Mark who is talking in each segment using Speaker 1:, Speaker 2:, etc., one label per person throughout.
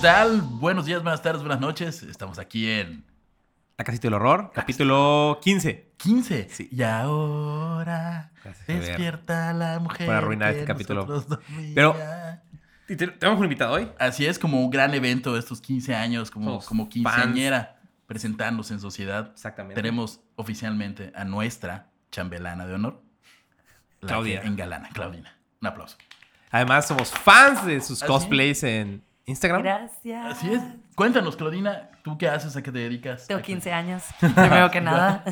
Speaker 1: tal? Buenos días, buenas tardes, buenas noches. Estamos aquí en
Speaker 2: La Casita del Horror, capítulo 15.
Speaker 1: 15.
Speaker 2: Sí.
Speaker 1: Y ahora
Speaker 2: Gracias, Javier.
Speaker 1: despierta la mujer.
Speaker 2: Por arruinar
Speaker 1: que
Speaker 2: este capítulo.
Speaker 1: nosotros dormía.
Speaker 2: Pero- Y te- tenemos un invitado hoy.
Speaker 1: Así es como un gran evento de estos 15 años, como,
Speaker 2: Somos
Speaker 1: como quinceañera, presentándose en sociedad.
Speaker 2: Exactamente.
Speaker 1: Tenemos oficialmente a nuestra chambelana de honor, la
Speaker 2: Claudia.
Speaker 1: que engalana, Claudina. Un aplauso.
Speaker 2: Además, somos fans de sus
Speaker 1: ¿Ah, sí?
Speaker 2: cosplays en Instagram.
Speaker 3: Gracias.
Speaker 1: Así es. Cuéntanos, Claudina, ¿tú qué haces? ¿A qué te dedicas?
Speaker 3: Tengo
Speaker 1: ¿A qué-
Speaker 3: 15 años, primero que nada.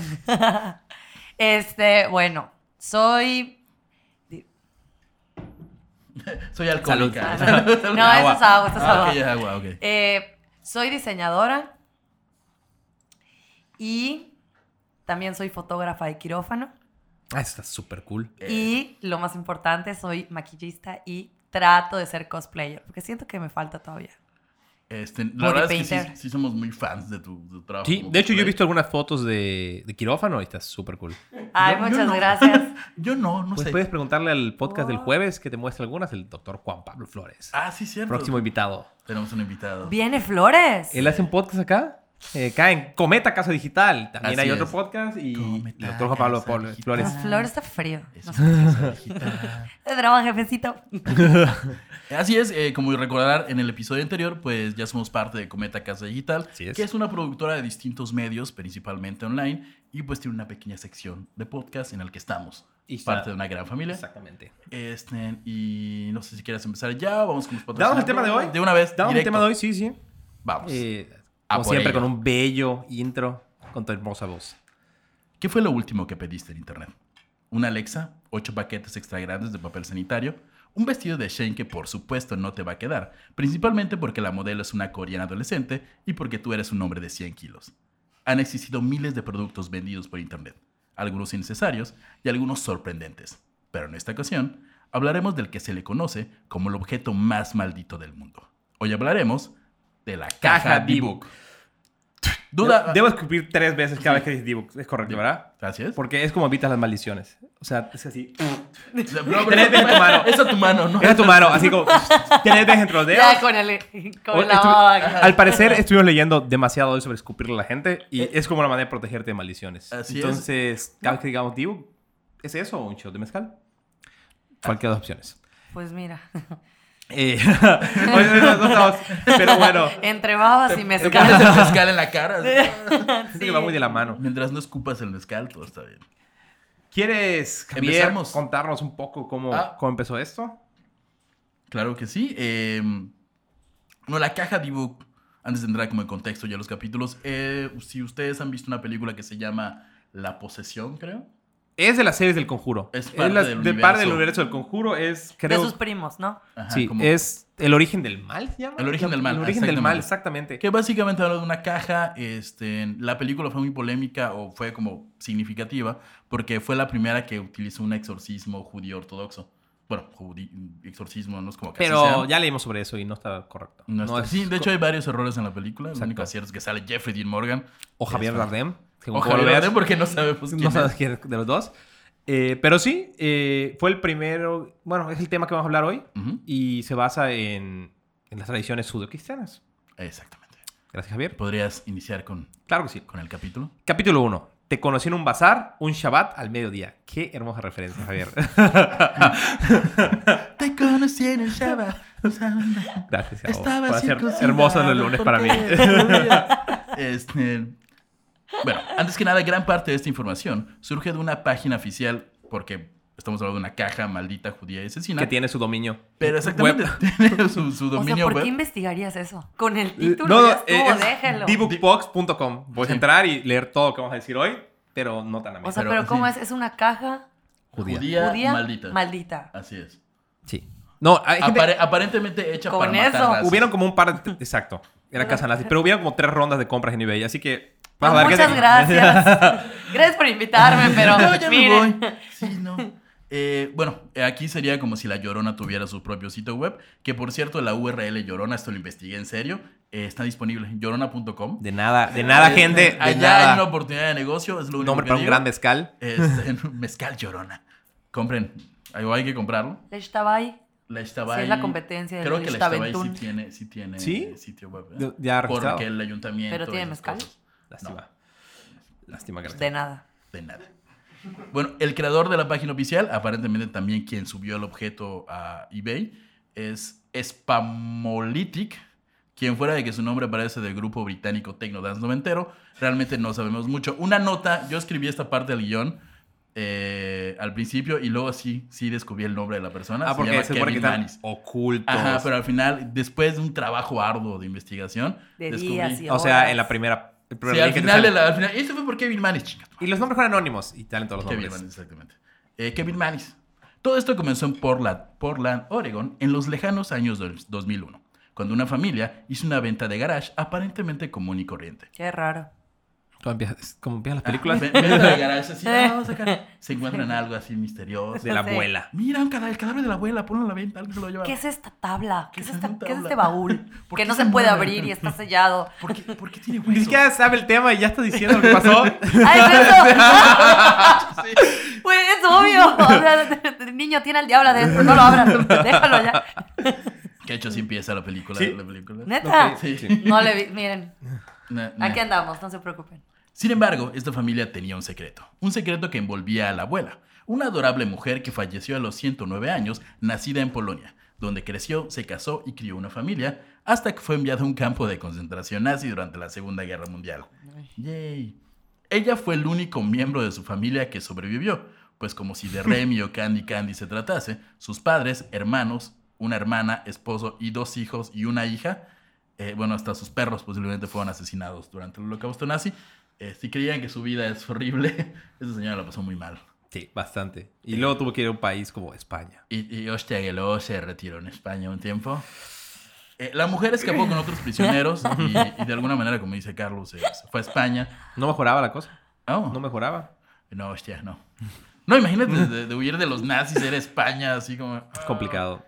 Speaker 3: este, bueno, soy.
Speaker 1: Soy alcohólica.
Speaker 3: Ah, no, no, eso es agua, eso es
Speaker 1: Ah,
Speaker 3: agua.
Speaker 1: ok, ya, agua, ok.
Speaker 3: Eh, soy diseñadora y también soy fotógrafa de quirófano.
Speaker 2: Ah, eso está súper cool.
Speaker 3: Y lo más importante, soy maquillista y trato de ser cosplayer, porque siento que me falta todavía.
Speaker 1: Este, la
Speaker 3: Body
Speaker 1: verdad es que sí,
Speaker 3: painter.
Speaker 1: sí somos muy fans de tu, de tu trabajo.
Speaker 2: Sí,
Speaker 1: Ah, como
Speaker 2: de hecho, yo he
Speaker 1: cosplayer.
Speaker 2: visto algunas fotos de, de quirófano y está súper cool.
Speaker 3: Ay,
Speaker 1: Yo- yo
Speaker 3: muchas
Speaker 1: no.
Speaker 3: gracias.
Speaker 1: Yo no, no
Speaker 2: Pues
Speaker 1: sé.
Speaker 2: puedes preguntarle al podcast del
Speaker 3: Oh.
Speaker 2: jueves que te muestre algunas, el doctor Juan Pablo Flores.
Speaker 1: Ah, sí, cierto.
Speaker 2: Próximo invitado.
Speaker 1: Tenemos un invitado.
Speaker 3: Viene Flores.
Speaker 2: Él hace un podcast acá. eh, acá en Cometa Casa Digital. También
Speaker 1: Así
Speaker 2: hay otro
Speaker 1: es.
Speaker 2: podcast y
Speaker 1: Cometa
Speaker 2: el doctor Juan Pablo
Speaker 1: Casa
Speaker 2: Pablo
Speaker 1: Digital.
Speaker 2: Flores.
Speaker 3: Las Flores está frío.
Speaker 1: Es
Speaker 3: No
Speaker 1: una
Speaker 3: sé.
Speaker 1: cosa digital.
Speaker 3: Te trabajo, jefecito.
Speaker 1: Así es, eh, como recordar en el episodio anterior, pues ya somos parte de Cometa Casa Digital,
Speaker 2: Así es.
Speaker 1: que es una productora de distintos medios, principalmente online, y pues tiene una pequeña sección de podcast en el que estamos.
Speaker 2: Y está-
Speaker 1: parte de una gran familia.
Speaker 2: Exactamente.
Speaker 1: Este, y no sé si quieres empezar ya, vamos con los
Speaker 2: ¿Damos el tema de hoy?
Speaker 1: De una vez,
Speaker 2: Damos el
Speaker 1: directo.
Speaker 2: tema de hoy, sí, sí.
Speaker 1: Vamos.
Speaker 2: Eh,
Speaker 1: A
Speaker 2: como
Speaker 1: por
Speaker 2: siempre,
Speaker 1: ello.
Speaker 2: con un bello intro, con tu hermosa voz.
Speaker 1: ¿Qué fue lo último que pediste en internet? Una Alexa, ocho paquetes extra grandes de papel sanitario, un vestido de Shane que por supuesto no te va a quedar, principalmente porque la modelo es una coreana adolescente y porque tú eres un hombre de 100 kilos. Han existido miles de productos vendidos por internet, algunos innecesarios y algunos sorprendentes. Pero en esta ocasión hablaremos del que se le conoce como el objeto más maldito del mundo. Hoy hablaremos de la caja,
Speaker 2: Caja
Speaker 1: D-Book.
Speaker 2: D-Book.
Speaker 1: Duda.
Speaker 2: Debo escupir tres veces cada vez que dices Divox. Es correcto, ¿verdad?
Speaker 1: Así es.
Speaker 2: Porque es como evitas las maldiciones. O sea, es así.
Speaker 1: No, pero-
Speaker 2: Tres veces tu mano.
Speaker 1: Es a tu mano, ¿no?
Speaker 2: Es a tu mano, así como. Tres veces entre los dedos.
Speaker 3: Ya con el con
Speaker 2: Hoy
Speaker 3: la
Speaker 2: estuve-
Speaker 3: baba aquí.
Speaker 2: Al parecer estuvimos leyendo demasiado hoy sobre escupirle a la gente y es como una manera de protegerte de maldiciones.
Speaker 1: Así es.
Speaker 2: Entonces, cada vez que digamos Divox, ¿es eso o un shot de mezcal? Cualquiera de las opciones.
Speaker 3: Pues mira,
Speaker 2: Eh, hoy no- no estamos- pero bueno,
Speaker 3: entre babas y
Speaker 1: Te pones
Speaker 3: mezcal.
Speaker 1: el mezcal en la cara. así.
Speaker 2: es que va muy de la mano.
Speaker 1: Mientras no escupas el mezcal, todo está bien.
Speaker 2: ¿Quieres, Javier,
Speaker 1: Empezamos.
Speaker 2: contarnos un poco cómo,
Speaker 1: Ah.
Speaker 2: cómo empezó esto?
Speaker 1: Claro que sí. eh, bueno, la caja de ebook, antes de entrar como en contexto ya los capítulos, eh, si ustedes han visto una película que se llama La Posesión, creo.
Speaker 2: Es de las series del Conjuro.
Speaker 1: Es parte
Speaker 2: la-
Speaker 1: del
Speaker 2: de par
Speaker 1: universo.
Speaker 2: del universo del Conjuro. Es,
Speaker 3: De
Speaker 2: creo...
Speaker 3: sus primos, ¿no?
Speaker 1: Ajá,
Speaker 2: sí,
Speaker 1: como-
Speaker 2: es el origen del mal, ¿se llama?
Speaker 1: El origen del mal,
Speaker 2: El origen del mal, exactamente.
Speaker 1: Que básicamente habla de una caja. Este, la película fue muy polémica o fue como significativa porque fue la primera que utilizó un exorcismo judío ortodoxo. Bueno, judí- exorcismo no es como que así
Speaker 2: Pero
Speaker 1: sea.
Speaker 2: ya leímos sobre eso y no está correcto.
Speaker 1: No está-
Speaker 2: es-
Speaker 1: sí, de hecho hay varios errores en la película. El
Speaker 2: Exacto.
Speaker 1: único acierto es que sale Jeffrey Dean Morgan.
Speaker 2: O Javier
Speaker 1: Exacto.
Speaker 2: Bardem. según
Speaker 1: O
Speaker 2: cómo lo
Speaker 1: Javier
Speaker 2: veas.
Speaker 1: Bardem, ¿eh? porque no sabemos quién
Speaker 2: No sabes
Speaker 1: es.
Speaker 2: quién es de los dos. Eh, pero sí, eh, fue el primero... Bueno, es el tema que vamos a hablar hoy.
Speaker 1: Ujú,
Speaker 2: Y se basa en, en las tradiciones judio-cristianas.
Speaker 1: Exactamente.
Speaker 2: Gracias, Javier.
Speaker 1: ¿Podrías iniciar con,
Speaker 2: Claro que sí.
Speaker 1: con el capítulo?
Speaker 2: Capítulo 1. Te conocí en un bazar, un Shabbat al mediodía. Qué hermosa referencia, Javier.
Speaker 1: Te conocí en el Shabbat.
Speaker 2: Gracias. a vos
Speaker 1: Estaba
Speaker 2: por hacer
Speaker 1: circuncidado,
Speaker 2: hermosos los lunes para mí.
Speaker 1: porque- Este, bueno, antes que nada, gran parte de esta información surge de una página oficial, porque estamos hablando de una caja maldita judía y asesina.
Speaker 2: Que tiene su dominio.
Speaker 1: pero exactamente,
Speaker 2: Web.
Speaker 1: tiene su, su
Speaker 3: O sea,
Speaker 1: dominio
Speaker 3: ¿por qué
Speaker 1: web.
Speaker 3: investigarías eso? Con el
Speaker 2: No,
Speaker 3: título.
Speaker 2: no,
Speaker 3: ya estuvo,
Speaker 2: eh, es
Speaker 3: déjalo.
Speaker 2: dbookbox.com. Voy
Speaker 1: Sí.
Speaker 2: a entrar y leer todo lo que vamos a decir hoy, pero no tan a mí.
Speaker 3: O sea,
Speaker 1: pero
Speaker 3: pero, ¿cómo
Speaker 1: así-
Speaker 3: es? Es una caja
Speaker 1: Judía,
Speaker 3: judía
Speaker 1: maldita.
Speaker 3: maldita.
Speaker 1: Así es.
Speaker 2: Sí. No, hay gente-
Speaker 1: Apare- aparentemente hecha
Speaker 3: Con
Speaker 1: para matar
Speaker 3: eso.
Speaker 1: razas.
Speaker 2: hubieron como un par de... Exacto. Era casa nazi. Pero hubieron como tres rondas de compras en eBay. Así que... vas a ver qué
Speaker 3: Pues Ah, Muchas
Speaker 2: te-
Speaker 3: gracias. gracias por invitarme, pero
Speaker 1: No, ya me
Speaker 3: miren,
Speaker 1: voy. Sí, no. Eh, bueno, eh, aquí sería como si la Llorona tuviera su propio sitio web, que por cierto la URL Llorona, esto lo investigué en serio, eh, está disponible, llorona.com.
Speaker 2: De nada, de nada,
Speaker 1: Eh,
Speaker 2: gente. De
Speaker 1: Allá
Speaker 2: nada.
Speaker 1: hay una oportunidad de negocio, es lo único
Speaker 2: Nombre
Speaker 1: que
Speaker 2: para un
Speaker 1: digo.
Speaker 2: gran mezcal.
Speaker 1: Este, mezcal Llorona. Compren, algo hay que comprarlo.
Speaker 3: le estaba ahí
Speaker 1: La estaba
Speaker 3: Sí, es la competencia del
Speaker 1: Creo que la estaba ahí sí
Speaker 3: Ixtabentul.
Speaker 1: tiene, sí tiene
Speaker 2: ¿Sí?
Speaker 1: eh, sitio web. ¿eh?
Speaker 2: Ya- Ya ha registrado.
Speaker 1: Porque el ayuntamiento.
Speaker 3: Pero tiene
Speaker 1: esas
Speaker 3: mezcal.
Speaker 1: cosas.
Speaker 2: Lástima. Lástima que no.
Speaker 3: pues, De nada.
Speaker 1: De nada. Bueno, el creador de la página oficial, aparentemente también quien subió el objeto a eBay, es Spamolitic, quien fuera de que su nombre aparece del grupo británico Tecno Dance Noventero, realmente no sabemos mucho. Una nota, yo escribí esta parte del guión eh, al principio y luego sí, sí descubrí el nombre de la persona.
Speaker 2: Ah,
Speaker 1: Se
Speaker 2: porque
Speaker 1: llama
Speaker 2: se supone que
Speaker 1: Kevin
Speaker 2: están
Speaker 1: Manis.
Speaker 2: ocultos.
Speaker 1: Ajá, pero al final, después de un trabajo arduo de investigación,
Speaker 3: De días y
Speaker 2: o sea,
Speaker 3: horas.
Speaker 2: en la primera. el primer
Speaker 1: Sí, al
Speaker 2: link que te
Speaker 1: final, de
Speaker 2: sale.
Speaker 1: la- al final- Esto fue por Kevin Manis, chinga.
Speaker 2: Y los nombres fueron anónimos y salen todos los
Speaker 1: Kevin
Speaker 2: nombres.
Speaker 1: Manis, exactamente. Eh, Kevin Manis. Todo esto comenzó en Portland, Portland, Oregon, en los lejanos años del 2001, cuando una familia hizo una venta de garage aparentemente común y corriente.
Speaker 3: Qué raro.
Speaker 2: Como empiezan, como empiezan las películas
Speaker 1: Ve- Venta de garage, así, "Ah, vamos a sacar". Se encuentran algo así misterioso.
Speaker 2: de la
Speaker 3: Sí.
Speaker 2: abuela.
Speaker 1: Mira, un cadáver, el cadáver de la abuela, ponlo a la venta, alguien se lo lleva.
Speaker 3: ¿Qué es esta tabla? ¿Qué es,
Speaker 1: ¿Qué es
Speaker 3: esta-
Speaker 1: esta
Speaker 3: qué es
Speaker 1: tabla?
Speaker 3: este baúl?
Speaker 1: ¿Por
Speaker 3: Que
Speaker 1: qué
Speaker 3: no
Speaker 1: se
Speaker 3: se puede
Speaker 1: mueve?
Speaker 3: abrir y está sellado.
Speaker 1: ¿Por qué, por qué tiene
Speaker 2: Ni
Speaker 1: hueso?
Speaker 2: siquiera sabe el tema y ya está diciendo lo que pasó.
Speaker 3: ¡Ay, Ah, es eso!
Speaker 1: Sí.
Speaker 3: Pues es obvio. O sea, el niño tiene al diablo adentro. No lo abras. Déjalo ya.
Speaker 1: Que de hecho sí empieza la película.
Speaker 2: Sí.
Speaker 1: la película.
Speaker 3: Neta.
Speaker 2: Ok,
Speaker 1: Sí.
Speaker 3: No le vi. Miren,
Speaker 1: Na- na-
Speaker 3: aquí andamos. No se preocupen.
Speaker 1: Sin embargo, esta familia tenía un secreto, un secreto que envolvía a la abuela, una adorable mujer que falleció a los 109 años, nacida en Polonia, donde creció, se casó y crió una familia, hasta que fue enviada a un campo de concentración nazi durante la Segunda Guerra Mundial. Yay. Ella fue el único miembro de su familia que sobrevivió, pues como si de Remy o Candy Candy se tratase, sus padres, hermanos, una hermana, esposo y dos hijos y una hija, eh, bueno, hasta sus perros posiblemente fueron asesinados durante el holocausto nazi. Eh, si creían que su vida es horrible, esa señora la pasó muy mal.
Speaker 2: Sí, bastante. Y luego tuvo que ir a un país como España.
Speaker 1: Y, y hostia, que luego se retiró en España un tiempo. Eh, la mujer escapó con otros prisioneros y, y de alguna manera, como dice Carlos, eh, se fue a España.
Speaker 2: No mejoraba la cosa.
Speaker 1: Oh.
Speaker 2: No mejoraba.
Speaker 1: No, hostia, no. No, imagínate de, de huir de los nazis, ir a España, así como. ah,
Speaker 2: Es complicado.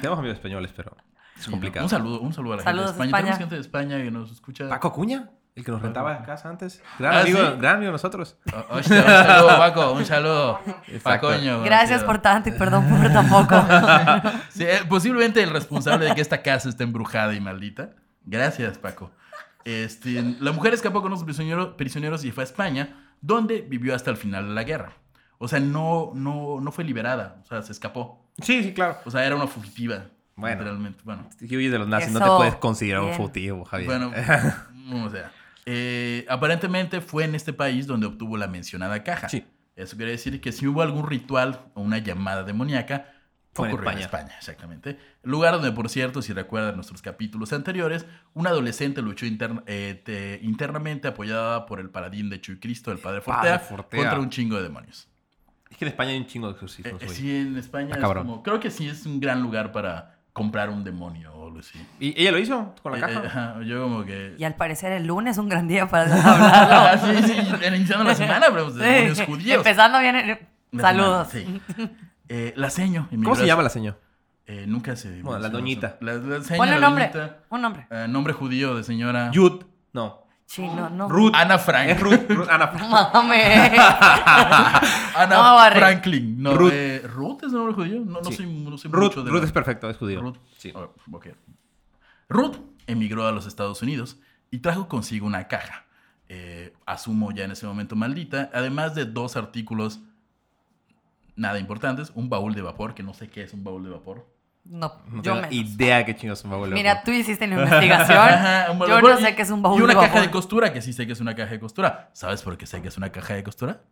Speaker 2: Tenemos amigos españoles, pero es
Speaker 1: Sí,
Speaker 2: complicado.
Speaker 1: Un saludo, un saludo a la
Speaker 3: Saludos,
Speaker 1: gente de España.
Speaker 3: España.
Speaker 1: Tenemos gente de España que nos escucha.
Speaker 2: Paco Acuña, el que nos
Speaker 1: Paco.
Speaker 2: rentaba casa antes. Gran
Speaker 1: Ah,
Speaker 2: amigo,
Speaker 1: ¿sí?
Speaker 2: gran amigo de nosotros.
Speaker 1: Oh, hostia, un saludo, Paco, un saludo.
Speaker 2: Exacto.
Speaker 1: Pacoño.
Speaker 3: Gracias
Speaker 1: conocido.
Speaker 3: por tanto y perdón por tampoco.
Speaker 1: Sí, eh, posiblemente el responsable de que esta casa esté embrujada y maldita. Gracias, Paco. Este, la mujer escapó con los prisionero- prisioneros y fue a España, donde vivió hasta el final de la guerra. O sea, no, no, no fue liberada, o sea, se escapó.
Speaker 2: Sí, sí, claro.
Speaker 1: O sea, era una fugitiva.
Speaker 2: Bueno.
Speaker 1: Literalmente. Bueno.
Speaker 2: Si huyes Este de los nazis, no te
Speaker 3: Eso.
Speaker 2: puedes considerar un
Speaker 3: Bien.
Speaker 2: fugitivo, Javier.
Speaker 1: Bueno, o sea. eh, aparentemente fue en este país donde obtuvo la mencionada caja.
Speaker 2: Sí.
Speaker 1: Eso quiere decir que si hubo algún ritual o una llamada demoníaca,
Speaker 2: Fue en
Speaker 1: ocurrió en
Speaker 2: España.
Speaker 1: España, exactamente. Lugar donde, por cierto, si recuerdan nuestros capítulos anteriores, un adolescente luchó interna- eh, te- internamente apoyada por el paladín de Chucristo, el padre Fortea,
Speaker 2: Padre Ah, Fortea.
Speaker 1: contra un chingo de demonios.
Speaker 2: es que en España hay un chingo de
Speaker 1: Eh,
Speaker 2: exorcismos.
Speaker 1: eh,
Speaker 2: güey.
Speaker 1: sí, en España
Speaker 2: Ah,
Speaker 1: es
Speaker 2: cabrón.
Speaker 1: como- creo que sí es un gran lugar para comprar un demonio o algo así.
Speaker 2: ¿Y ella lo hizo con la
Speaker 1: Eh,
Speaker 2: caja?
Speaker 1: eh, ajá, yo como que...
Speaker 3: Y al parecer el lunes es un gran día para hablar.
Speaker 1: Ah, sí, sí, en- iniciando la semana, pero pues, demonios
Speaker 3: Sí.
Speaker 1: judíos.
Speaker 3: Empezando bien. eh,
Speaker 1: La
Speaker 3: Saludos.
Speaker 1: semana, sí. Eh, la seño. en mi
Speaker 2: ¿Cómo se
Speaker 1: brazo.
Speaker 2: llama la señora?
Speaker 1: Eh, nunca se.
Speaker 2: Bueno, la doñita.
Speaker 1: La, la seña,
Speaker 3: Ponle
Speaker 1: la
Speaker 3: un nombre.
Speaker 1: doñita.
Speaker 3: Un nombre.
Speaker 1: Eh, nombre judío de señora.
Speaker 2: Yud. No.
Speaker 3: Chino, no.
Speaker 2: Ruth.
Speaker 1: Ana Frank.
Speaker 2: Es Ruth. Ruth- Ana.
Speaker 1: Ah,
Speaker 3: Mame.
Speaker 1: Ana
Speaker 3: No, barre.
Speaker 1: Franklin. No,
Speaker 2: Ruth.
Speaker 1: eh, Ruth es nombre judío. No, no
Speaker 2: Sí.
Speaker 1: soy, no soy
Speaker 2: Ruth,
Speaker 1: mucho de.
Speaker 2: Ruth
Speaker 1: la-
Speaker 2: es perfecto, es judío.
Speaker 1: Ruth.
Speaker 2: Sí.
Speaker 1: Oh, ok. Ruth emigró a los Estados Unidos y trajo consigo una caja. eh, asumo ya en ese momento maldita. Además de dos artículos nada importantes. Un baúl de vapor, que no sé qué es un baúl de vapor.
Speaker 3: No,
Speaker 2: No
Speaker 3: yo
Speaker 2: tengo
Speaker 3: menos.
Speaker 2: idea qué chingados son abuelos.
Speaker 3: Mira, tú hiciste la investigación.
Speaker 1: Ajá, un baúl
Speaker 3: Yo
Speaker 1: de vapor
Speaker 3: no sé qué es un
Speaker 1: Y
Speaker 3: baúl
Speaker 1: una
Speaker 3: de
Speaker 1: caja de
Speaker 3: vapor.
Speaker 1: costura, que sí sé que es una caja de costura. ¿Sabes por qué sé que es una caja de costura?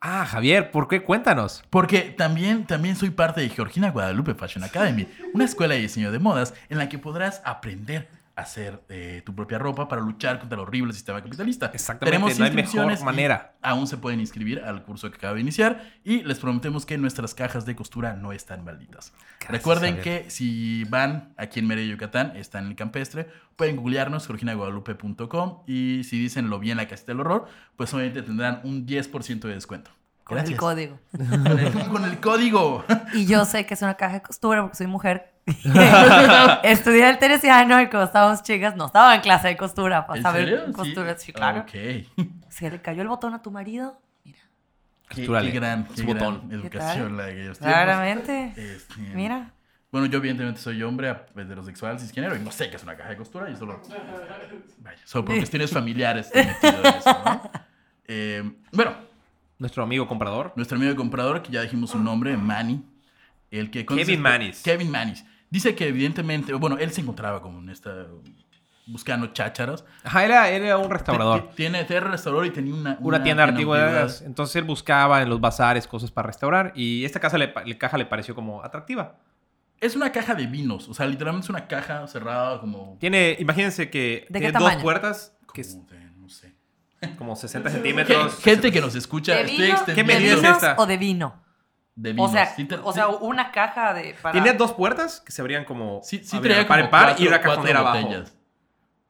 Speaker 2: Ah, Javier, ¿por qué? Cuéntanos.
Speaker 1: Porque también, también soy parte de Georgina Guadalupe Fashion Academy, una escuela de diseño de modas en la que podrás aprender a hacer eh, tu propia ropa para luchar contra el horrible sistema capitalista.
Speaker 2: Exactamente,
Speaker 1: Tenemos
Speaker 2: no hay
Speaker 1: inscripciones
Speaker 2: mejor
Speaker 1: y
Speaker 2: manera.
Speaker 1: Aún se pueden inscribir al curso que acaba de iniciar y les prometemos que nuestras cajas de costura no están malditas.
Speaker 2: Gracias,
Speaker 1: Recuerden
Speaker 2: Javier.
Speaker 1: que si van aquí en Mérida, Yucatán, están en el campestre, pueden googlearnos georginaguadalupe.com y si dicen lo bien la casita del horror, pues obviamente tendrán un 10% de descuento.
Speaker 3: Con el
Speaker 1: Gracias.
Speaker 3: código.
Speaker 1: Con el- con el código.
Speaker 3: Y yo sé que es una caja de costura porque soy mujer. Estudié el teresiano y como estábamos chicas, no estaba en clase de costura para
Speaker 1: ¿En
Speaker 3: saber
Speaker 1: serio? Sí. Ah,
Speaker 3: costura. Sí, claro.
Speaker 1: Ok.
Speaker 3: Se le cayó el botón a tu marido. Mira.
Speaker 1: Qué,
Speaker 2: Costúrale.
Speaker 1: qué gran,
Speaker 2: Su
Speaker 1: qué
Speaker 2: botón.
Speaker 1: pues. gran educación la de aquellos tiempos.
Speaker 3: Claramente.
Speaker 1: Este,
Speaker 3: Mira.
Speaker 1: Bueno, yo evidentemente soy hombre ap- heterosexual, cisgénero, y no sé qué es una caja de costura, y solo... Vaya, solo por cuestiones familiares estoy metido en eso, ¿no? Eh, bueno,
Speaker 2: Nuestro amigo comprador.
Speaker 1: nuestro amigo comprador, que ya dijimos su nombre, Manny, el que...
Speaker 2: Kevin Manis.
Speaker 1: Kevin Manis. Dice que evidentemente, bueno, él se encontraba como en esta... buscando chácharas.
Speaker 2: Ajá, era, era un
Speaker 1: T-
Speaker 2: restaurador.
Speaker 1: t- Tiene, tiene restaurador y tenía una...
Speaker 2: Una tienda de antigüedades.
Speaker 1: antigüedades.
Speaker 2: Entonces él buscaba en los bazares cosas para restaurar. Y esta casa le, pa- le- caja le pareció como atractiva.
Speaker 1: Es una caja de vinos, o sea, literalmente es una caja cerrada como...
Speaker 2: Tiene, imagínense que
Speaker 3: ¿De qué
Speaker 2: tiene dos
Speaker 3: tamaño?
Speaker 2: puertas, que es
Speaker 1: como de, no sé.
Speaker 2: como 60
Speaker 1: Gen-
Speaker 2: centímetros.
Speaker 1: Gente que nos escucha,
Speaker 3: ¿De
Speaker 1: estoy
Speaker 3: vino?
Speaker 2: ¿Qué
Speaker 1: extendiendo-
Speaker 3: ¿De
Speaker 2: medida es
Speaker 3: vinos
Speaker 2: esta?
Speaker 3: o de vino?
Speaker 1: de
Speaker 3: O
Speaker 1: vinos.
Speaker 3: sea,
Speaker 1: Sí te-
Speaker 3: o sea, una caja de... para-
Speaker 2: Tiene dos puertas que se abrían como
Speaker 1: sí, sí traía
Speaker 2: abrían par
Speaker 1: como
Speaker 2: en par
Speaker 1: cuatro-
Speaker 2: y una
Speaker 1: cuatro
Speaker 2: cajonera abajo.
Speaker 1: botellas.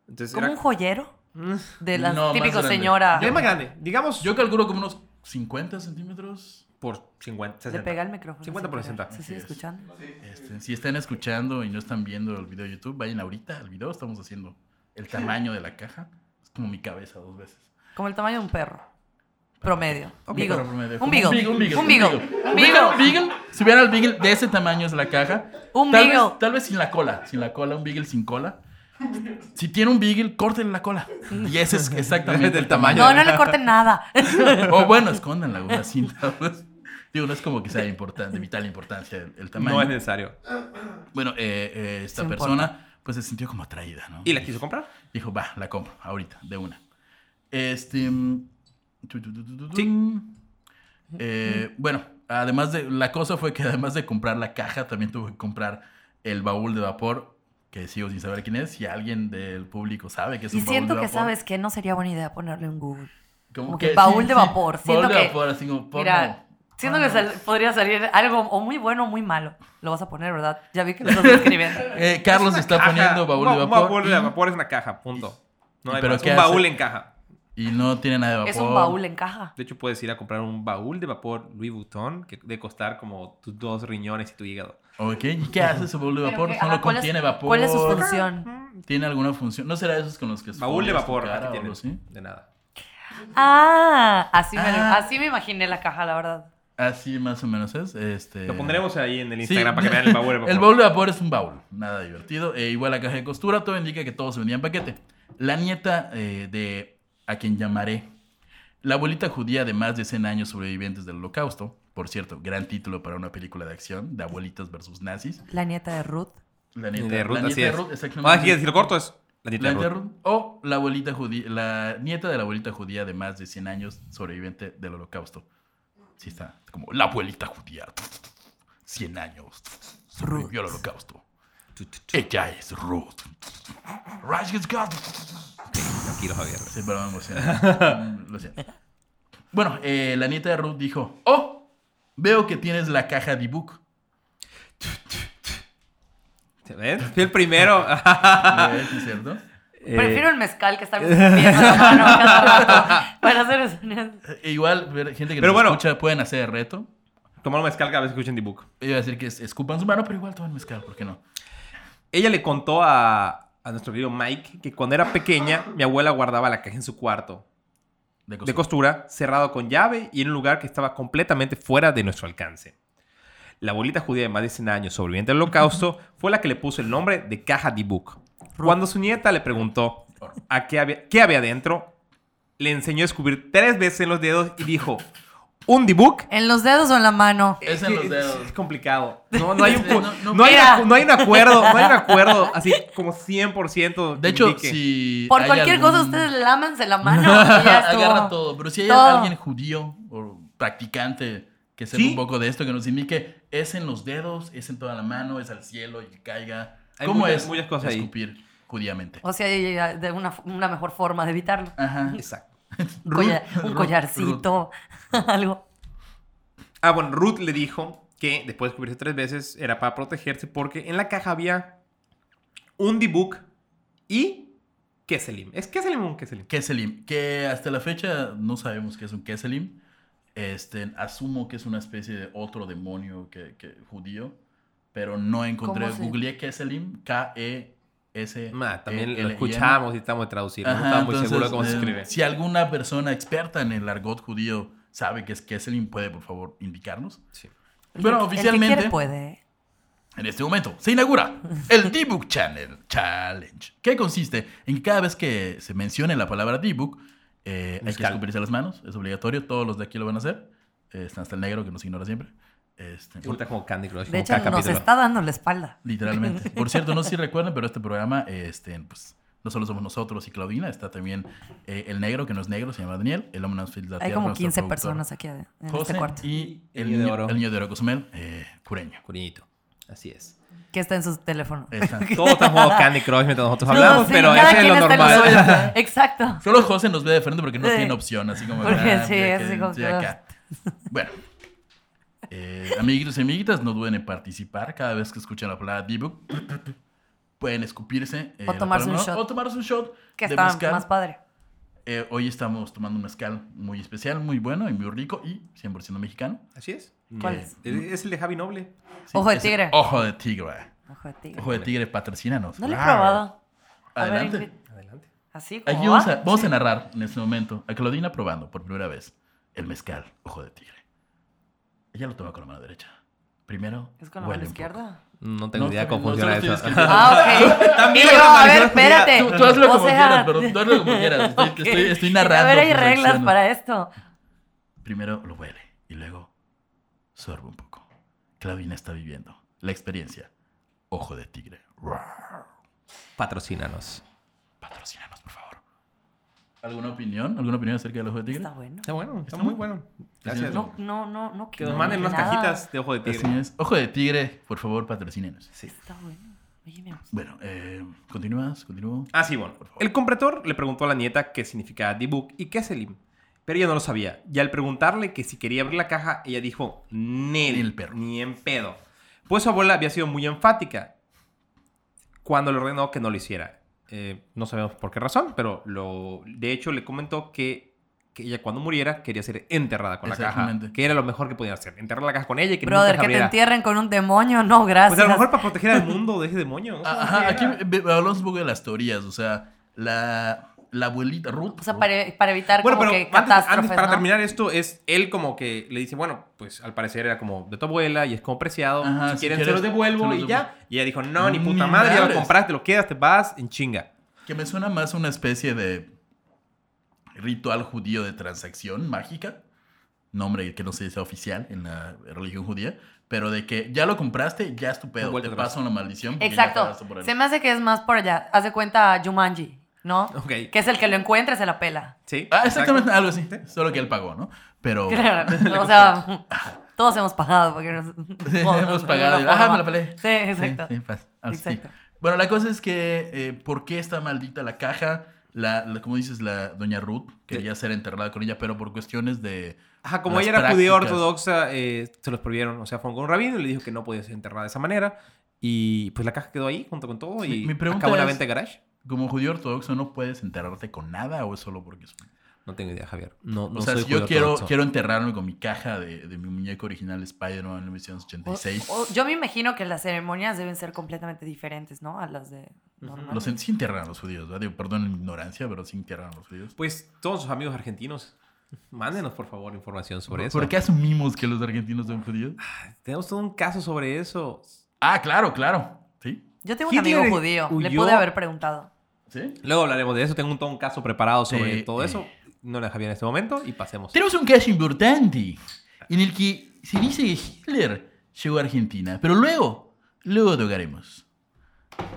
Speaker 2: Entonces
Speaker 3: Como
Speaker 2: era-
Speaker 3: un joyero
Speaker 2: Mm.
Speaker 3: de las
Speaker 1: No, más
Speaker 3: típico
Speaker 1: grande.
Speaker 3: señora...
Speaker 2: Ya es más grande. Digamos
Speaker 1: Yo calculo como unos 50 centímetros.
Speaker 2: por 50,
Speaker 3: Le
Speaker 2: 60.
Speaker 3: pega el micrófono.
Speaker 2: 50 por
Speaker 3: sin querer.
Speaker 2: 60.
Speaker 3: ¿Se
Speaker 1: Así
Speaker 3: sigue
Speaker 1: es.
Speaker 3: escuchando?
Speaker 1: Este, si están escuchando y no están viendo el video de YouTube, vayan ahorita al video. Estamos haciendo el tamaño de la caja. Es como mi cabeza dos veces.
Speaker 3: Como el tamaño de un perro. Promedio.
Speaker 1: Ok,
Speaker 3: Beagle.
Speaker 1: pero promedio.
Speaker 3: Un beagle.
Speaker 1: Un beagle.
Speaker 3: Un beagle.
Speaker 1: Un
Speaker 3: Un
Speaker 1: beagle. Un
Speaker 3: beagle.
Speaker 1: beagle. Si vieran al beagle, de ese tamaño es la caja.
Speaker 3: Un
Speaker 1: tal
Speaker 3: beagle.
Speaker 1: Vez, tal vez sin la cola. Sin la cola, un beagle sin cola. Si tiene un beagle, córtenle la cola. Y ese es exactamente
Speaker 2: Del
Speaker 1: el tamaño.
Speaker 3: No, no le corten nada.
Speaker 1: O bueno, escóndanla con una cinta. pues. Digo, no es como que sea importante, de vital importancia el, el tamaño.
Speaker 2: No es necesario.
Speaker 1: Bueno, eh, eh, esta
Speaker 3: Sí
Speaker 1: persona pues se sintió como atraída, ¿no?
Speaker 2: Y la quiso comprar.
Speaker 1: Dijo, va, la compro, ahorita, de una. Este... mm, tu, tu, tu, tu, tu, tu.
Speaker 2: Sí.
Speaker 1: Eh, bueno, además de... La cosa fue que además de comprar la caja, también tuvo que comprar el baúl de vapor, que sigo sin saber quién es. Si alguien del público sabe que es
Speaker 3: Y
Speaker 1: un baúl de
Speaker 3: siento
Speaker 1: vapor.
Speaker 3: que sabes que no sería buena idea ponerle un Google.
Speaker 1: Como
Speaker 3: como que baúl de vapor,
Speaker 1: Baúl
Speaker 3: siento
Speaker 1: de
Speaker 3: que-
Speaker 1: vapor, así como porno.
Speaker 3: Mira, siento que
Speaker 1: Ah.
Speaker 3: sal- podría salir algo o muy bueno o muy malo. Lo vas a poner, ¿verdad? Ya vi que lo estás escribiendo.
Speaker 1: Eh, Carlos
Speaker 2: Es una
Speaker 1: está
Speaker 2: caja.
Speaker 1: poniendo baúl
Speaker 2: Un
Speaker 1: de
Speaker 2: ba-
Speaker 1: vapor.
Speaker 2: Un baúl de
Speaker 1: y-
Speaker 2: vapor es una caja, punto. No
Speaker 1: ¿Y
Speaker 2: hay
Speaker 1: pero
Speaker 2: más.
Speaker 1: qué
Speaker 2: Un
Speaker 1: hace?
Speaker 2: baúl en caja.
Speaker 1: Y no tiene nada de vapor.
Speaker 3: Es un baúl en caja.
Speaker 2: De hecho, puedes ir a comprar un baúl de vapor Louis Vuitton que de costar como tus dos riñones y tu hígado.
Speaker 1: Ok, ¿y qué hace ese baúl de
Speaker 3: Pero
Speaker 1: vapor?
Speaker 3: que,
Speaker 1: Solo
Speaker 3: ajá, ¿cuál es-
Speaker 1: contiene vapor.
Speaker 3: ¿Cuál es su función?
Speaker 1: ¿Tiene alguna función? ¿No será esos con los que
Speaker 2: Baúl
Speaker 1: escondes
Speaker 2: de
Speaker 1: tu
Speaker 2: vapor,
Speaker 1: cara
Speaker 2: aquí
Speaker 1: o
Speaker 2: tienen.
Speaker 1: algo así?
Speaker 2: De nada.
Speaker 3: Ah, así, Me, lo-
Speaker 1: Ah.
Speaker 3: así me imaginé la caja, la verdad.
Speaker 1: Así más o menos es. Este...
Speaker 2: Lo pondremos ahí en el
Speaker 1: Sí.
Speaker 2: Instagram para que vean el baúl de vapor.
Speaker 1: El baúl de vapor es un baúl, nada divertido. E igual la caja de costura, todo indica que todo se vendía en paquete. La nieta eh, de a quien llamaré, la abuelita judía de más de 100 años sobrevivientes del holocausto, por cierto, gran título para una película de acción, de abuelitas versus nazis.
Speaker 3: La nieta de Ruth.
Speaker 1: La nieta
Speaker 2: de Ruth,
Speaker 1: la
Speaker 2: así
Speaker 1: nieta
Speaker 2: es.
Speaker 1: de Ruth, exactamente.
Speaker 2: Ah, aquí si lo corto es la
Speaker 1: La
Speaker 2: dieta
Speaker 1: nieta
Speaker 2: de
Speaker 1: de
Speaker 2: Ruth.
Speaker 1: Ruth. O la abuelita judía, la nieta de la abuelita judía de más de 100 años, sobreviviente del holocausto. Sí está, como la abuelita judía. 100 años. Sobrevivió al holocausto. Ella es Ruth. Rashid Scott.
Speaker 2: Tranquilo, Javier.
Speaker 1: Sí, pero me emocioné. Mm, Lo siento. Bueno, eh, la nieta de Ruth dijo, oh, veo que tienes la caja de book.
Speaker 2: ¿Se ven? Fui el primero.
Speaker 1: ¿Cierto?
Speaker 2: Eh,
Speaker 1: Eh.
Speaker 3: Prefiero el mezcal que estar escupiendo la mano cada rato para hacer eso.
Speaker 1: Eh, igual, ver- gente que
Speaker 2: Pero
Speaker 1: nos
Speaker 2: bueno.
Speaker 1: escucha pueden hacer el reto.
Speaker 2: Tomar mezcal cada vez que escuchen The Book.
Speaker 1: Iba a decir que es- escupan su mano, pero igual toman mezcal, ¿por qué no?
Speaker 2: Ella le contó a, a nuestro querido Mike que cuando era pequeña, mi abuela guardaba la caja en su cuarto
Speaker 1: De
Speaker 2: de
Speaker 1: costumbre.
Speaker 2: costura, cerrado con llave y en un lugar que estaba completamente fuera de nuestro alcance. La abuelita judía de más de 100 años, sobreviviente del holocausto, fue la que le puso el nombre de caja de book. Cuando su nieta le preguntó a qué había, qué había dentro, le enseñó a descubrir tres veces en los dedos y dijo, un D-Book
Speaker 3: ¿En los dedos o en la mano?
Speaker 1: Es en los dedos.
Speaker 2: es complicado. No, no hay un,
Speaker 1: No,
Speaker 2: no,
Speaker 1: no,
Speaker 2: hay
Speaker 3: mira.
Speaker 2: una- no hay un acuerdo, no hay un acuerdo así como 100%. que
Speaker 1: De hecho,
Speaker 2: indique.
Speaker 1: si.
Speaker 3: Por
Speaker 1: hay
Speaker 3: cualquier
Speaker 1: algún-
Speaker 3: cosa, ustedes lámanse la mano. y ya estuvo.
Speaker 1: Agarra todo. Pero si hay
Speaker 3: Todo.
Speaker 1: alguien judío o practicante que sepa
Speaker 2: Sí.
Speaker 1: un poco de esto, que nos indique, es en los dedos, es en toda la mano, es al cielo y que caiga.
Speaker 2: Hay
Speaker 1: ¿Cómo
Speaker 2: muchas-
Speaker 1: es
Speaker 2: muchas cosas ahí.
Speaker 1: escupir judíamente?
Speaker 3: O sea, hay de una, una mejor forma de evitarlo.
Speaker 1: Ajá.
Speaker 2: Exacto.
Speaker 3: Un collar- un
Speaker 1: Ruth,
Speaker 3: collarcito, algo.
Speaker 2: Ah, bueno, Ruth le dijo que después de descubrirse tres veces era para protegerse porque en la caja había un D-Book y Kesselim. ¿Es Kesselim o un Kesselim?
Speaker 1: Kesselim, que hasta la fecha no sabemos qué es un Kesselim. Este, asumo que es una especie de otro demonio que, que- judío, pero no encontré.
Speaker 3: ¿Cómo se-
Speaker 1: Googleé Kesselim, K-E-S.
Speaker 2: Ah, también
Speaker 1: E-
Speaker 2: lo
Speaker 1: L- I- M.
Speaker 2: escuchamos y estamos de traducir.
Speaker 1: Ajá,
Speaker 2: no estaba muy
Speaker 1: entonces,
Speaker 2: seguro de cómo se
Speaker 1: eh,
Speaker 2: escribe.
Speaker 1: Si alguna persona experta en el argot judío sabe que es Kesselim, puede por favor indicarnos.
Speaker 2: Sí.
Speaker 1: Pero
Speaker 3: El que- el que
Speaker 1: oficialmente,
Speaker 3: quiere puede.
Speaker 1: En este momento se inaugura el D-Book Channel Challenge, que consiste en que cada vez que se mencione la palabra D-Book, eh, hay que
Speaker 2: Mezcal.
Speaker 1: escupirse las manos, es obligatorio, todos los de aquí lo van a hacer. Eh, está hasta el negro que nos ignora siempre. Este,
Speaker 2: Puta como Candy Crush.
Speaker 3: De
Speaker 2: como
Speaker 3: hecho,
Speaker 2: cada
Speaker 3: nos
Speaker 2: capítulo.
Speaker 3: está dando la espalda.
Speaker 1: Literalmente. Por cierto, no sé si recuerdan, pero este programa, este, pues, no solo somos nosotros y Claudina, está también eh, el negro, que no es negro, se llama Daniel, el hombre de
Speaker 3: Hay como 15 personas aquí ade- en
Speaker 1: José
Speaker 3: este cuarto.
Speaker 1: y
Speaker 2: El
Speaker 1: el
Speaker 2: niño de
Speaker 1: niño,
Speaker 2: oro.
Speaker 1: el niño de oro Cozumel, eh, cureño.
Speaker 2: Curiñito. Así es.
Speaker 3: Que está en sus teléfonos.
Speaker 1: Están-
Speaker 2: Todos están jugando Candy Crush mientras nosotros
Speaker 3: No,
Speaker 2: hablamos,
Speaker 3: sí,
Speaker 2: pero
Speaker 3: cada
Speaker 2: eso es
Speaker 3: quien
Speaker 2: lo
Speaker 3: está en lo
Speaker 2: normal.
Speaker 3: suyo. Exacto.
Speaker 1: Solo José nos ve de frente porque no
Speaker 3: Sí.
Speaker 1: tiene opción, así como...
Speaker 3: Porque
Speaker 1: ah,
Speaker 3: sí,
Speaker 1: mira
Speaker 3: así
Speaker 1: que
Speaker 3: como
Speaker 1: estoy
Speaker 3: que-
Speaker 1: acá. Bueno. Eh, amiguitos y amiguitas, no duden en participar cada vez que escuchen la palabra D-Book. Pueden escupirse. eh,
Speaker 3: O
Speaker 1: la
Speaker 3: tomarse un
Speaker 1: palabra-
Speaker 3: shot.
Speaker 1: O tomarse un shot.
Speaker 3: Que
Speaker 1: de
Speaker 3: está
Speaker 1: mezcal.
Speaker 3: más padre.
Speaker 1: Eh, hoy estamos tomando un mezcal muy especial, muy bueno y muy rico y 100% mexicano.
Speaker 2: Así es.
Speaker 3: ¿Cuál
Speaker 2: Eh,
Speaker 3: es?
Speaker 2: Es el de Javi Noble.
Speaker 1: Sí,
Speaker 3: Ojo de
Speaker 1: es el
Speaker 3: tigre.
Speaker 1: Ojo de tigre.
Speaker 3: Ojo de tigre.
Speaker 1: Ojo de tigre, patrocínanos.
Speaker 3: No lo he
Speaker 1: Rar.
Speaker 3: probado. A ver,
Speaker 1: Adelante.
Speaker 3: Ingrid,
Speaker 2: Adelante.
Speaker 3: Así como
Speaker 1: Aquí
Speaker 3: va.
Speaker 1: vamos a, vamos a narrar en este momento a Claudina probando por primera vez el mezcal Ojo de Tigre. Ella lo toma con la mano derecha. Primero.
Speaker 3: ¿Es con la
Speaker 1: huele
Speaker 3: mano
Speaker 1: un poco.
Speaker 3: izquierda?
Speaker 2: No tengo
Speaker 1: No,
Speaker 2: idea cómo
Speaker 1: no,
Speaker 2: funciona
Speaker 1: solo
Speaker 2: eso.
Speaker 1: estoy escribiendo.
Speaker 3: Ah, ok.
Speaker 2: También
Speaker 3: Digo,
Speaker 2: la Marisol
Speaker 3: a
Speaker 2: Julia.
Speaker 3: ver, espérate.
Speaker 1: Tú, tú hazlo
Speaker 3: O
Speaker 1: como
Speaker 3: sea,
Speaker 1: quieras, pero tú hazlo como quieras. Estoy,
Speaker 3: ok.
Speaker 1: estoy- estoy
Speaker 3: A
Speaker 1: narrando.
Speaker 3: ver, hay
Speaker 1: tus
Speaker 3: reglas
Speaker 1: acciones.
Speaker 3: para esto.
Speaker 1: Primero lo huele y luego sorbe un poco. Claudina está viviendo la experiencia Ojo de Tigre. Rar.
Speaker 2: Patrocínanos.
Speaker 1: Patrocínanos, por favor. ¿Alguna opinión? ¿Alguna opinión acerca del Ojo de Tigre?
Speaker 3: Está bueno.
Speaker 2: Está bueno, está
Speaker 1: Está
Speaker 2: muy
Speaker 1: muy-
Speaker 2: bueno. Gracias.
Speaker 1: Gracias.
Speaker 3: No, no, no, no.
Speaker 2: Que nos
Speaker 3: no,
Speaker 2: manden
Speaker 3: que
Speaker 2: unas
Speaker 3: nada.
Speaker 2: cajitas de ojo de
Speaker 1: Así
Speaker 2: tigre.
Speaker 1: es. Ojo de Tigre, por favor, patrocínenos.
Speaker 2: Sí.
Speaker 3: Está bueno. Oye, mira.
Speaker 1: Bueno, eh, continúas, continúo.
Speaker 2: Ah, sí, bueno. El comprador le preguntó a la nieta qué significaba D-Book y qué es el IM. Pero ella no lo sabía. Y al preguntarle que si quería abrir la caja, ella dijo, ni
Speaker 1: Ni el perro.
Speaker 2: Ni en pedo. Pues su abuela había sido muy enfática cuando le ordenó que no lo hiciera. Eh, no sabemos por qué razón, pero lo, de hecho le comentó que, que ella cuando muriera quería ser enterrada con la caja.
Speaker 1: Exactamente.
Speaker 2: Que era lo mejor que podía hacer. Enterrar la caja con ella y que
Speaker 3: Brother,
Speaker 2: nunca se
Speaker 3: que te
Speaker 2: abriera.
Speaker 3: entierren con un demonio, no, gracias.
Speaker 2: Pues a lo mejor para proteger al mundo de ese demonio. ¿no?
Speaker 1: Ah, Ajá,
Speaker 2: Sí,
Speaker 1: aquí
Speaker 2: era-
Speaker 1: ve- ve- hablamos un poco de las teorías, o sea, la, la abuelita Ruth.
Speaker 3: O sea, para, para evitar
Speaker 2: Bueno,
Speaker 3: como
Speaker 2: pero
Speaker 3: que
Speaker 2: antes,
Speaker 3: catástrofes,
Speaker 2: antes para
Speaker 3: ¿no?
Speaker 2: terminar esto, es él como que le dice, bueno, pues al parecer era como de tu abuela y es como preciado.
Speaker 1: Ajá,
Speaker 2: si
Speaker 1: si
Speaker 2: quieren,
Speaker 1: quieres,
Speaker 2: se los devuelvo
Speaker 1: se
Speaker 2: y
Speaker 1: los
Speaker 2: ya. Y ella dijo, no, ni
Speaker 1: Ni
Speaker 2: puta madre, ya lo
Speaker 1: madres.
Speaker 2: compras, te lo quedas, te vas en chinga.
Speaker 1: Que me suena más a una especie de ritual judío de transacción mágica. Nombre que no se dice oficial en la religión judía, pero de que ya lo compraste, ya es tu pedo.
Speaker 2: Vuelta
Speaker 1: Te
Speaker 2: atrás.
Speaker 1: paso una maldición. porque ya
Speaker 3: Exacto.
Speaker 1: pagaste por él.
Speaker 3: Se me hace que es más por allá. Haz de cuenta Jumanji, ¿no?
Speaker 2: Ok.
Speaker 3: Que es el que lo encuentra se la pela.
Speaker 2: ¿Sí?
Speaker 1: Ah, exactamente,
Speaker 2: exacto.
Speaker 1: algo así. Solo que él pagó, ¿no? Pero.
Speaker 3: Claro. o sea, todos hemos pagado porque nos Oh,
Speaker 1: hemos pagado. y,
Speaker 3: Ajá,
Speaker 1: Ajá, me la pelé.
Speaker 3: Sí, exacto.
Speaker 1: Sí, sí, pasa. Ah, sí.
Speaker 3: Exacto.
Speaker 1: Bueno, la cosa es que, eh, ¿por qué está maldita la caja? La, la- como dices, la doña Ruth quería ser enterrada con ella, pero por cuestiones de...
Speaker 2: Ajá, como
Speaker 1: Las
Speaker 2: ella era judía
Speaker 1: prácticas.
Speaker 2: ortodoxa, eh, se los prohibieron. O sea, fue con un rabino y le dijo que no podía ser enterrada de esa manera. Y pues la caja quedó ahí junto con todo
Speaker 1: Sí,
Speaker 2: y
Speaker 1: mi pregunta
Speaker 2: acabó la
Speaker 1: es-
Speaker 2: venta de garage.
Speaker 1: Como judío ortodoxo no puedes enterrarte con nada o es solo porque... es-
Speaker 2: No tengo idea, Javier. No, no
Speaker 1: o sea,
Speaker 2: soy
Speaker 1: si yo
Speaker 2: judío
Speaker 1: quiero,
Speaker 2: ortodoxo.
Speaker 1: quiero enterrarme con mi caja de, de mi muñeco original Spider-Man 1986,
Speaker 3: O- o- yo me imagino que las ceremonias deben ser completamente diferentes, ¿no? A las de normal.
Speaker 1: los, en- sí entierran a los judíos, ¿verdad? Digo, perdón mi ignorancia, pero sí entierran a los judíos.
Speaker 2: Pues todos sus amigos argentinos, mándenos por favor información sobre eso.
Speaker 1: ¿Por qué asumimos que los argentinos son judíos?
Speaker 2: Tenemos todo un caso sobre eso.
Speaker 1: Ah, claro, claro. ¿Sí?
Speaker 3: Yo tengo un
Speaker 2: Hitler
Speaker 3: amigo judío. Le
Speaker 2: huyó.
Speaker 3: pude haber preguntado.
Speaker 1: ¿Sí?
Speaker 2: Luego hablaremos de eso. Tengo un, todo un caso preparado sobre
Speaker 1: Eh,
Speaker 2: todo
Speaker 1: eh.
Speaker 2: eso. No la Javier en este momento y pasemos.
Speaker 1: Tenemos un caso importante en el que se dice que Hitler llegó a Argentina, pero luego, luego tocaremos.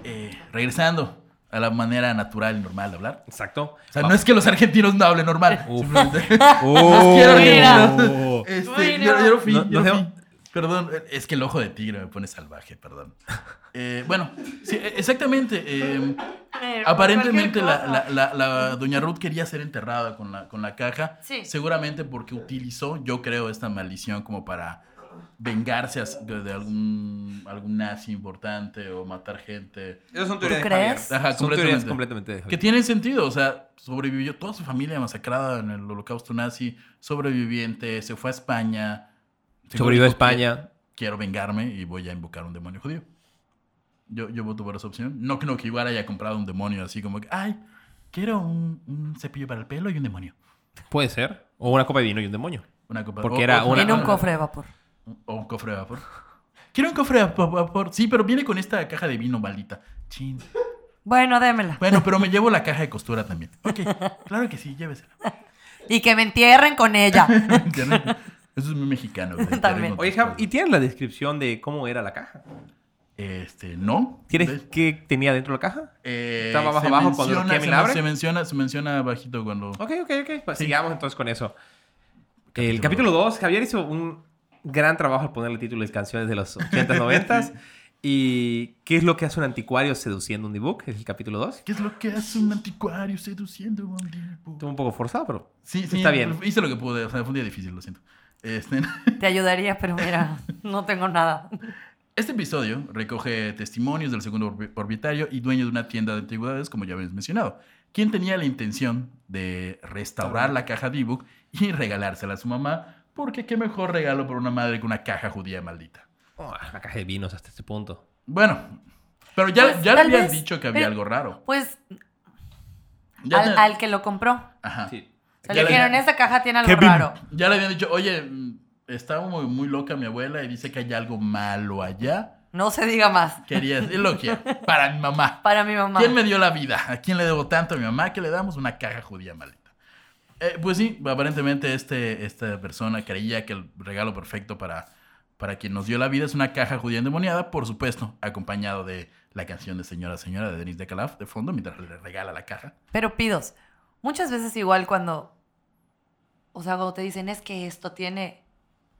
Speaker 1: Eh, regresando a la manera natural y normal de hablar.
Speaker 2: Exacto.
Speaker 1: O sea, no es que los argentinos no hablen normal.
Speaker 2: Uf.
Speaker 1: simplemente-
Speaker 2: ¡Oh!
Speaker 1: quiero
Speaker 3: argentinos.
Speaker 1: Este,
Speaker 3: Bueno.
Speaker 1: yo, yo no fui,
Speaker 2: No-
Speaker 1: yo
Speaker 2: no
Speaker 1: no
Speaker 2: sé-
Speaker 1: fui. Perdón, es que el ojo de tigre me pone salvaje, perdón. Eh, bueno, sí, e- exactamente. eh, Aparentemente la, la- la- la doña Ruth quería ser enterrada con la, con la caja.
Speaker 3: Sí.
Speaker 1: Seguramente porque utilizó, yo creo, esta maldición como para vengarse as- de, de algún, algún nazi importante o matar gente.
Speaker 2: Esas son teorías
Speaker 3: ¿Tú
Speaker 2: de Javier.
Speaker 3: crees?
Speaker 1: Ajá,
Speaker 2: Son teorías
Speaker 1: Ah, completamente.
Speaker 2: completamente de
Speaker 1: Que
Speaker 2: Javier.
Speaker 1: tiene sentido, o sea, sobrevivió toda su familia masacrada en el holocausto nazi, sobreviviente, se fue a España.
Speaker 2: Sobrevivió a
Speaker 1: Dijo,
Speaker 2: España.
Speaker 1: Quiero vengarme y voy a invocar un demonio judío. Yo, yo voto por esa opción. No creo que igual haya comprado un demonio así como que, ay, quiero un, un cepillo para el pelo y un demonio.
Speaker 2: Puede ser. O una copa de vino y un demonio.
Speaker 1: Una copa
Speaker 2: Porque era
Speaker 1: o- o-
Speaker 2: una-
Speaker 3: En un cofre de vapor.
Speaker 1: O un cofre de vapor. Quiero un cofre a por favor. Sí, pero viene con esta caja de vino maldita. Chin.
Speaker 3: Bueno, démela.
Speaker 1: Bueno, pero me llevo la caja de costura también. Ok, claro que sí, llévesela.
Speaker 3: Y que me entierren con ella.
Speaker 1: Internet. Eso es muy mexicano. güey.
Speaker 3: También.
Speaker 2: Oye, Jab, ¿y tienes la descripción de cómo era la caja?
Speaker 1: Este, no.
Speaker 2: ¿Tienes qué tenía dentro de la caja?
Speaker 1: Eh,
Speaker 2: Estaba abajo,
Speaker 1: se
Speaker 2: abajo cuando
Speaker 1: menciona-
Speaker 2: Kevin
Speaker 1: se,
Speaker 2: la abre.
Speaker 1: se menciona, se menciona bajito cuando.
Speaker 2: Ok, ok, ok. Pues
Speaker 1: Sí.
Speaker 2: sigamos entonces con eso.
Speaker 1: Capítulo
Speaker 2: el capítulo 2, Javier hizo un gran trabajo al ponerle título de canciones de los 80s, 90s. ¿Y qué es lo que hace un anticuario seduciendo un D-Book? Es el capítulo 2.
Speaker 1: ¿Qué es lo que hace un anticuario seduciendo a un tipo?
Speaker 2: Estuvo un poco forzado, pero
Speaker 1: Sí, sí,
Speaker 2: Está bien.
Speaker 1: Hice lo que pude. O sea, fue un día difícil, lo siento. Este,
Speaker 3: Te ayudaría, pero mira, no tengo nada.
Speaker 1: este episodio recoge testimonios del segundo orbi- propietario y dueño de una tienda de antigüedades, como ya habéis mencionado, quien tenía la intención de restaurar la caja de ebook y regalársela a su mamá, porque qué mejor regalo para una madre que una caja judía maldita.
Speaker 2: oh, la caja de vinos hasta este punto.
Speaker 1: Bueno, pero ya,
Speaker 3: Pues,
Speaker 1: ya le
Speaker 3: tal
Speaker 1: habías
Speaker 3: vez,
Speaker 1: dicho que había
Speaker 3: pero-
Speaker 1: algo raro.
Speaker 3: Pues
Speaker 1: Ya
Speaker 3: al,
Speaker 1: te-
Speaker 3: al que lo compró.
Speaker 1: ajá.
Speaker 2: Sí.
Speaker 3: Se
Speaker 1: Ya
Speaker 3: le
Speaker 1: le-
Speaker 3: dijeron, esa caja tiene algo
Speaker 2: Kevin.
Speaker 3: raro.
Speaker 1: Ya le habían dicho, oye, mm, está muy, muy loca mi abuela y dice que hay algo malo allá.
Speaker 3: No se diga más.
Speaker 1: Quería es lo que para mi mamá.
Speaker 3: Para mi mamá.
Speaker 1: ¿Quién me dio la vida? ¿A quién le debo tanto a mi mamá que le damos una caja judía maldita? Eh, pues sí, aparentemente este, esta persona creía que el regalo perfecto para, para quien nos dio la vida es una caja judía endemoniada, por supuesto, acompañado de la canción de Señora Señora de Denise de Calaf de fondo mientras le regala la caja.
Speaker 3: Pero pidos, muchas veces igual cuando, o sea, cuando te dicen es que esto tiene,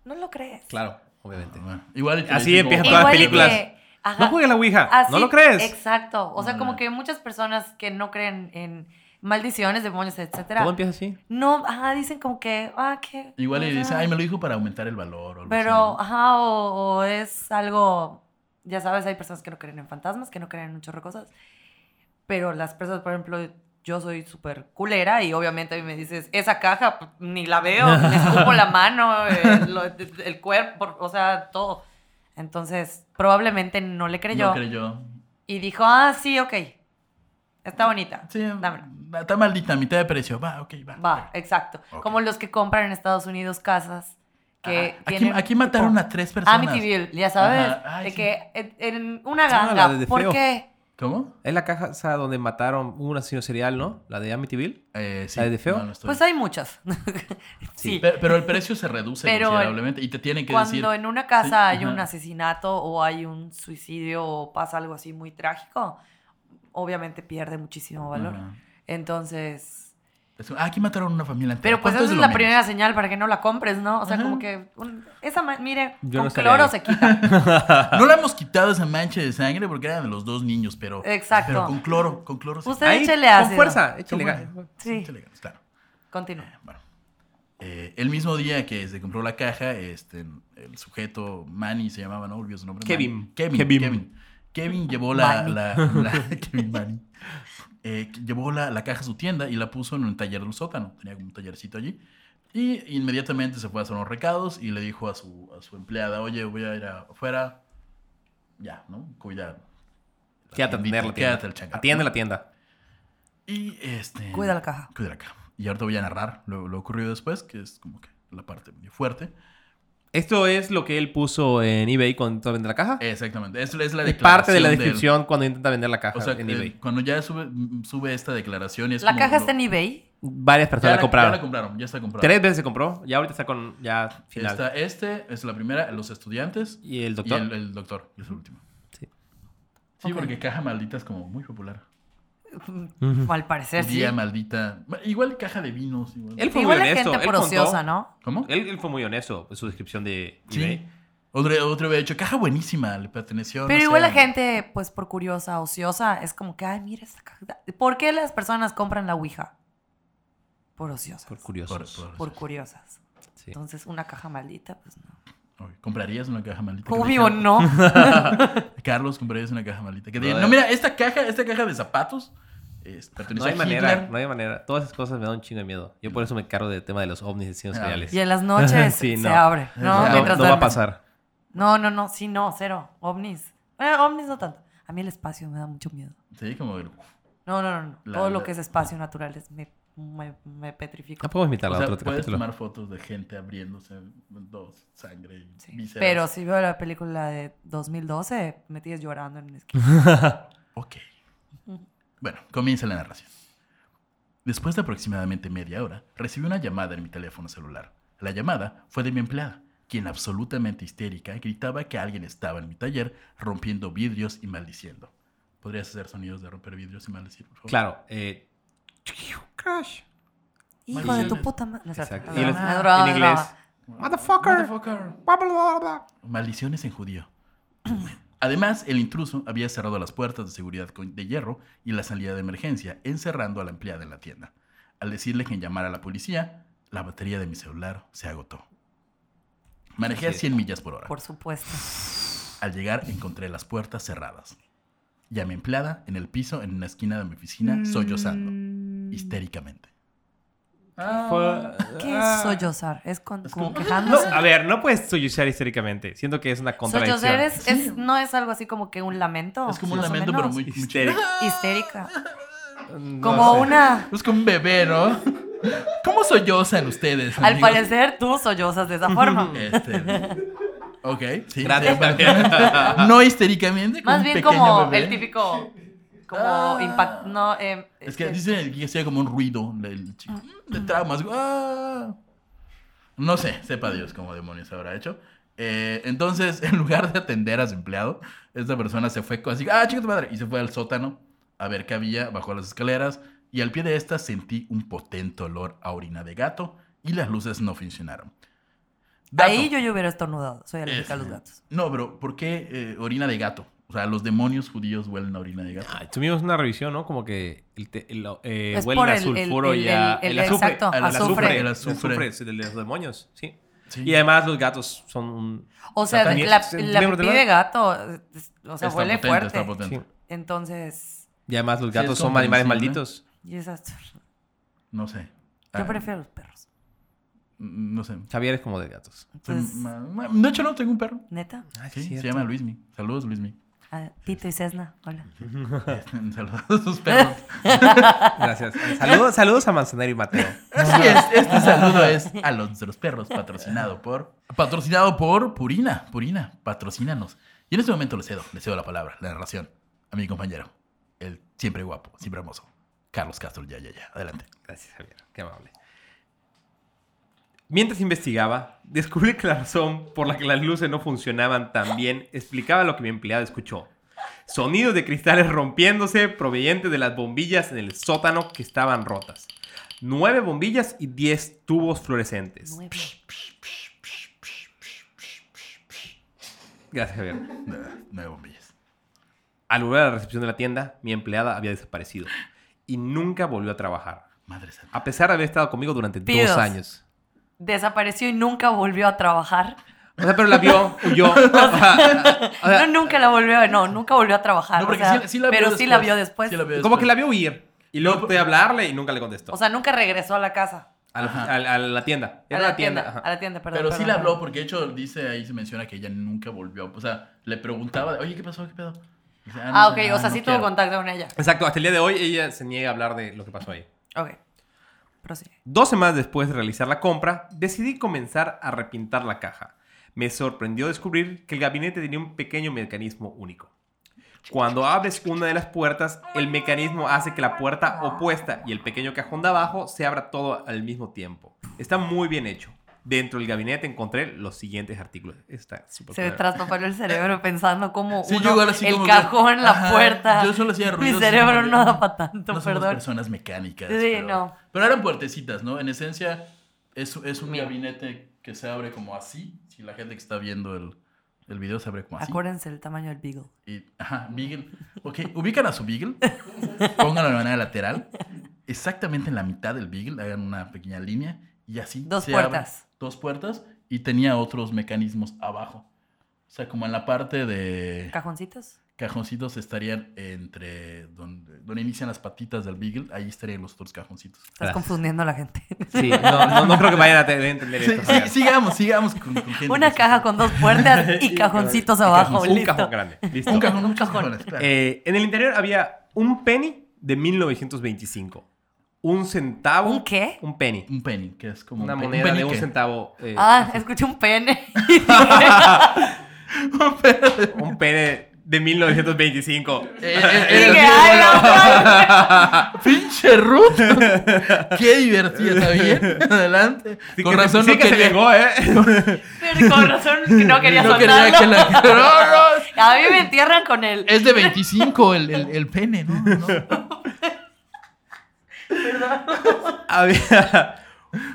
Speaker 3: no lo crees.
Speaker 2: Claro, obviamente.
Speaker 1: Este, Bueno, igual y pues, te
Speaker 2: Así
Speaker 1: dicen como-
Speaker 2: empiezan
Speaker 3: Igual
Speaker 2: todas las
Speaker 3: y
Speaker 2: películas.
Speaker 3: que- ajá, Ah,
Speaker 2: No juegues la Ouija,
Speaker 3: así-
Speaker 2: ¿no lo crees?
Speaker 3: Exacto. O sea,
Speaker 1: No,
Speaker 3: como
Speaker 1: no.
Speaker 3: que muchas personas que no creen en maldiciones, demonios, etcétera,
Speaker 2: Todo empieza así.
Speaker 3: no, ajá, dicen como que, ah, que.
Speaker 1: Igual y
Speaker 3: ajá.
Speaker 1: dice, ay, me lo dijo para aumentar el valor. o algo así,
Speaker 3: Pero, ah,
Speaker 1: ¿no?
Speaker 3: ajá, o, o es algo, ya sabes, hay personas que no creen en fantasmas, que no creen en un chorro de cosas. Pero las personas, por ejemplo, yo soy súper culera y obviamente a mí me dices, esa caja p- ni la veo, le escupo la mano, eh, lo- el, cuerpo, o sea, todo. Entonces, probablemente no le creyó
Speaker 1: No creyó.
Speaker 3: y dijo, ah, sí, ok, está bonita.
Speaker 1: Sí,
Speaker 3: Dámela.
Speaker 1: está maldita, mitad de precio. Va, ok, va. Ah,
Speaker 3: Va, exacto.
Speaker 1: Ok.
Speaker 3: Como los que compran en Estados Unidos casas que
Speaker 1: Ajá. aquí,
Speaker 3: tienen
Speaker 1: aquí mataron
Speaker 3: tipo- Ah,
Speaker 1: a tres personas.
Speaker 3: Amityville, ya sabes,
Speaker 1: Ajá, ay,
Speaker 3: de
Speaker 1: sí.
Speaker 3: que en, en una
Speaker 2: Ah,
Speaker 3: ganga,
Speaker 2: la de
Speaker 3: ¿por
Speaker 2: feo.
Speaker 3: qué?
Speaker 1: ¿Cómo?
Speaker 2: Es la caja o sea, donde mataron un asesino serial, ¿no? La de Amityville.
Speaker 1: Eh, sí.
Speaker 2: ¿La de feo?
Speaker 1: no, no estoy.
Speaker 3: Pues hay muchas.
Speaker 1: Pe-
Speaker 3: sí.
Speaker 1: pero, el precio se reduce
Speaker 3: Pero-
Speaker 1: considerablemente y te tienen que decir.
Speaker 3: Cuando en una casa
Speaker 1: Sí,
Speaker 3: hay un
Speaker 1: ajá.
Speaker 3: asesinato o hay un suicidio o pasa algo así muy trágico, obviamente pierde muchísimo valor.
Speaker 1: Ajá.
Speaker 3: Entonces,
Speaker 1: Es como, ah, aquí mataron a una familia entera.
Speaker 3: pero pues
Speaker 1: ¿Cuánto
Speaker 3: esa es
Speaker 1: lo
Speaker 3: la
Speaker 1: menos?
Speaker 3: primera señal para que no la compres, ¿no? O sea,
Speaker 1: Ajá.
Speaker 3: como que un- esa, ma- mire,
Speaker 2: Yo no
Speaker 3: con
Speaker 2: estaría
Speaker 3: cloro
Speaker 2: ahí.
Speaker 3: se quita.
Speaker 1: No la hemos quitado esa mancha de sangre porque eran de los dos niños, pero.
Speaker 3: Exacto.
Speaker 1: Pero con cloro, con cloro. sí.
Speaker 3: Usted
Speaker 2: Ahí,
Speaker 3: échele
Speaker 2: Con
Speaker 3: ácido.
Speaker 2: fuerza, échale
Speaker 1: Con-
Speaker 2: ganas.
Speaker 3: Sí,
Speaker 1: Échale ganas, claro.
Speaker 3: continúa.
Speaker 1: Bueno, eh, el mismo día que se compró la caja, este, el sujeto Manny se llamaba, ¿no? Olvidé su nombre.
Speaker 2: Kevin.
Speaker 1: Manny. Kevin. Kevin.
Speaker 2: Kevin.
Speaker 1: Kevin. llevó la,
Speaker 3: Manny.
Speaker 1: la- la- Kevin Manny. Eh, que llevó la, la caja a su tienda y la puso en un taller del sótano. Tenía como un tallercito allí. Y inmediatamente se fue a hacer unos recados y le dijo a su, a su empleada, oye, voy a ir afuera. Ya, ¿no? Cuida. la
Speaker 2: Quédate a atender
Speaker 1: tiendita,
Speaker 2: la tienda.
Speaker 1: Quédate el changarro.
Speaker 2: Atiende la tienda.
Speaker 1: Y este.
Speaker 3: Cuida la caja.
Speaker 1: Cuida la caja. Y ahorita voy a narrar lo, lo ocurrido después, que es como que la parte muy fuerte.
Speaker 2: Esto es lo que él puso en eBay cuando intenta vender la caja.
Speaker 1: Exactamente. Es, es la
Speaker 2: Es parte de la
Speaker 1: del-
Speaker 2: descripción cuando intenta vender la caja
Speaker 1: O sea,
Speaker 2: en
Speaker 1: eh,
Speaker 2: eBay.
Speaker 1: cuando ya sube, mm, sube esta declaración es
Speaker 3: La
Speaker 1: como
Speaker 3: caja
Speaker 1: lo-
Speaker 3: está en eBay.
Speaker 2: Varias
Speaker 1: ya
Speaker 2: personas la, compraron.
Speaker 1: Ya la compraron, ya está comprada.
Speaker 2: Tres veces se compró. Ya ahorita está con. Ya final.
Speaker 1: Está este, es la primera, los estudiantes y,
Speaker 2: Y el doctor.
Speaker 1: el, el doctor, que es el último.
Speaker 2: Sí.
Speaker 1: Sí,
Speaker 3: Ok.
Speaker 1: porque caja maldita es como muy popular.
Speaker 3: Al parecer, Ah, sí.
Speaker 1: Día maldita. Igual caja de vinos. Igual.
Speaker 2: Él fue muy
Speaker 3: Igual la
Speaker 2: honesto.
Speaker 3: gente
Speaker 2: Él,
Speaker 3: por
Speaker 2: contó-
Speaker 3: ociosa, ¿no?
Speaker 1: ¿Cómo?
Speaker 2: él, él fue muy honesto en su descripción de eBay.
Speaker 1: Sí. Otro, otro había dicho, caja buenísima, le perteneció.
Speaker 3: Pero
Speaker 1: no
Speaker 3: igual
Speaker 1: sé,
Speaker 3: la gente, pues por curiosa, ociosa, es como que, ay, mira esta caja. ¿Por qué las personas compran la Ouija? Por ociosas.
Speaker 2: Por
Speaker 3: Por,
Speaker 2: curioso.
Speaker 1: por- por-
Speaker 3: curiosas. Entonces, una caja maldita, pues no.
Speaker 1: Ok, ¿Comprarías una caja maldita? que
Speaker 3: Obvio,
Speaker 1: dijera-
Speaker 3: no.
Speaker 1: Carlos, comprarías una caja maldita. Que diga,
Speaker 2: Brother.
Speaker 1: no, mira, esta caja, esta caja de zapatos es,
Speaker 2: No
Speaker 1: pertenece
Speaker 2: hay
Speaker 1: a
Speaker 2: manera,
Speaker 1: Hitler.
Speaker 2: no hay manera. Todas esas cosas me dan un chingo de miedo. Yo por eso me cargo del tema de los ovnis de cienes
Speaker 1: Ah,
Speaker 2: reales.
Speaker 3: Y en las noches
Speaker 2: Sí,
Speaker 3: se
Speaker 2: no.
Speaker 3: abre. No,
Speaker 1: No,
Speaker 2: No,
Speaker 3: mientras
Speaker 2: no va a
Speaker 3: duermes.
Speaker 2: pasar.
Speaker 3: No, no, no. Sí, no, cero. Ovnis. Eh, ovnis no tanto. A mí el espacio me da mucho miedo.
Speaker 1: Sí, como el-
Speaker 3: No, no, no. no.
Speaker 1: La- la-
Speaker 3: Todo lo que es espacio naturales me me, me petrifico.
Speaker 2: No podemos invitarla
Speaker 1: O
Speaker 2: a
Speaker 1: sea,
Speaker 2: otro
Speaker 1: puedes
Speaker 2: capítulo.
Speaker 1: tomar fotos de gente abriéndose dos, sangre y
Speaker 3: Sí.
Speaker 1: vísceras.
Speaker 3: Pero si veo la película de 2012, me tienes llorando en la esquina.
Speaker 1: Ok. Bueno, comienza la narración. Después de aproximadamente media hora, recibí una llamada en mi teléfono celular. La llamada fue de mi empleada, quien absolutamente histérica gritaba que alguien estaba en mi taller rompiendo vidrios y maldiciendo. ¿Podrías hacer sonidos de romper vidrios y maldecir, por favor?
Speaker 2: Claro. eh,
Speaker 3: Crash. Hijo de
Speaker 1: Maldiciones.
Speaker 3: tu puta madre.
Speaker 2: exacto.
Speaker 1: Ah,
Speaker 2: Y en-
Speaker 1: ah,
Speaker 2: en inglés. Motherfucker.
Speaker 1: Motherfucker.
Speaker 2: Bla, bla, bla, bla.
Speaker 1: Maldiciones en judío. Además, el intruso había cerrado las puertas de seguridad con- de hierro y la salida de emergencia, encerrando a la empleada en la tienda. Al decirle que llamara a la policía, la batería de mi celular se agotó. Manejé a
Speaker 2: Así es.
Speaker 1: 100 millas por hora.
Speaker 3: Por supuesto.
Speaker 1: Al llegar, encontré las puertas cerradas. Y a mi empleada en el piso en una esquina de mi
Speaker 3: Mm.
Speaker 1: oficina, sollozando, histéricamente.
Speaker 2: Fue-
Speaker 3: Oh, ¿Qué
Speaker 2: Ah.
Speaker 3: es sollozar? Es con-
Speaker 1: Es
Speaker 3: como
Speaker 1: como-
Speaker 2: No,
Speaker 3: quejándose.
Speaker 2: a ver, no puedes sollozar históricamente. Siento que es una contradicción.
Speaker 3: Sollozar es, es- no es algo así como que un lamento.
Speaker 1: Es como un
Speaker 3: más o
Speaker 1: lamento, pero
Speaker 3: menos.
Speaker 1: muy, muy
Speaker 2: Histérico.
Speaker 3: Histérica.
Speaker 2: No
Speaker 3: Como
Speaker 2: sé.
Speaker 3: una.
Speaker 1: Es como un bebé, ¿no? ¿Cómo sollozan ustedes?
Speaker 3: Al
Speaker 1: amigos?
Speaker 3: parecer tú sollozas de esa forma.
Speaker 1: Este. Ok, sí.
Speaker 2: Gracias,
Speaker 1: sí.
Speaker 2: María.
Speaker 1: No histéricamente, como
Speaker 3: Más
Speaker 1: un
Speaker 3: bien
Speaker 1: pequeño
Speaker 3: como
Speaker 1: bebé.
Speaker 3: el típico. Como
Speaker 1: Ah.
Speaker 3: impact. No, eh,
Speaker 1: Es que
Speaker 3: este,
Speaker 1: dice que sea como un ruido del chico, de traumas. Ah. No sé, sepa Dios cómo demonios habrá hecho. Eh, entonces, en lugar de atender a su empleado, esta persona se fue así, ah, chico tu madre, y se fue al sótano a ver qué había, bajó las escaleras y al pie de estas sentí un potente olor a orina de gato y las luces no funcionaron. Dato.
Speaker 3: Ahí yo ya hubiera estornudado. Soy alérgica a los
Speaker 1: Este,
Speaker 3: gatos.
Speaker 1: No, bro, ¿por qué eh, orina de gato? O sea, los demonios judíos huelen a orina de gato.
Speaker 2: Ah, tuvimos una revisión, ¿no? Como que el te- el- eh,
Speaker 3: Es
Speaker 2: huele
Speaker 3: por
Speaker 2: a
Speaker 3: el- el-
Speaker 2: sulfuro
Speaker 3: el-
Speaker 2: y a
Speaker 3: el-
Speaker 2: el
Speaker 3: el-
Speaker 2: azufre.
Speaker 3: exacto,
Speaker 2: Al
Speaker 3: azufre.
Speaker 2: El
Speaker 1: El
Speaker 2: azufre,
Speaker 1: azufre.
Speaker 2: sí, de los demonios, sí.
Speaker 1: Sí.
Speaker 2: Y además los gatos son un...
Speaker 3: O sea,
Speaker 2: también
Speaker 3: la,
Speaker 2: es-
Speaker 3: la
Speaker 2: miembro
Speaker 3: pipí
Speaker 2: del-
Speaker 3: de gato. eh, es- O sea,
Speaker 1: Está
Speaker 3: huele
Speaker 1: potente,
Speaker 3: fuerte.
Speaker 1: está potente.
Speaker 2: Sí.
Speaker 3: Entonces.
Speaker 2: Y además los
Speaker 1: Sí, es
Speaker 2: gatos son animales
Speaker 1: comprensible.
Speaker 2: malditos.
Speaker 3: y esas-
Speaker 1: No sé.
Speaker 3: Yo
Speaker 1: Ah,
Speaker 3: prefiero los perros.
Speaker 1: mm, No sé.
Speaker 2: Javier es como de gatos.
Speaker 1: Soy
Speaker 3: Entonces,
Speaker 1: ma- ma- De hecho, no tengo un perro.
Speaker 3: neta.
Speaker 1: Sí, se llama Luismi. Saludos, Luismi.
Speaker 3: A Tito y Cessna. Hola.
Speaker 1: Saludos a sus perros.
Speaker 2: Gracias. Saludos, saludos a Manzanero y Mateo.
Speaker 1: Así es. Este saludo es a los de los perros, patrocinado por. Patrocinado por Purina. Purina, patrocínanos. Y en este momento le cedo, le cedo la palabra, la narración, a mi compañero, el siempre guapo, siempre hermoso, Carlos Castro. Ya, ya, ya. Adelante.
Speaker 2: Gracias, Javier. Qué amable. Mientras investigaba, descubrí que la razón por la que las luces no funcionaban tan bien explicaba lo que mi empleada escuchó. Sonidos de cristales rompiéndose provenientes de las bombillas en el sótano que estaban rotas. Nueve bombillas y diez tubos fluorescentes.
Speaker 3: Nueve.
Speaker 2: Gracias, Javier.
Speaker 1: Nueve- Nueve bombillas.
Speaker 2: Al volver a la recepción de la tienda, mi empleada había desaparecido y nunca volvió a trabajar.
Speaker 1: Madre santa.
Speaker 2: A pesar de haber estado conmigo durante
Speaker 3: Pidos.
Speaker 2: dos años.
Speaker 3: Desapareció y nunca volvió a trabajar.
Speaker 2: O sea, pero la vio, huyó. O sea, o sea,
Speaker 3: no, nunca la volvió, no, nunca volvió a trabajar.
Speaker 1: No,
Speaker 3: Ah, o
Speaker 1: porque
Speaker 3: sea,
Speaker 1: sí- sí la vio
Speaker 3: pero sí la
Speaker 1: después.
Speaker 3: vio después.
Speaker 1: Sí la vio
Speaker 2: Como
Speaker 1: después.
Speaker 2: que la vio huir. Pues, Y luego pude hablarle y nunca le contestó.
Speaker 3: O sea, nunca regresó a la casa.
Speaker 2: a, la,
Speaker 1: Ajá.
Speaker 2: a la- a la tienda.
Speaker 3: A
Speaker 2: Era
Speaker 3: la
Speaker 2: una tienda.
Speaker 3: tienda,
Speaker 2: ajá.
Speaker 3: a la tienda, perdón.
Speaker 1: Pero sí
Speaker 3: perdón,
Speaker 1: le habló,
Speaker 3: perdón.
Speaker 1: porque de hecho dice ahí se menciona que ella nunca volvió. O sea, le preguntaba, oye, ¿qué pasó? ¿Qué pedo? Dice, no
Speaker 3: Ah, ok,
Speaker 1: sé,
Speaker 3: o sea,
Speaker 1: no
Speaker 3: sí
Speaker 1: quiero.
Speaker 3: tuvo contacto con ella.
Speaker 2: Exacto, hasta el día de hoy ella se niega a hablar de lo que pasó ahí.
Speaker 3: Ok. Prosigue.
Speaker 2: Dos semanas después de realizar la compra, decidí comenzar a repintar la caja. Me sorprendió descubrir que el gabinete tenía un pequeño mecanismo único. Cuando abres una de las puertas, el mecanismo hace que la puerta opuesta y el pequeño cajón de abajo se abra todo al mismo tiempo. Está muy bien hecho. Dentro del gabinete encontré los siguientes artículos. Está súper
Speaker 3: Se me
Speaker 2: padre.
Speaker 3: traspapaló el cerebro pensando cómo
Speaker 1: Sí,
Speaker 3: uno-
Speaker 1: yo igual así
Speaker 3: el
Speaker 1: como que-
Speaker 3: cajón, la
Speaker 1: Ajá,
Speaker 3: puerta.
Speaker 1: yo solo hacía ruidos
Speaker 3: Mi
Speaker 1: así
Speaker 3: cerebro
Speaker 1: como de-
Speaker 3: no da para tanto,
Speaker 1: No somos
Speaker 3: perdón.
Speaker 1: personas mecánicas.
Speaker 3: Sí,
Speaker 1: pero,
Speaker 3: no.
Speaker 1: Pero eran puertecitas, ¿no? En esencia, es, es un
Speaker 3: Mira.
Speaker 1: gabinete que se abre como así. Si la gente que está viendo el, el video se abre como así.
Speaker 3: Acuérdense el tamaño del Beagle.
Speaker 1: Y, ajá, Beagle. Ok, ubican a su Beagle. Pónganlo de manera lateral. Exactamente en la mitad del Beagle, hagan una pequeña línea y así.
Speaker 3: Dos
Speaker 1: se abre.
Speaker 3: puertas.
Speaker 1: Dos puertas y tenía otros mecanismos abajo. O sea, como en la parte de
Speaker 3: ¿Cajoncitos?
Speaker 1: cajoncitos estarían entre donde, donde inician las patitas del Beagle, ahí estarían los otros cajoncitos.
Speaker 3: Estás
Speaker 2: Gracias.
Speaker 3: confundiendo a la gente.
Speaker 2: Sí, no, no- no creo que vayan a tener- entender
Speaker 1: Sí,
Speaker 2: esto.
Speaker 1: sí,
Speaker 2: Javier.
Speaker 1: sigamos, sigamos con, con gente.
Speaker 3: Una caja con dos puertas y cajoncitos
Speaker 1: Y
Speaker 3: abajo.
Speaker 1: cajoncitos.
Speaker 2: un
Speaker 3: listo.
Speaker 2: cajón grande. Listo.
Speaker 1: Un cajón, muchos cajones, claro.
Speaker 2: Eh, en el interior había un penny de 1925, un centavo.
Speaker 3: ¿Un qué?
Speaker 2: Un penny.
Speaker 1: Un penny, que es como
Speaker 2: Una
Speaker 1: un pe-
Speaker 2: moneda de un
Speaker 1: penique.
Speaker 2: centavo. eh,
Speaker 3: Ah, escuché un pene.
Speaker 1: Un penny.
Speaker 2: Un pene de 1925.
Speaker 1: Eh,
Speaker 3: Y
Speaker 1: eh, eh,
Speaker 3: dije, "Ay, no, no".
Speaker 1: Pinche Ruth. Qué divertida, está bien. Adelante.
Speaker 2: Sí
Speaker 1: Con
Speaker 2: que-
Speaker 1: razón
Speaker 2: sí
Speaker 1: no
Speaker 2: que se
Speaker 1: quería-
Speaker 2: vengó, ¿eh?
Speaker 3: Pero Con razón que no quería
Speaker 1: no
Speaker 3: soltarlo.
Speaker 1: quería que Eh, la- No, no,
Speaker 3: A mí me entierran con él.
Speaker 1: Es de 25 el, el, el pene, ¿no? No.
Speaker 2: Había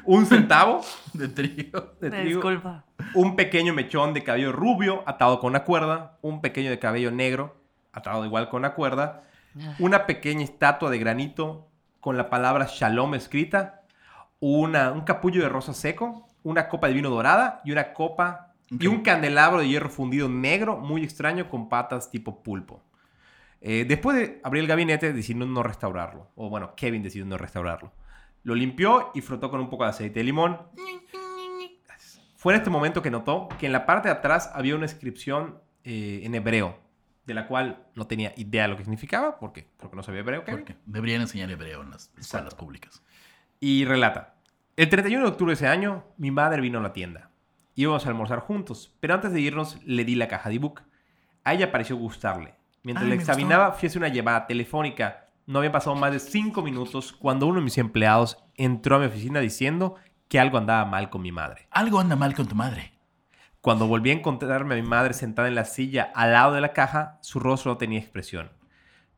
Speaker 2: un centavo
Speaker 1: De trigo.
Speaker 2: de
Speaker 3: Me
Speaker 2: trigo,
Speaker 3: disculpa.
Speaker 2: un pequeño mechón de cabello rubio atado con una cuerda, un pequeño de cabello negro atado igual con una cuerda, una pequeña estatua de granito con la palabra shalom escrita, una, un capullo de rosa seco, una copa de vino dorada y una copa y un candelabro de hierro fundido negro muy extraño con patas tipo pulpo. Eh, después de abrir el gabinete decidió no restaurarlo, o bueno, Kevin decidió no restaurarlo. Lo limpió y frotó con un poco de aceite de limón. Fue en este momento que notó que en la parte de atrás había una inscripción eh, en hebreo, de la cual no tenía idea de lo que significaba, porque creo que no sabía hebreo. Kevin.
Speaker 1: Porque deberían enseñar hebreo en las escuelas públicas.
Speaker 2: Y relata. El 31 de octubre de ese año, mi madre vino a la tienda. Íbamos a almorzar juntos, pero antes de irnos le di la caja de ebook. A ella pareció gustarle. Mientras
Speaker 1: Ay, me
Speaker 2: la
Speaker 1: gustó.
Speaker 2: examinaba, fui a hacer una llamada telefónica. No habían pasado más de cinco minutos cuando uno de mis empleados entró a mi oficina diciendo que algo andaba mal con mi madre.
Speaker 1: Algo anda mal con tu madre.
Speaker 2: Cuando volví a encontrarme a mi madre sentada en la silla al lado de la caja, su rostro no tenía expresión,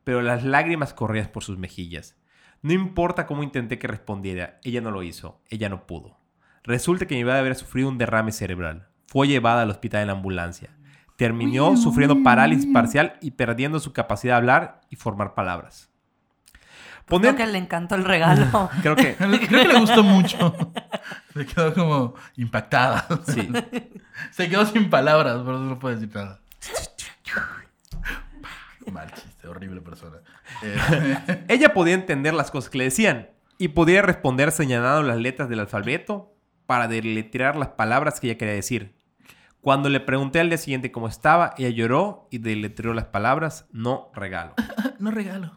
Speaker 2: pero las lágrimas corrían por sus mejillas. No importa cómo intenté que respondiera, ella no lo hizo, ella no pudo. Resulta que mi madre había sufrido un derrame cerebral. Fue llevada al hospital en la ambulancia. Terminó sufriendo parálisis parcial y perdiendo su capacidad de hablar y formar palabras.
Speaker 3: Creo
Speaker 2: Poner-
Speaker 3: que le encantó el regalo.
Speaker 2: Creo que...
Speaker 1: Creo que le gustó mucho. Se quedó como impactada.
Speaker 2: Sí.
Speaker 1: Se quedó sin palabras, por eso no puede decir nada. Mal chiste, horrible persona. Eh,
Speaker 2: Ella podía entender las cosas que le decían y podía responder señalando las letras del alfabeto para deletrear las palabras que ella quería decir. Cuando le pregunté al día siguiente cómo estaba, ella lloró y deletreó las palabras no regalo.
Speaker 1: no regalo.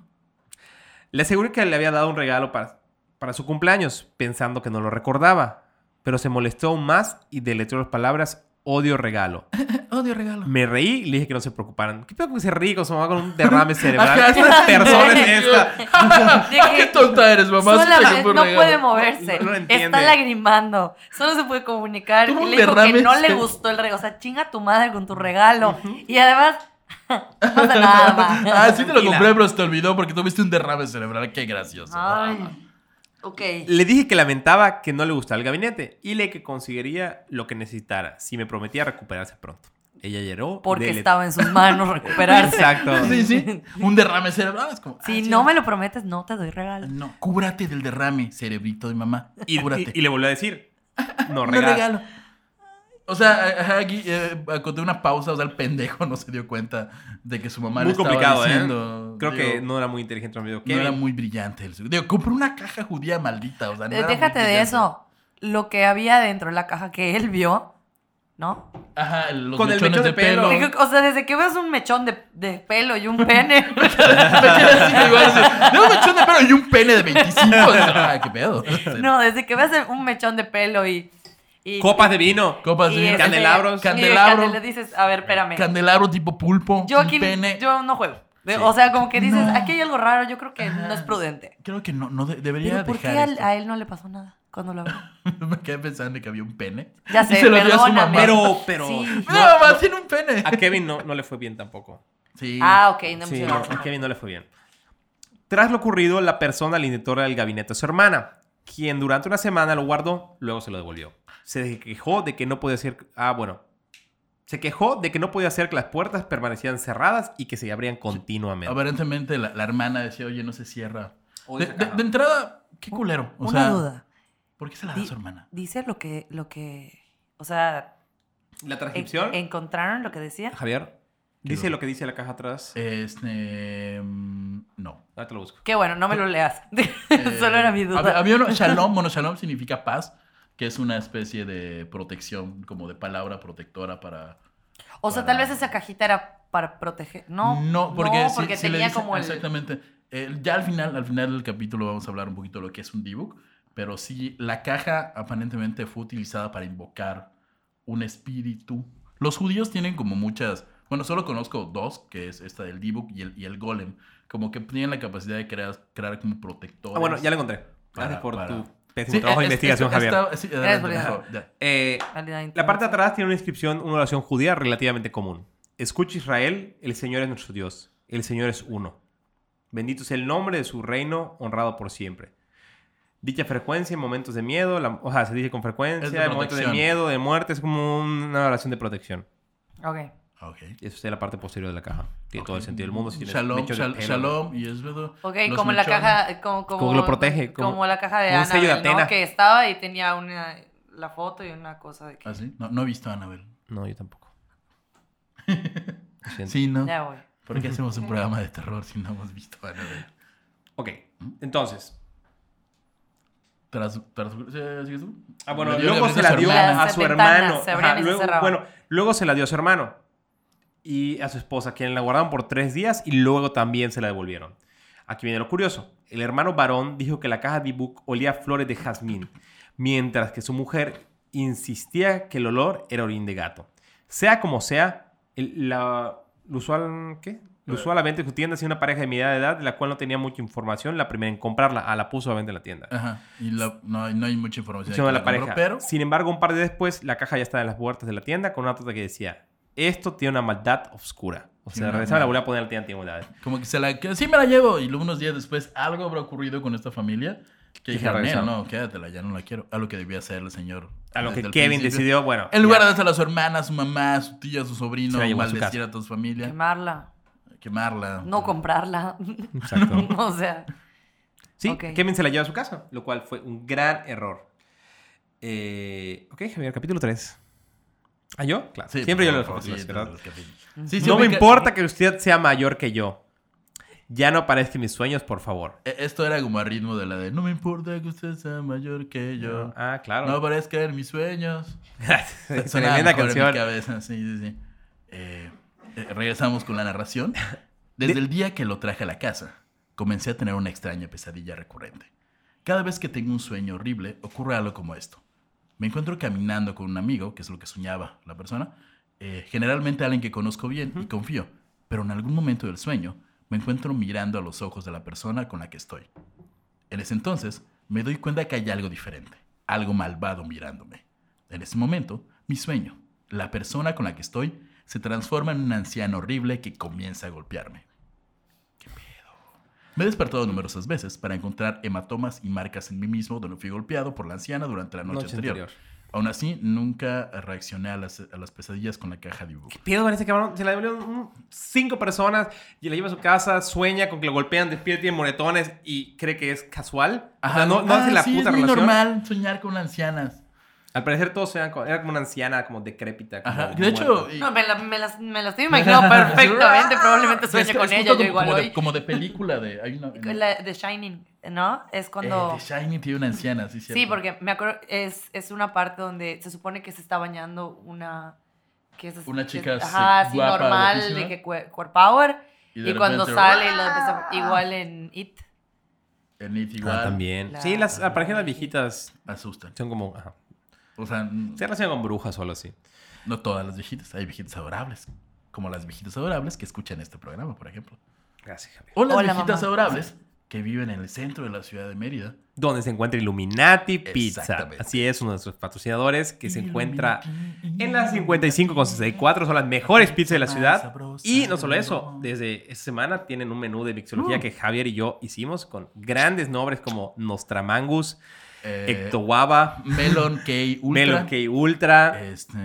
Speaker 2: Le aseguré que le había dado un regalo para, para su cumpleaños, pensando que no lo recordaba, pero se molestó aún más y deletreó las palabras odio regalo.
Speaker 1: Odio regalo.
Speaker 2: Me reí y le dije que no se preocuparan. ¿Qué pedo con que se ríe con su mamá con un derrame cerebral?
Speaker 1: Ajá,
Speaker 2: ¿Qué persona es esta?
Speaker 3: De
Speaker 1: ¡Qué
Speaker 3: que
Speaker 1: tonta eres, mamá! Se te
Speaker 3: solamente-
Speaker 1: cayó un
Speaker 3: no
Speaker 1: regalo.
Speaker 3: puede moverse.
Speaker 2: No lo entiende.
Speaker 3: está lagrimando. Solo se puede comunicar.
Speaker 1: Tuvo
Speaker 3: Y
Speaker 1: un
Speaker 3: le dijo
Speaker 1: derrame
Speaker 3: que no le
Speaker 1: cerebral.
Speaker 3: gustó el regalo. O sea, chinga tu madre con tu regalo. Y además, no pasa nada más.
Speaker 1: Ah, sí te lo
Speaker 2: Tranquila.
Speaker 1: compré, pero se te olvidó porque tuviste un derrame cerebral. ¡Qué gracioso!
Speaker 3: Ay. Ok.
Speaker 2: Le dije que lamentaba que no le gustaba el gabinete y le que conseguiría lo que necesitara si me prometía recuperarse pronto. Ella lloró.
Speaker 3: Porque
Speaker 2: dele-
Speaker 3: estaba en sus manos recuperarse.
Speaker 2: Exacto.
Speaker 1: Sí, sí. Un derrame cerebral es como...
Speaker 3: Si
Speaker 1: ah, sí.
Speaker 3: no me lo prometes, no te doy regalo.
Speaker 1: No, cúbrate del derrame, cerebrito de mamá.
Speaker 2: Y,
Speaker 1: cúbrate.
Speaker 2: y- y le volvió a decir.
Speaker 1: No
Speaker 2: No regalo.
Speaker 1: regalo. O sea, ajá, aquí eh, acoté una pausa, o sea, el pendejo no se dio cuenta de que su mamá
Speaker 2: Muy
Speaker 1: le estaba
Speaker 2: complicado, ¿eh?
Speaker 1: diciendo.
Speaker 2: Creo
Speaker 1: digo,
Speaker 2: que no era muy inteligente amigo
Speaker 1: no
Speaker 2: Kevin.
Speaker 1: era muy brillante. El... Digo, compré una caja judía maldita, o sea, no
Speaker 3: Eh,
Speaker 1: era muy
Speaker 3: Déjate de
Speaker 1: brillante.
Speaker 3: eso. Lo que había dentro de la caja que él vio, ¿no?
Speaker 1: Ajá, los
Speaker 2: Con el
Speaker 1: mechones
Speaker 2: mechón
Speaker 1: de,
Speaker 2: de
Speaker 1: pelo.
Speaker 2: pelo.
Speaker 1: Me
Speaker 3: O sea, desde que ves un mechón de, de pelo y un pene,
Speaker 1: quedé así, igual, así, de un mechón de pelo y un pene de 25. Ah, qué pedo.
Speaker 3: no, desde que ves un mechón de pelo y. y
Speaker 2: Copas de vino.
Speaker 1: Copas de
Speaker 3: y
Speaker 1: vino.
Speaker 3: este-
Speaker 2: candelabros.
Speaker 3: y
Speaker 1: Candelabro.
Speaker 3: candela- dices, a ver, espérame.
Speaker 1: Candelabro tipo pulpo.
Speaker 3: Yo
Speaker 1: un
Speaker 3: aquí
Speaker 1: pene.
Speaker 3: yo no juego. De- O sea, como que dices,
Speaker 1: No.
Speaker 3: aquí hay algo raro, yo creo que no es prudente.
Speaker 1: Creo que no, no de- debería
Speaker 3: Pero ¿por qué
Speaker 1: dejar
Speaker 3: al-
Speaker 1: esto.
Speaker 3: a él no le pasó nada cuando lo vio?
Speaker 1: Me quedé pensando que había un pene.
Speaker 3: Ya
Speaker 1: Y
Speaker 3: sé,
Speaker 1: se lo dio a su
Speaker 3: perdóname.
Speaker 1: mamá.
Speaker 2: Pero, pero.
Speaker 3: Sí.
Speaker 1: No, Ah, mamá, tiene un pene.
Speaker 2: A Kevin no, no le fue bien tampoco.
Speaker 1: Sí.
Speaker 3: Ah, ok, no
Speaker 2: Sí,
Speaker 3: me
Speaker 2: no, a Kevin no le fue bien. Tras lo ocurrido, la persona le indicó del gabinete a su hermana, quien durante una semana lo guardó, luego se lo devolvió. Se quejó de que no podía hacer... Ah, bueno. Se quejó de que no podía hacer que las puertas permanecían cerradas y que se abrían continuamente.
Speaker 1: Aparentemente la, la hermana decía, oye, no se cierra. De,
Speaker 2: Oye,
Speaker 1: de- de entrada, qué culero. O
Speaker 3: Una
Speaker 1: sea,
Speaker 3: duda.
Speaker 1: ¿por qué se la da
Speaker 3: Di-
Speaker 1: a su hermana?
Speaker 3: Dice lo que, lo que, o sea,
Speaker 2: ¿La
Speaker 3: en-
Speaker 2: transcripción?
Speaker 3: encontraron lo que decía.
Speaker 2: Javier, dice
Speaker 1: Digo.
Speaker 2: lo que dice la caja atrás.
Speaker 1: Este, mm, no.
Speaker 2: Ahora te lo busco.
Speaker 3: Que bueno, no me lo leas.
Speaker 1: Eh,
Speaker 3: Solo era mi
Speaker 1: hab-
Speaker 3: duda.
Speaker 1: Había uno, shalom, bueno, shalom significa paz, que es una especie de protección, como de palabra protectora para...
Speaker 3: O sea, tal vez esa cajita era para proteger. No,
Speaker 1: No, porque, si- si le
Speaker 3: tenía
Speaker 1: dice-
Speaker 3: como el.
Speaker 1: Exactamente. eh, ya al final, al final del capítulo vamos a hablar un poquito de lo que es un D-Book, pero sí, la caja aparentemente fue utilizada para invocar un espíritu. Los judíos tienen como muchas, bueno, solo conozco dos, que es esta del D-Book y el, y el Golem, como que tienen la capacidad de crear, crear como protectores.
Speaker 2: Ah, bueno, ya la encontré.
Speaker 1: Para-
Speaker 2: Gracias por
Speaker 1: para-
Speaker 2: tu pésimo
Speaker 1: Sí,
Speaker 2: trabajo de
Speaker 1: es- es-
Speaker 2: investigación,
Speaker 1: esta-
Speaker 2: Javier.
Speaker 1: sí, adelante,
Speaker 3: Gracias por
Speaker 1: por favor, ya.
Speaker 2: Eh,
Speaker 3: Válida
Speaker 2: la parte de
Speaker 3: interpretación.
Speaker 2: atrás tiene una inscripción, una oración judía relativamente común. Escucha Israel, el Señor es nuestro Dios. El Señor es uno. Bendito es el nombre de su reino, honrado por siempre. Dicha frecuencia en momentos de miedo, la- o sea, se dice con
Speaker 1: Es de
Speaker 2: frecuencia, en momentos de
Speaker 1: protección.
Speaker 2: miedo, de muerte, es como una oración de protección.
Speaker 3: Ok.
Speaker 1: Ah, Ok.
Speaker 2: Eso está en la parte posterior de la caja. Tiene todo el sentido del mundo. Si tienes
Speaker 1: Shalom,
Speaker 2: mechos de
Speaker 1: shal-
Speaker 2: pelo,
Speaker 1: shalom, y es verdad.
Speaker 3: Ok,
Speaker 1: los
Speaker 3: como la
Speaker 1: mechones.
Speaker 3: caja, como, como,
Speaker 2: Como lo protege, como-
Speaker 3: Como, este la caja de
Speaker 2: como un
Speaker 3: Ana,
Speaker 2: sello de Atena.
Speaker 3: que estaba y tenía una, la foto y una cosa de que...
Speaker 1: ¿Ah, sí? No, no he visto a Anabel.
Speaker 2: No, yo tampoco. Lo siento.
Speaker 1: Sí, ¿no?
Speaker 3: Ya voy.
Speaker 1: ¿Por qué hacemos un programa de terror si no hemos visto a Anabel?
Speaker 2: Ok, entonces.
Speaker 1: Tras, tras, ¿sí- ¿Sigues tú?
Speaker 2: Ah, bueno,
Speaker 1: Le dio
Speaker 2: luego
Speaker 1: la
Speaker 2: se
Speaker 1: brisa
Speaker 2: la
Speaker 1: a su
Speaker 2: dio
Speaker 1: hermana.
Speaker 2: a
Speaker 3: Las
Speaker 2: su
Speaker 3: ventanas
Speaker 2: hermano.
Speaker 3: se
Speaker 2: Ajá,
Speaker 3: abrían y se
Speaker 2: luego,
Speaker 3: cerraban.
Speaker 2: bueno, luego se la dio a su hermano y a su esposa, quien la guardaron por tres días y luego también se la devolvieron. Aquí viene lo curioso. El hermano varón dijo que la caja de book olía a flores de jazmín, mientras que su mujer insistía que el olor era orín de gato. Sea como sea, el- la, lo usual, ¿qué? Lo usual a la venta de su tienda hacía una pareja de mediana edad de la cual no tenía mucha información, la primera en comprarla, ah, la puso a venta en la tienda.
Speaker 1: Ajá, y la- no, no hay mucha información.
Speaker 2: Funcionó
Speaker 1: de
Speaker 2: la
Speaker 1: quién
Speaker 2: pareja.
Speaker 1: compró,
Speaker 2: Sin embargo, un par de después, la caja ya estaba en las puertas de la tienda con una nota que decía: Esto tiene una maldad oscura. O
Speaker 1: Tiene
Speaker 2: sea,
Speaker 1: una
Speaker 2: regresaba y
Speaker 1: maldad.
Speaker 2: la volví a poner en la tienda de antigüedades.
Speaker 1: pero como que se la... que sí me la llevo. Y luego unos días después algo habrá ocurrido con esta familia que
Speaker 2: Y
Speaker 1: dijeron,
Speaker 2: regresaron.
Speaker 1: "Nel, no, quédatela, ya no la quiero. A lo que debía hacer el señor.
Speaker 2: A lo
Speaker 1: Ah,
Speaker 2: que
Speaker 1: desde el
Speaker 2: Kevin
Speaker 1: principio.
Speaker 2: decidió, bueno.
Speaker 1: En lugar
Speaker 2: ya.
Speaker 1: de dársela a su hermana, a su mamá, a su tía, a su sobrino,
Speaker 2: Se la llevó a su
Speaker 1: maldecir a, toda su familia,
Speaker 3: Quemarla,
Speaker 1: quemarla.
Speaker 3: no comprarla.
Speaker 2: Exacto.
Speaker 3: o sea,
Speaker 2: Sí,
Speaker 3: Ok.
Speaker 2: Kevin se la lleva a su casa, lo cual fue un gran error. Eh, ok, Javier, capítulo 3. ¿Ah, yo? Claro.
Speaker 1: Sí,
Speaker 2: Siempre
Speaker 1: por
Speaker 2: yo leo los
Speaker 1: favor,
Speaker 2: capítulos,
Speaker 1: sí,
Speaker 2: ¿verdad?
Speaker 1: los capítulos. Sí, sí,
Speaker 2: no me
Speaker 1: ubica-
Speaker 2: importa que usted sea mayor que yo. Ya no aparezca en mis sueños, por favor.
Speaker 1: E- Esto era como a ritmo de la de no me importa que usted sea mayor que yo.
Speaker 2: Ah, claro.
Speaker 1: No aparezca en mis sueños. Su- Sonaba
Speaker 2: Tremenda
Speaker 1: mejor En mi
Speaker 2: canción.
Speaker 1: cabeza, sí, sí, sí. Eh, eh, regresamos con la narración. Desde el día que lo traje a la casa, comencé a tener una extraña pesadilla recurrente. Cada vez que tengo un sueño horrible, ocurre algo como esto. Me encuentro caminando con un amigo, que es lo que soñaba la persona, eh, generalmente alguien que conozco bien y confío, pero en algún momento del sueño me encuentro mirando a los ojos de la persona con la que estoy. En ese entonces me doy cuenta que hay algo diferente, algo malvado mirándome. En ese momento, mi sueño, la persona con la que estoy, se transforma en un anciano horrible que comienza a golpearme. ¿Qué pedo? Me he despertado numerosas veces para encontrar hematomas y marcas en mí mismo donde fui golpeado por la anciana durante la noche,
Speaker 2: Noche
Speaker 1: anterior.
Speaker 2: anterior.
Speaker 1: Aún así, nunca reaccioné a las, a las pesadillas con la caja de dibujo.
Speaker 2: pedo con ese cabrón? Se la devolvieron mm, cinco personas y la lleva a su casa, sueña con que lo golpean, despierta y tiene moretones y cree que es casual. O sea, no, no hace la
Speaker 1: Ah, sí,
Speaker 2: puta
Speaker 1: es muy
Speaker 2: relación.
Speaker 1: normal soñar con ancianas.
Speaker 2: Al parecer todos eran como, era como una anciana, como decrépita. como
Speaker 1: Ajá. De hecho,
Speaker 2: muerta.
Speaker 1: y- Ah,
Speaker 3: no, me, la, me, las, me la estoy imaginando perfectamente, probablemente
Speaker 1: Es
Speaker 3: sueñe
Speaker 1: que-
Speaker 3: con
Speaker 1: es
Speaker 3: ella,
Speaker 1: justo
Speaker 3: yo
Speaker 1: como,
Speaker 3: igual
Speaker 1: como
Speaker 3: hoy.
Speaker 1: De, como de película de... Hay una,
Speaker 3: La, The Shining, ¿no? Es
Speaker 1: Eh,
Speaker 3: cuando...
Speaker 1: The Shining tiene una anciana, sí, cierto.
Speaker 3: Sí, porque me acuerdo, es, es una parte donde se supone que se está bañando una... Que es,
Speaker 1: Una
Speaker 3: que-
Speaker 1: chica
Speaker 3: ajá,
Speaker 1: se-
Speaker 3: así
Speaker 1: guapa,
Speaker 3: normal,
Speaker 1: guapísima.
Speaker 3: de que cue- core power.
Speaker 1: de
Speaker 3: Y, cuando
Speaker 1: repente, ¡ah!
Speaker 3: sale, lo empieza- igual en It.
Speaker 1: En It igual.
Speaker 2: Ah, también.
Speaker 3: La-
Speaker 2: Sí, las, al parecer las viejitas
Speaker 1: Asustan.
Speaker 2: son como... Ajá.
Speaker 1: O sea, n-
Speaker 2: Se relacionan con brujas o algo así.
Speaker 1: no todas las viejitas. Hay viejitas adorables. Como las viejitas adorables que escuchan este programa, por ejemplo.
Speaker 2: Gracias, Javier.
Speaker 1: O las
Speaker 3: Hola,
Speaker 1: viejitas
Speaker 3: mamá.
Speaker 1: adorables que viven en el centro de la ciudad de Mérida.
Speaker 2: Donde se encuentra Illuminati Pizza.
Speaker 1: Exactamente.
Speaker 2: Así es, uno de nuestros patrocinadores que se encuentra En la 55 con 64 son las mejores pizzas de la ciudad. Y no solo eso, desde esta semana tienen un menú de mixología
Speaker 1: Mm.
Speaker 2: que Javier y yo hicimos con grandes nombres como Nostramangus,
Speaker 1: Eh,
Speaker 2: Ectowaba,
Speaker 1: Melon K Ultra.
Speaker 2: Melon K Ultra
Speaker 1: Este,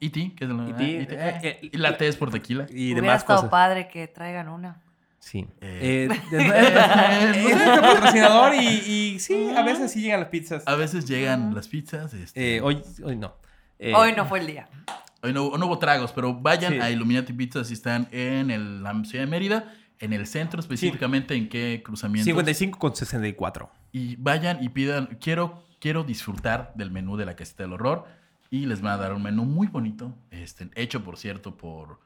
Speaker 1: E.T., que es la...
Speaker 2: E.T.,
Speaker 1: E.T.,
Speaker 2: eh, eh,
Speaker 1: y la T es por tequila.
Speaker 2: y
Speaker 3: Hubiera
Speaker 2: demás
Speaker 3: estado
Speaker 2: cosas.
Speaker 3: padre que traigan una.
Speaker 2: Sí.
Speaker 1: Eh. pues, Mm.
Speaker 2: Eh, es nuestro patrocinador y, y sí, a veces sí llegan las pizzas.
Speaker 1: A veces llegan las pizzas. este,
Speaker 2: Eh, hoy, hoy no. Eh,
Speaker 3: Hoy no fue el día.
Speaker 1: Hoy no, no hubo tragos, pero vayan
Speaker 2: Sí.
Speaker 1: a Illuminati Pizza si están en el, la ciudad de Mérida, en el centro específicamente, en qué cruzamiento.
Speaker 2: 55 con 64.
Speaker 1: Y vayan y pidan, quiero, quiero disfrutar del menú de la casita del horror y les van a dar un menú muy bonito, este, hecho por cierto por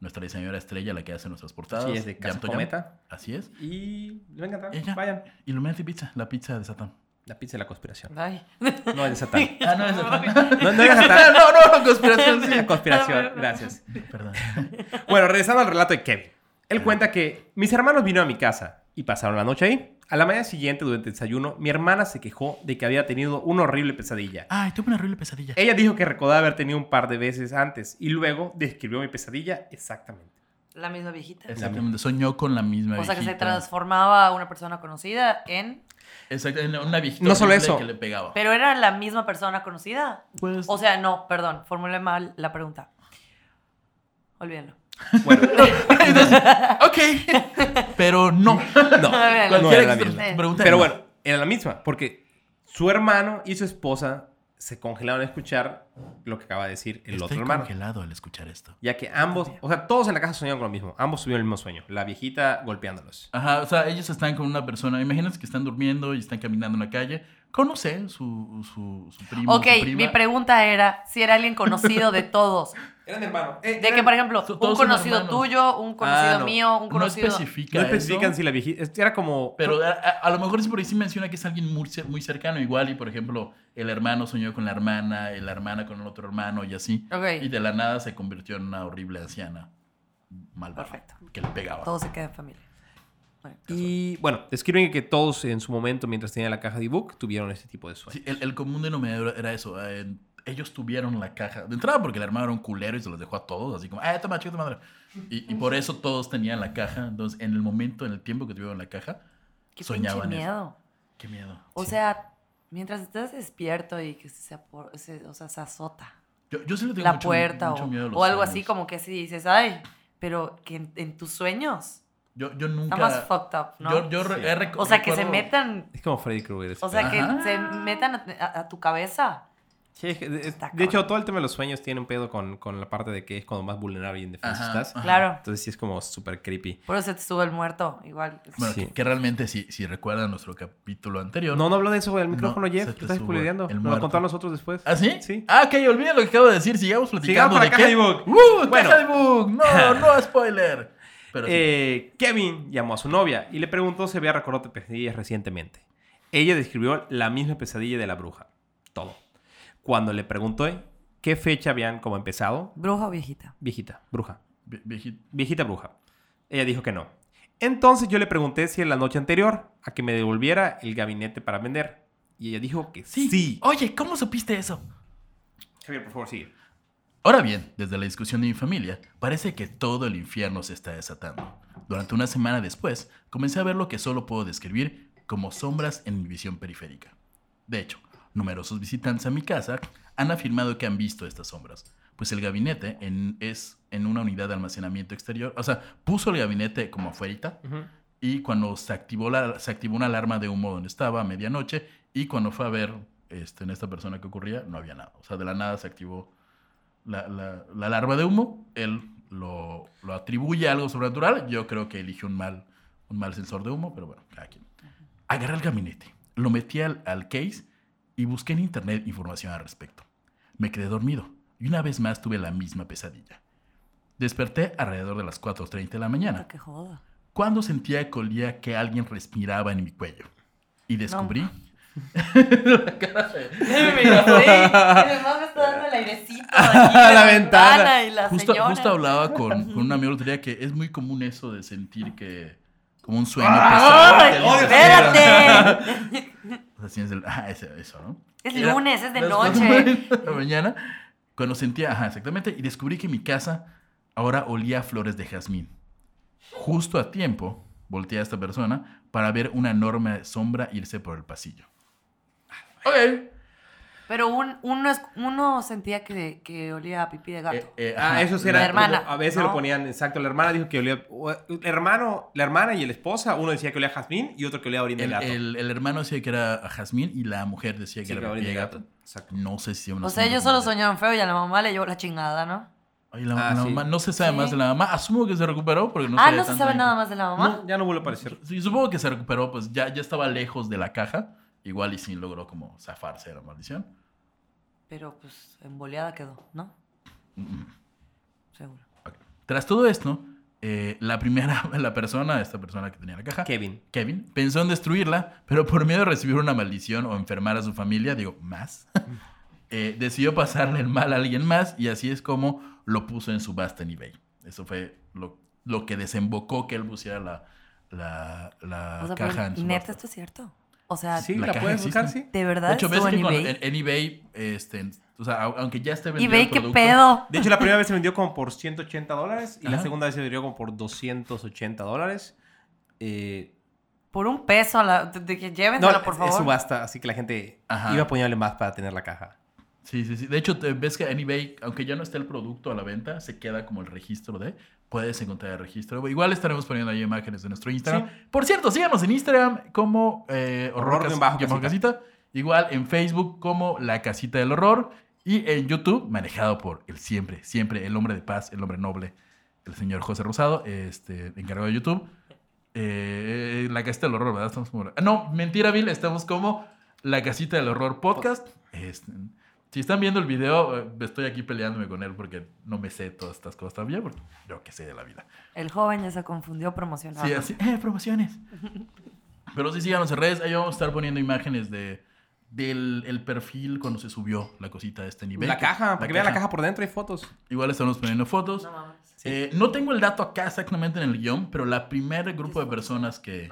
Speaker 1: nuestra diseñadora estrella, la que hace nuestras portadas.
Speaker 2: Sí, es de Casa
Speaker 1: Yamto Yam.
Speaker 2: Cometa.
Speaker 1: Así es.
Speaker 2: Y les va a encantar.
Speaker 1: Ella.
Speaker 2: Vayan.
Speaker 1: Illuminati Pizza, la pizza de Satán.
Speaker 2: La pizza de la conspiración.
Speaker 3: Ay.
Speaker 2: No es de Satán.
Speaker 1: Ah, no, es Satán.
Speaker 2: No, no es de Satán.
Speaker 1: no, no, no, conspiración, sí.
Speaker 2: La conspiración. Gracias.
Speaker 1: Perdón.
Speaker 2: Bueno, regresando al relato de Kevin. Él cuenta que mis hermanos vinieron a mi casa y pasaron la noche ahí. A la mañana siguiente, durante el desayuno, mi hermana se quejó de que había tenido una horrible pesadilla.
Speaker 1: Ay, tuve una horrible pesadilla.
Speaker 2: Ella dijo que recordaba haber tenido un par de veces antes y luego describió mi pesadilla exactamente.
Speaker 3: La misma viejita.
Speaker 1: Exactamente, soñó con la misma
Speaker 3: O sea, que se
Speaker 1: viejita.
Speaker 3: transformaba una persona conocida en...
Speaker 1: Exactamente, una viejita
Speaker 2: No solo
Speaker 1: horrible
Speaker 2: eso.
Speaker 1: que le pegaba.
Speaker 3: Pero era la misma persona conocida.
Speaker 1: Pues,
Speaker 3: O sea, no, perdón, formulé mal la pregunta. Olvídenlo.
Speaker 2: Bueno,
Speaker 1: ok. Pero no.
Speaker 2: no,
Speaker 3: Cualquiera
Speaker 2: no era la
Speaker 1: que se
Speaker 2: misma.
Speaker 3: misma.
Speaker 1: pregunte-
Speaker 2: Pero bueno, era la misma, porque su hermano y su esposa se congelaron a escuchar lo que acaba de decir el
Speaker 1: Estoy
Speaker 2: otro hermano.
Speaker 1: congelado al escuchar esto.
Speaker 2: Ya que ambos, o sea, todos en la casa soñaron con lo mismo. Ambos tuvieron el mismo sueño. La viejita golpeándolos.
Speaker 1: Ajá, o sea, ellos están con una persona. Imagínense que están durmiendo y están caminando en la calle. Conoce su, su, su primo.
Speaker 3: Ok,
Speaker 1: su prima.
Speaker 3: mi pregunta era si era alguien conocido de todos.
Speaker 2: Eran hermanos.
Speaker 1: Eh,
Speaker 3: De que, por ejemplo,
Speaker 1: Todos
Speaker 3: un
Speaker 1: son
Speaker 3: conocido
Speaker 1: hermanos. Ah,
Speaker 3: tuyo, un conocido
Speaker 2: no.
Speaker 3: mío, un
Speaker 1: No
Speaker 3: conocido...
Speaker 1: especifica.
Speaker 2: No
Speaker 1: eso,
Speaker 2: especifican si la viejita. es- Era como.
Speaker 1: Pero a, a- a lo mejor sí, por ahí sí menciona que es alguien muy, cer- muy cercano, igual. Y por ejemplo, el hermano soñó con la hermana, el hermana con el otro hermano y así.
Speaker 3: Ok.
Speaker 1: Y de la nada se convirtió en una horrible anciana. Malvada.
Speaker 3: Perfecto.
Speaker 1: Que le pegaba.
Speaker 3: Todo se queda en familia. Bueno.
Speaker 2: Y bueno, describen que todos en su momento, mientras tenían la caja de ebook, tuvieron este tipo de sueños.
Speaker 1: Sí, el, el común denominador era eso. eh, ellos tuvieron la caja. De entrada, porque el hermano era un culero y se los dejó a todos, así como, ¡ah, toma, chico, tu madre! Y, y por eso todos tenían la caja. Entonces, en el momento, en el tiempo que tuvieron la caja,
Speaker 3: Qué pinche
Speaker 1: soñaban eso.
Speaker 3: miedo.
Speaker 1: ¡qué miedo!
Speaker 3: O sea, mientras estás despierto y que se, apo- se- o sea, se azota
Speaker 1: Yo, yo sí le tengo
Speaker 3: la
Speaker 1: mucho-
Speaker 3: puerta
Speaker 1: mucho
Speaker 3: o,
Speaker 1: miedo a los
Speaker 3: o algo
Speaker 1: sueños.
Speaker 3: así como que si dices, ay, pero que en, en tus sueños
Speaker 1: Yo, yo
Speaker 3: está
Speaker 1: nunca.
Speaker 3: más fucked up, ¿no?
Speaker 1: Yo, yo re-
Speaker 2: Sí.
Speaker 1: he rec-
Speaker 3: o sea, que se
Speaker 1: recuerdo-
Speaker 3: metan,
Speaker 2: Es como Freddy Krueger.
Speaker 3: o sea,
Speaker 1: Ajá.
Speaker 3: que se metan a, a- a tu cabeza.
Speaker 2: Sí, es que- es-
Speaker 3: Está
Speaker 2: de hecho,
Speaker 3: cabrón.
Speaker 2: todo el tema de los sueños tiene un pedo con, con la parte de que es cuando más vulnerable y indefenso
Speaker 1: Ajá,
Speaker 2: estás.
Speaker 1: ajá.
Speaker 3: Claro,
Speaker 2: Entonces sí es como súper creepy.
Speaker 3: por eso se te sube el muerto, igual.
Speaker 1: Bueno,
Speaker 2: Sí.
Speaker 1: que, que realmente, si, si recuerdan nuestro capítulo anterior.
Speaker 2: No, no habló de eso güey, el
Speaker 1: No,
Speaker 2: micrófono, Jeff.
Speaker 1: se te
Speaker 2: Lo estás
Speaker 1: sube
Speaker 2: spoilereando.
Speaker 1: el
Speaker 2: Nos lo
Speaker 1: muerto.
Speaker 2: contó a nosotros después.
Speaker 1: ¿Ah, sí?
Speaker 2: Sí.
Speaker 1: Ah, ok, olviden lo que acabo de decir. Sigamos platicando
Speaker 2: Sigamos para
Speaker 1: de
Speaker 2: la
Speaker 1: qué-
Speaker 2: caja de ebook.
Speaker 1: ¡Uh,
Speaker 2: Bueno.
Speaker 1: caja de book! ¡No, no spoiler! Pero sí.
Speaker 2: Eh, Kevin llamó a su novia y le preguntó si había recordado pesadillas recientemente. Ella describió la misma pesadilla de la bruja. Todo. Cuando le preguntó qué fecha habían como empezado,
Speaker 3: Bruja o viejita.
Speaker 2: viejita, bruja,
Speaker 1: Vie- viejito.
Speaker 2: viejita bruja. Ella dijo que no. Entonces yo le pregunté si en la noche anterior a que me devolviera el gabinete para vender. Y ella dijo que sí.
Speaker 1: Oye, ¿cómo supiste eso?
Speaker 2: Javier, por favor, sigue.
Speaker 1: Ahora bien, desde la discusión de mi familia, parece que todo el infierno se está desatando. Durante una semana después, comencé a ver lo que solo puedo describir como sombras en mi visión periférica. De hecho, numerosos visitantes a mi casa han afirmado que han visto estas sombras, pues el gabinete en- es en una unidad de almacenamiento exterior, o sea, puso el gabinete como afuera
Speaker 2: Ujú.
Speaker 1: y cuando se activó, la, se activó una alarma de humo donde estaba a medianoche y cuando fue a ver este, en esta persona que ocurría, no había nada. O sea, de la nada se activó la, la- la alarma de humo. Él lo, lo atribuye a algo sobrenatural. Yo creo que eligió un mal, un mal sensor de humo, pero bueno, cada quien. Agarré el gabinete, lo metí al, al case y busqué en internet información al respecto. Me quedé dormido y una vez más tuve la misma pesadilla. Desperté alrededor de las 4.30 de la mañana
Speaker 3: Puta, que joda.
Speaker 1: cuando sentía que olía que alguien respiraba en mi cuello. Y descubrí. La cara de-
Speaker 3: además me está dando el airecito. aquí
Speaker 2: A
Speaker 3: de
Speaker 2: la ventana.
Speaker 3: y la
Speaker 1: justo,
Speaker 3: señora.
Speaker 1: justo hablaba con, con un amigo el otro día que es muy común eso de sentir que. como un sueño
Speaker 2: Ah.
Speaker 3: ¡Ay,
Speaker 1: pesado. que alguien respira.
Speaker 3: espérate!
Speaker 1: O sea, tienes el- ah, ese- eso, ¿no?
Speaker 3: Es
Speaker 1: Era-
Speaker 3: lunes, es de
Speaker 1: las cuatro
Speaker 3: noche.
Speaker 1: de la mañana, cuando sentía, ajá, exactamente, y descubrí que mi casa ahora olía a flores de jazmín. Justo a tiempo, volteé a esta persona para ver una enorme sombra irse por el pasillo. Eh, Ok.
Speaker 3: Pero un- uno, es- uno sentía que, que olía a pipí de gato.
Speaker 1: Eh, eh,
Speaker 2: Ah,
Speaker 1: ajá,
Speaker 2: eso sí
Speaker 1: la-
Speaker 2: era.
Speaker 3: La hermana,
Speaker 2: A veces lo
Speaker 3: ¿no?
Speaker 2: ponían, exacto. La hermana dijo que olía. o- el hermano, la hermana y la esposa, uno decía que olía a jazmín y otro que olía a orín de
Speaker 1: El,
Speaker 2: gato.
Speaker 1: el- el hermano decía que era jazmín y la mujer decía que
Speaker 2: Sí, que
Speaker 1: era
Speaker 2: olía
Speaker 1: pie
Speaker 2: de
Speaker 1: de gato.
Speaker 2: Exacto.
Speaker 1: No sé si...
Speaker 3: o sea, ellos solo soñaron feo y a la mamá le llevó la chingada, ¿no?
Speaker 1: Ay, la,
Speaker 2: Ah,
Speaker 1: la
Speaker 2: sí.
Speaker 1: mamá, no se sabe
Speaker 3: Sí.
Speaker 1: más de la mamá. Asumo que se recuperó porque no
Speaker 3: ah,
Speaker 1: sabía
Speaker 3: no se
Speaker 1: tanto
Speaker 3: sabe
Speaker 1: de-
Speaker 3: nada más de la mamá.
Speaker 2: No, ya no vuelve a aparecer.
Speaker 1: Sí, supongo que se recuperó, pues ya, ya estaba lejos de la caja. Igual y sí logró como zafarse de la maldición.
Speaker 3: Pero pues emboleada quedó, ¿no?
Speaker 1: Mm, mm.
Speaker 3: Seguro.
Speaker 1: Ok. Tras todo esto, eh, la primera, la persona, esta persona que tenía la caja,
Speaker 2: Kevin.
Speaker 1: Kevin, pensó en destruirla, pero por miedo a recibir una maldición o enfermar a su familia, digo, más, eh, decidió pasarle el mal a alguien más y así es como lo puso en subasta en eBay. Eso fue lo, lo que desembocó que él pusiera la, la, la
Speaker 3: O sea,
Speaker 1: caja
Speaker 3: pero
Speaker 1: en
Speaker 3: neta,
Speaker 1: subasta.
Speaker 3: esto es cierto. O sea,
Speaker 2: Sí,
Speaker 1: la
Speaker 2: la,
Speaker 1: caja
Speaker 2: puedes
Speaker 1: existe.
Speaker 2: buscar, sí.
Speaker 3: de verdad
Speaker 1: De hecho, ves
Speaker 3: estuvo en
Speaker 1: que cuando-
Speaker 3: eBay.
Speaker 1: en, en eBay, este, o sea, au- aunque ya esté vendido el
Speaker 3: eBay, qué
Speaker 1: producto,
Speaker 3: pedo.
Speaker 2: De hecho, la primera vez se vendió como por 180 dólares y la
Speaker 1: Ajá.
Speaker 2: segunda vez se vendió como por 280 dólares. Eh,
Speaker 3: Por un peso, la, de- de que llévensela, por
Speaker 2: es-
Speaker 3: favor.
Speaker 2: es subasta, así que la gente
Speaker 1: Ajá.
Speaker 2: iba a ponerle más para tener la caja.
Speaker 1: Sí, sí, sí. De hecho, te- ves que en eBay, aunque ya no esté el producto a la venta, se queda como el registro de. Puedes encontrar el registro. Igual estaremos poniendo ahí imágenes de nuestro Instagram. Por cierto, síganos en Instagram como eh,
Speaker 2: Horror
Speaker 1: Horror
Speaker 2: guión bajo
Speaker 1: Cas- guión bajo
Speaker 2: Casita.
Speaker 1: Casita. Igual en Facebook como La Casita del Horror. Y en YouTube, manejado por el siempre, siempre, el hombre de paz, el hombre noble, el señor José Rosado, este, encargado de YouTube. Eh, la Casita del Horror, ¿verdad? Estamos como... Ah, No, mentira, Bill, estamos como La Casita del Horror Podcast. Este, si están viendo el video, eh, estoy aquí peleándome con él porque no me sé todas estas cosas todavía, porque yo qué sé de la vida.
Speaker 3: El joven ya se confundió promocionando.
Speaker 1: Sí, así, eh, promociones. Pero sí, síganos en redes, ahí vamos a estar poniendo imágenes de del el perfil cuando se subió la cosita de este nivel.
Speaker 2: La caja, para que vean la caja por dentro, hay fotos.
Speaker 1: Igual estamos poniendo fotos.
Speaker 3: No mames.
Speaker 2: Sí.
Speaker 1: Eh, no tengo el dato acá exactamente en el guión, pero la primer grupo de personas que,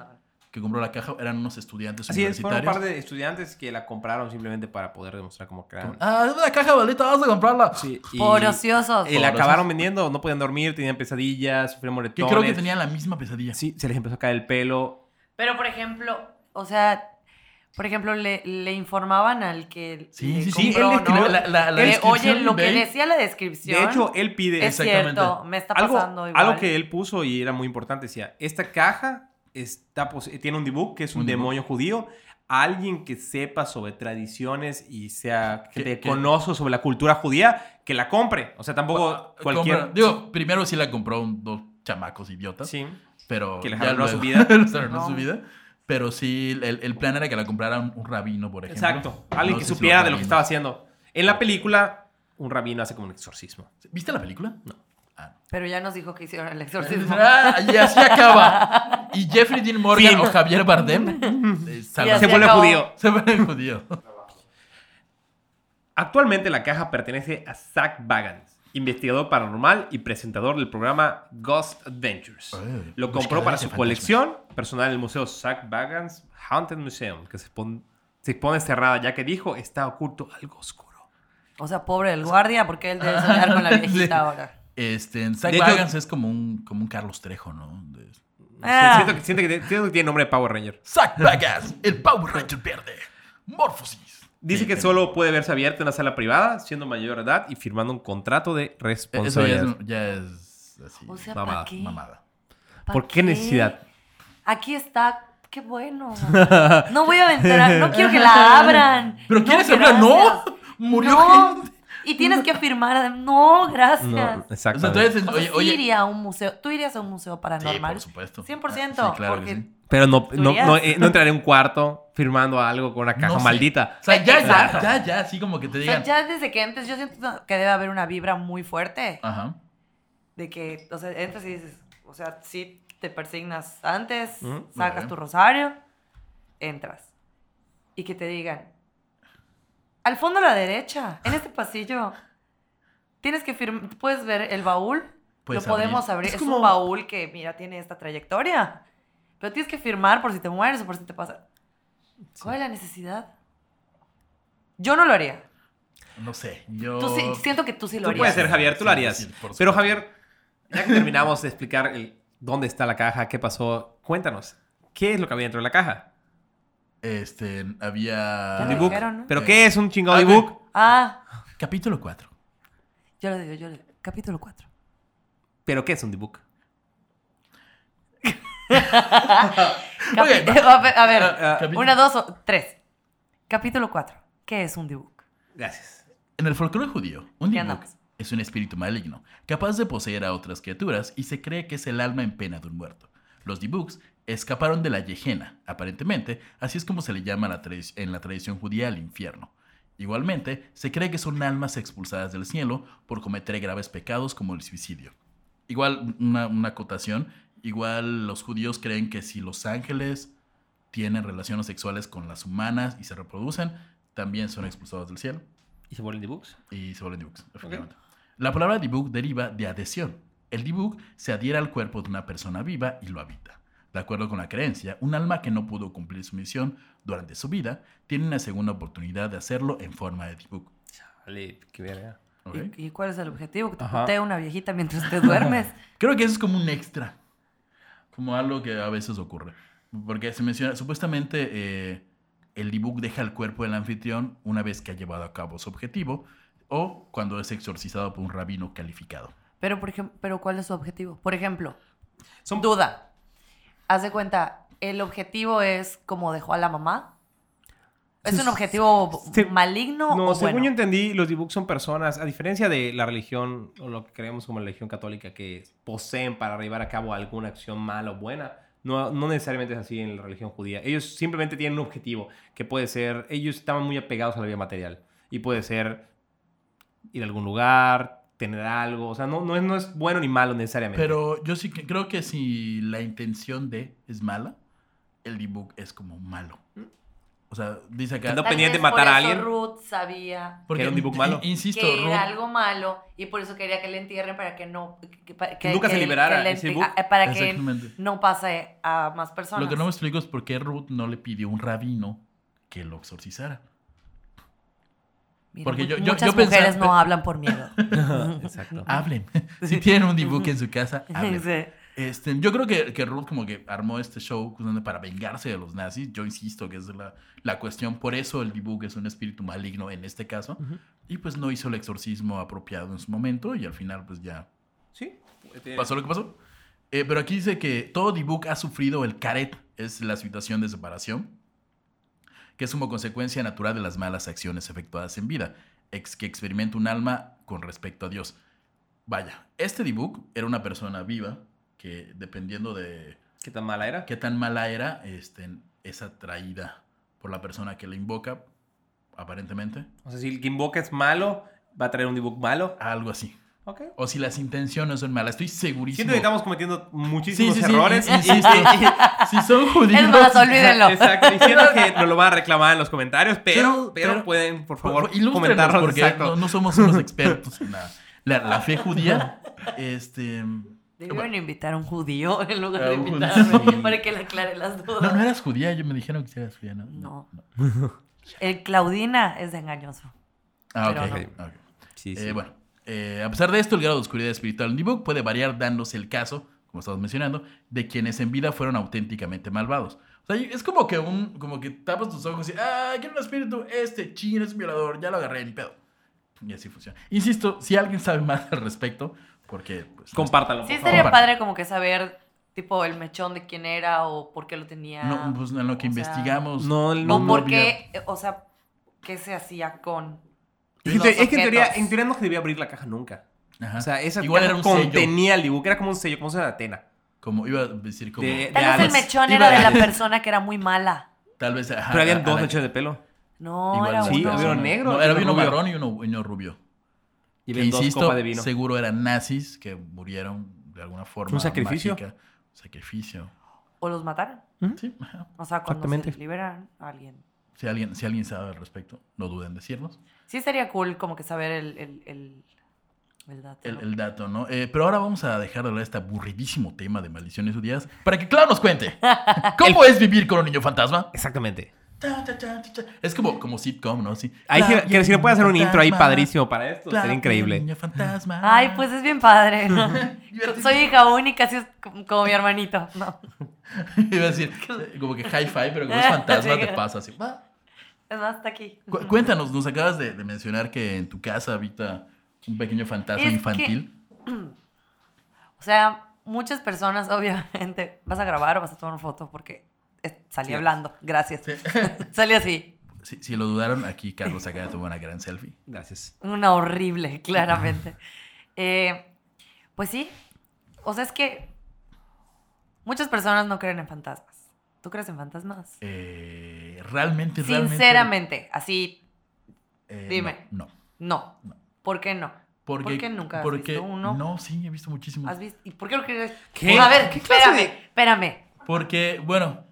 Speaker 1: que compró la caja eran unos estudiantes
Speaker 2: Así es, fueron un
Speaker 1: universitarios.
Speaker 2: par de estudiantes que la compraron simplemente para poder demostrar cómo crean.
Speaker 1: Ah, es una caja maldita, vamos a comprarla.
Speaker 2: Sí, y-
Speaker 3: Por ociosos.
Speaker 2: Y la acabaron vendiendo, no podían dormir, tenían pesadillas, sufrían
Speaker 1: Que
Speaker 2: moretones.
Speaker 1: creo que tenían la misma pesadilla.
Speaker 2: Sí, se les empezó a caer el pelo.
Speaker 3: Pero, por ejemplo, o sea, por ejemplo, le, le informaban al que
Speaker 1: Sí,
Speaker 3: le
Speaker 1: sí, sí,
Speaker 3: compró,
Speaker 2: él
Speaker 1: escribió
Speaker 3: ¿no?
Speaker 1: la- la- la
Speaker 3: Que,
Speaker 1: descripción
Speaker 3: Oye,
Speaker 1: en
Speaker 3: lo que
Speaker 1: eBay-
Speaker 3: decía la
Speaker 2: De
Speaker 3: descripción
Speaker 2: hecho, él pide
Speaker 3: es
Speaker 1: exactamente.
Speaker 3: cierto. Me está
Speaker 2: algo,
Speaker 3: pasando igual.
Speaker 2: algo que él puso y era muy importante. Decía, esta caja está pos- tiene un dibujo que es un,
Speaker 1: Un dibuk.
Speaker 2: demonio judío. Alguien que sepa sobre tradiciones y sea que
Speaker 1: Que-
Speaker 2: te
Speaker 1: que-
Speaker 2: conozca sobre la cultura judía, que la compre. O sea, tampoco
Speaker 1: Compra-
Speaker 2: cualquier...
Speaker 1: digo, primero sí la compró un- dos chamacos idiotas.
Speaker 2: Sí.
Speaker 1: pero
Speaker 2: Que les
Speaker 1: ya
Speaker 2: arruinó su
Speaker 1: luego-
Speaker 2: vida.
Speaker 1: les arruinó
Speaker 3: No.
Speaker 1: su vida. Pero sí, el, el plan era que la comprara un, un rabino, por ejemplo.
Speaker 2: Exacto. Alguien
Speaker 1: No
Speaker 2: que
Speaker 1: sé si
Speaker 2: supiera de lo que
Speaker 1: rabinos.
Speaker 2: estaba haciendo. En la película, un rabino hace como un exorcismo.
Speaker 1: ¿Viste la película? No.
Speaker 3: Pero ya nos dijo que hicieron el exorcismo.
Speaker 1: y así acaba. Y Jeffrey Dean Morgan
Speaker 2: Fin.
Speaker 1: o Javier Bardem eh,
Speaker 3: Y así
Speaker 2: Se
Speaker 1: salvan-
Speaker 2: vuelve
Speaker 3: acabó.
Speaker 2: judío.
Speaker 1: se vuelven judío.
Speaker 2: Actualmente la caja pertenece a Zach Bagans, investigador paranormal y presentador del programa Ghost Adventures.
Speaker 1: Eh,
Speaker 2: Lo compró
Speaker 1: buscadores de
Speaker 2: para su
Speaker 1: fantasmas.
Speaker 2: colección personal en el museo Zach Bagans Haunted Museum, que se expone, se expone cerrada ya que dijo está oculto algo oscuro.
Speaker 3: O sea, pobre del guardia, porque él debe soñar con la viejita
Speaker 1: Sí.
Speaker 3: ahora.
Speaker 1: Este, en Zach
Speaker 2: De hecho-
Speaker 1: Bagans es como un, como un Carlos Trejo, ¿no? De-
Speaker 3: Ah.
Speaker 2: Siento, que, siento que- siento que tiene nombre de Power Ranger.
Speaker 1: Zach Bagans, el Power Ranger verde. Morphosis.
Speaker 2: Dice
Speaker 1: Sí,
Speaker 2: que
Speaker 1: pero-
Speaker 2: solo puede verse abierta en la sala privada, siendo mayor de edad y firmando un contrato de
Speaker 1: Eso ya
Speaker 2: responsabilidad.
Speaker 1: es, ya es así.
Speaker 3: O sea,
Speaker 2: Mamada,
Speaker 3: ¿para qué?
Speaker 1: mamada.
Speaker 3: ¿Pa'
Speaker 2: ¿Por qué necesidad?
Speaker 3: Aquí está. Qué bueno. No voy a entrar. No quiero que la abran.
Speaker 1: ¿Pero
Speaker 3: No,
Speaker 1: quieres hablar? ¡No!
Speaker 3: gracias.
Speaker 1: Murió
Speaker 3: No.
Speaker 1: gente.
Speaker 3: Y tienes que firmar. No, gracias.
Speaker 2: No,
Speaker 1: O sea,
Speaker 2: exactamente.
Speaker 1: entonces,
Speaker 3: O sea,
Speaker 1: oye,
Speaker 3: sí
Speaker 1: oye,
Speaker 3: iría a un museo. ¿Tú irías a un museo paranormal?
Speaker 1: Sí, por supuesto.
Speaker 3: 100%,
Speaker 1: Ah, sí, claro
Speaker 3: porque-
Speaker 1: que sí.
Speaker 2: Pero no, no,
Speaker 3: ¿Tú
Speaker 2: no,
Speaker 3: irías?
Speaker 2: eh, no entraré a un cuarto firmando algo con una caja
Speaker 1: No sé.
Speaker 2: maldita.
Speaker 1: O sea, ya, ya,
Speaker 3: Exacto.
Speaker 1: ya, ya, así como que te
Speaker 3: O sea,
Speaker 1: digan.
Speaker 3: ya desde que entres, yo siento que debe haber una vibra muy fuerte.
Speaker 1: Ajá.
Speaker 3: De que, o sea, entras y dices, o sea, sí te persignas antes,
Speaker 2: Ujú, muy
Speaker 3: sacas
Speaker 1: bien.
Speaker 3: tu rosario, entras. Y que te digan, al fondo a la derecha, en este pasillo, tienes que firmar, puedes ver el baúl,
Speaker 1: Puedes
Speaker 3: lo podemos
Speaker 1: abrir.
Speaker 3: abrir.
Speaker 2: Es
Speaker 3: Es,
Speaker 2: como-
Speaker 3: un baúl que, mira, tiene esta trayectoria. Pero tienes que firmar por si te mueres o por si te pasa. ¿Cuál es la necesidad? Yo no lo haría.
Speaker 1: No sé, yo.
Speaker 3: Tú sí- siento que tú sí lo
Speaker 2: Tú
Speaker 3: harías.
Speaker 2: puedes ser Javier, tú lo
Speaker 1: Sí,
Speaker 2: harías.
Speaker 1: sí, por
Speaker 2: Pero
Speaker 1: supuesto.
Speaker 2: Javier, ya que terminamos de explicar el- dónde está la caja, qué pasó, cuéntanos, ¿qué es lo que había dentro de la caja?
Speaker 1: Este,
Speaker 3: Ya
Speaker 1: había.
Speaker 2: Un
Speaker 3: lo
Speaker 2: ebook.
Speaker 3: Ah. dijeron, ¿no?
Speaker 2: ¿Pero
Speaker 1: Sí.
Speaker 2: qué es un chingado
Speaker 1: Ah,
Speaker 2: ebook?
Speaker 3: Ah,
Speaker 1: Capítulo 4.
Speaker 3: yo lo digo, yo lo digo. Capítulo 4.
Speaker 2: ¿Pero qué es un ebook?
Speaker 1: Ok,
Speaker 3: a ver, a ver,
Speaker 1: Ah, ah,
Speaker 3: una, dos, o- tres. Capítulo 4. ¿Qué es un dibujo?
Speaker 2: Gracias.
Speaker 1: En el folclore judío, un
Speaker 3: ¿Qué
Speaker 1: Dimuk
Speaker 3: andamos?
Speaker 1: es un espíritu maligno, capaz de poseer a otras criaturas y se cree que es el alma en pena de un muerto. Los Dibuks escaparon de la Yejena, aparentemente, así es como se le llama la tradi- en la tradición judía al infierno. Igualmente, se cree que son almas expulsadas del cielo por cometer graves pecados como el suicidio. Igual, una, una acotación, igual los judíos creen que si los ángeles tienen relaciones sexuales con las humanas y se reproducen, también son expulsados del cielo
Speaker 2: ¿Y se vuelven debugs?
Speaker 1: y se vuelven dibugs. efectivamente. La palabra dibug deriva de adhesión. El dibug se adhiere al cuerpo de una persona viva y lo habita. De acuerdo con la creencia, un alma que no pudo cumplir su misión durante su vida tiene una segunda oportunidad de hacerlo en forma de dibug.
Speaker 2: Chale, qué verga.
Speaker 1: ¿ok?
Speaker 3: ¿Y, y cuál es el objetivo? Que te
Speaker 2: Ajá.
Speaker 3: putee una viejita mientras te duermes.
Speaker 1: Creo que eso es como un extra. Como algo que a veces ocurre. Porque se menciona, supuestamente eh, el debug deja el cuerpo del anfitrión una vez que ha llevado a cabo su objetivo o cuando es exorcizado por un rabino calificado.
Speaker 3: Pero, por ejem- pero ¿cuál es su objetivo? Por ejemplo,
Speaker 2: Son-
Speaker 3: duda. Haz de cuenta, el objetivo es como dejó a la mamá. ¿Es
Speaker 2: Se-
Speaker 3: un objetivo
Speaker 2: se-
Speaker 3: maligno
Speaker 2: No,
Speaker 3: o
Speaker 2: según yo
Speaker 3: bueno?
Speaker 2: entendí, los Dibuks son personas, a diferencia de la religión, o lo que creemos como la religión católica, que poseen para llevar a cabo alguna acción mala o buena, no, no necesariamente es así en la religión judía. Ellos simplemente tienen un objetivo, que puede ser, ellos estaban muy apegados a la vida material, y puede ser ir a algún lugar, tener algo, o sea, no, no, es, no es bueno ni malo necesariamente.
Speaker 1: Pero yo sí que creo que si la intención de es mala, el debug es como malo. O sea, dice acá...
Speaker 2: No
Speaker 3: Tal
Speaker 2: pendiente
Speaker 3: vez
Speaker 2: matar
Speaker 3: por
Speaker 2: a
Speaker 3: eso
Speaker 2: alguien.
Speaker 3: Ruth sabía
Speaker 1: Porque
Speaker 2: que era un debug malo.
Speaker 1: in- Insisto,
Speaker 3: que
Speaker 1: Ruth-
Speaker 3: era algo malo y por eso quería que le entierren para que no que, pa- que-
Speaker 2: nunca
Speaker 3: que-
Speaker 2: se liberara
Speaker 3: que le
Speaker 2: ese
Speaker 3: enti-
Speaker 2: book.
Speaker 3: a- para que
Speaker 1: Exactamente.
Speaker 3: no pase a más personas.
Speaker 1: Lo que no me explico es por qué Ruth no le pidió a un rabino que lo exorcizara.
Speaker 3: Mira,
Speaker 1: porque yo- yo-
Speaker 3: muchas
Speaker 1: yo
Speaker 3: mujeres
Speaker 1: pensaba-
Speaker 3: no hablan por miedo.
Speaker 2: Exacto.
Speaker 3: Ah.
Speaker 1: Hablen. si tienen un debug en su casa, hablen.
Speaker 3: Sí.
Speaker 1: Este, yo creo que, que Ruth como que armó este show justamente para vengarse de los nazis. Yo insisto que esa es la, la cuestión. Por eso el debug es un espíritu maligno en este caso.
Speaker 2: Ujú.
Speaker 1: Y pues no hizo el exorcismo apropiado en su momento y al final pues ya
Speaker 2: Sí.
Speaker 1: pasó lo que pasó. Eh, pero aquí dice que todo Dibuk ha sufrido el caret, es la situación de separación, que es como consecuencia natural de las malas acciones efectuadas en vida, ex que experimenta un alma con respecto a Dios. Vaya, este Dibuk era una persona viva que dependiendo de
Speaker 2: ¿Qué tan mala era?
Speaker 1: qué tan mala era, este, es atraída por la persona que la invoca, aparentemente,
Speaker 2: O sea, si el que invoca es malo, va a traer un Dibuk malo.
Speaker 1: algo así.
Speaker 2: Ok.
Speaker 1: O si las intenciones son malas, estoy segurísimo.
Speaker 2: Siento que estamos cometiendo
Speaker 1: Sí,
Speaker 2: muchísimos
Speaker 1: sí, sí,
Speaker 2: errores. y-
Speaker 1: insisto. si son judíos...
Speaker 3: Es más, olvídenlo.
Speaker 2: Exacto, diciendo que nos lo van a reclamar en los comentarios, pero,
Speaker 1: Pero-
Speaker 2: pero,
Speaker 1: pero-
Speaker 2: pueden, por
Speaker 1: Por
Speaker 2: favor,
Speaker 1: favor, ilústrenos,
Speaker 2: comentarnos.
Speaker 1: porque
Speaker 2: exacto.
Speaker 1: no, no somos unos expertos en la, la- la fe judía. Este,
Speaker 3: Debieron
Speaker 1: Bueno.
Speaker 3: invitar a un judío en lugar
Speaker 1: A
Speaker 3: de
Speaker 1: un
Speaker 3: invitar a
Speaker 1: judío.
Speaker 3: mí para que le aclare las
Speaker 1: no,
Speaker 3: dudas.
Speaker 1: no eras judía, yo me dijeron que sí eras judía, ¿no?
Speaker 3: No. El Claudina es engañoso.
Speaker 1: Ah, ok.
Speaker 3: Pero
Speaker 1: ok.
Speaker 2: Sí, sí.
Speaker 1: Eh, bueno, eh, a pesar de esto, el grado de oscuridad espiritual en Dibuk puede variar dándose el caso, como estamos mencionando, de quienes en vida fueron auténticamente malvados. O sea, es como que un, como que tapas tus ojos y, ah, quiero un espíritu, este chino es un violador, ya lo agarré, ni pedo. Y así funciona. Insisto, si alguien sabe más al respecto, porque... Pues, no
Speaker 2: Compártalo,
Speaker 3: Sí,
Speaker 2: por
Speaker 3: sería
Speaker 2: favor.
Speaker 1: Comparte.
Speaker 3: padre como que saber, tipo, el mechón de quién era o por qué lo tenía.
Speaker 1: No, pues en lo que
Speaker 3: O sea,
Speaker 1: investigamos.
Speaker 2: No, no,
Speaker 3: o
Speaker 1: no
Speaker 3: por
Speaker 1: olvidar.
Speaker 3: qué, o sea, qué se hacía con.
Speaker 2: Es
Speaker 3: los
Speaker 2: que, es que en, teoría,
Speaker 3: objetos.
Speaker 2: en teoría no se debía abrir la caja nunca.
Speaker 1: Ajá.
Speaker 2: O sea, esa
Speaker 1: Igual
Speaker 2: caja
Speaker 1: era un sello.
Speaker 2: contenía el Dibuk, era como un sello, como una Atena.
Speaker 1: Como iba a decir como.
Speaker 2: De-
Speaker 3: Tal vez el
Speaker 2: Alex.
Speaker 3: mechón
Speaker 2: Iba
Speaker 3: era
Speaker 2: de
Speaker 3: de la
Speaker 2: Alex.
Speaker 3: persona que era muy mala.
Speaker 1: Tal vez. ajá,
Speaker 2: Pero habían
Speaker 1: a-
Speaker 2: dos
Speaker 1: a Ah, la-
Speaker 2: mechos de pelo.
Speaker 3: No,
Speaker 1: igual
Speaker 3: era
Speaker 1: las
Speaker 2: Sí,
Speaker 3: uno.
Speaker 1: personas.
Speaker 2: había uno negro
Speaker 1: No,
Speaker 2: y
Speaker 1: era
Speaker 2: uno
Speaker 1: uno
Speaker 2: rubio.
Speaker 1: marrón y uno, uno rubio.
Speaker 2: Y
Speaker 1: Que,
Speaker 2: ven dos
Speaker 1: insisto,
Speaker 2: copas de vino.
Speaker 1: seguro eran nazis que murieron de alguna forma.
Speaker 2: ¿Un sacrificio?
Speaker 1: mágica. Sacrificio.
Speaker 3: O los mataron.
Speaker 1: Sí, ajá.
Speaker 3: O sea, cuando
Speaker 2: Exactamente.
Speaker 3: se liberan a alguien.
Speaker 1: Si alguien, si alguien sabe al respecto, no duden en decirnos
Speaker 3: Sí, sería cool como que saber el. el, el, el dato.
Speaker 1: el,
Speaker 3: ¿no?
Speaker 1: el dato, ¿no? Eh, pero ahora vamos a dejar de hablar de este aburridísimo tema de maldiciones judías para que Clau nos cuente cómo es vivir con un niño fantasma.
Speaker 2: Exactamente.
Speaker 1: Ta, ta, ta, ta, ta. Es como, como sitcom, ¿no? Sí.
Speaker 2: Ahí
Speaker 1: Clau
Speaker 2: sí-
Speaker 1: y
Speaker 2: que
Speaker 1: el
Speaker 2: si le puede hacer un
Speaker 1: niño
Speaker 2: intro ahí
Speaker 1: fantasma.
Speaker 2: padrísimo para esto,
Speaker 1: Claro,
Speaker 2: sería increíble.
Speaker 1: niño fantasma.
Speaker 3: Ay, pues es bien padre. ¿no?
Speaker 1: Divertido.
Speaker 3: Soy hija única, así es como como mi hermanito. No,
Speaker 1: Iba a decir, eh, como que hi-fi, pero como es fantasma, te pasa así. va.
Speaker 3: es más, está aquí.
Speaker 1: Cu- cuéntanos, nos acabas de, de mencionar que en tu casa habita un pequeño fantasma
Speaker 3: Es que-
Speaker 1: infantil.
Speaker 3: O sea, muchas personas, obviamente, vas a grabar o vas a tomar una foto porque eh, salí
Speaker 2: Sí.
Speaker 3: hablando. Gracias.
Speaker 1: Sí.
Speaker 3: salí así.
Speaker 1: Si, si lo dudaron, aquí Carlos acaba de tomar una gran selfie.
Speaker 2: Gracias.
Speaker 3: Una horrible, claramente. Eh, pues sí. O sea, es que muchas personas no creen en fantasmas. ¿Tú crees en fantasmas?
Speaker 1: Eh, realmente, realmente.
Speaker 3: Sinceramente, así,
Speaker 1: eh,
Speaker 3: dime.
Speaker 1: No. no.
Speaker 3: no.
Speaker 1: No.
Speaker 3: ¿Por qué no?
Speaker 1: Porque,
Speaker 3: ¿Por qué nunca has
Speaker 1: porque-
Speaker 3: visto uno?
Speaker 1: No, sí, he visto muchísimo.
Speaker 3: ¿Has visto? ¿Y por qué lo crees?
Speaker 1: Pues,
Speaker 2: ¿Qué?
Speaker 3: A ver,
Speaker 2: ¿Qué clase
Speaker 3: espérame,
Speaker 2: de-
Speaker 3: espérame.
Speaker 1: Porque, bueno.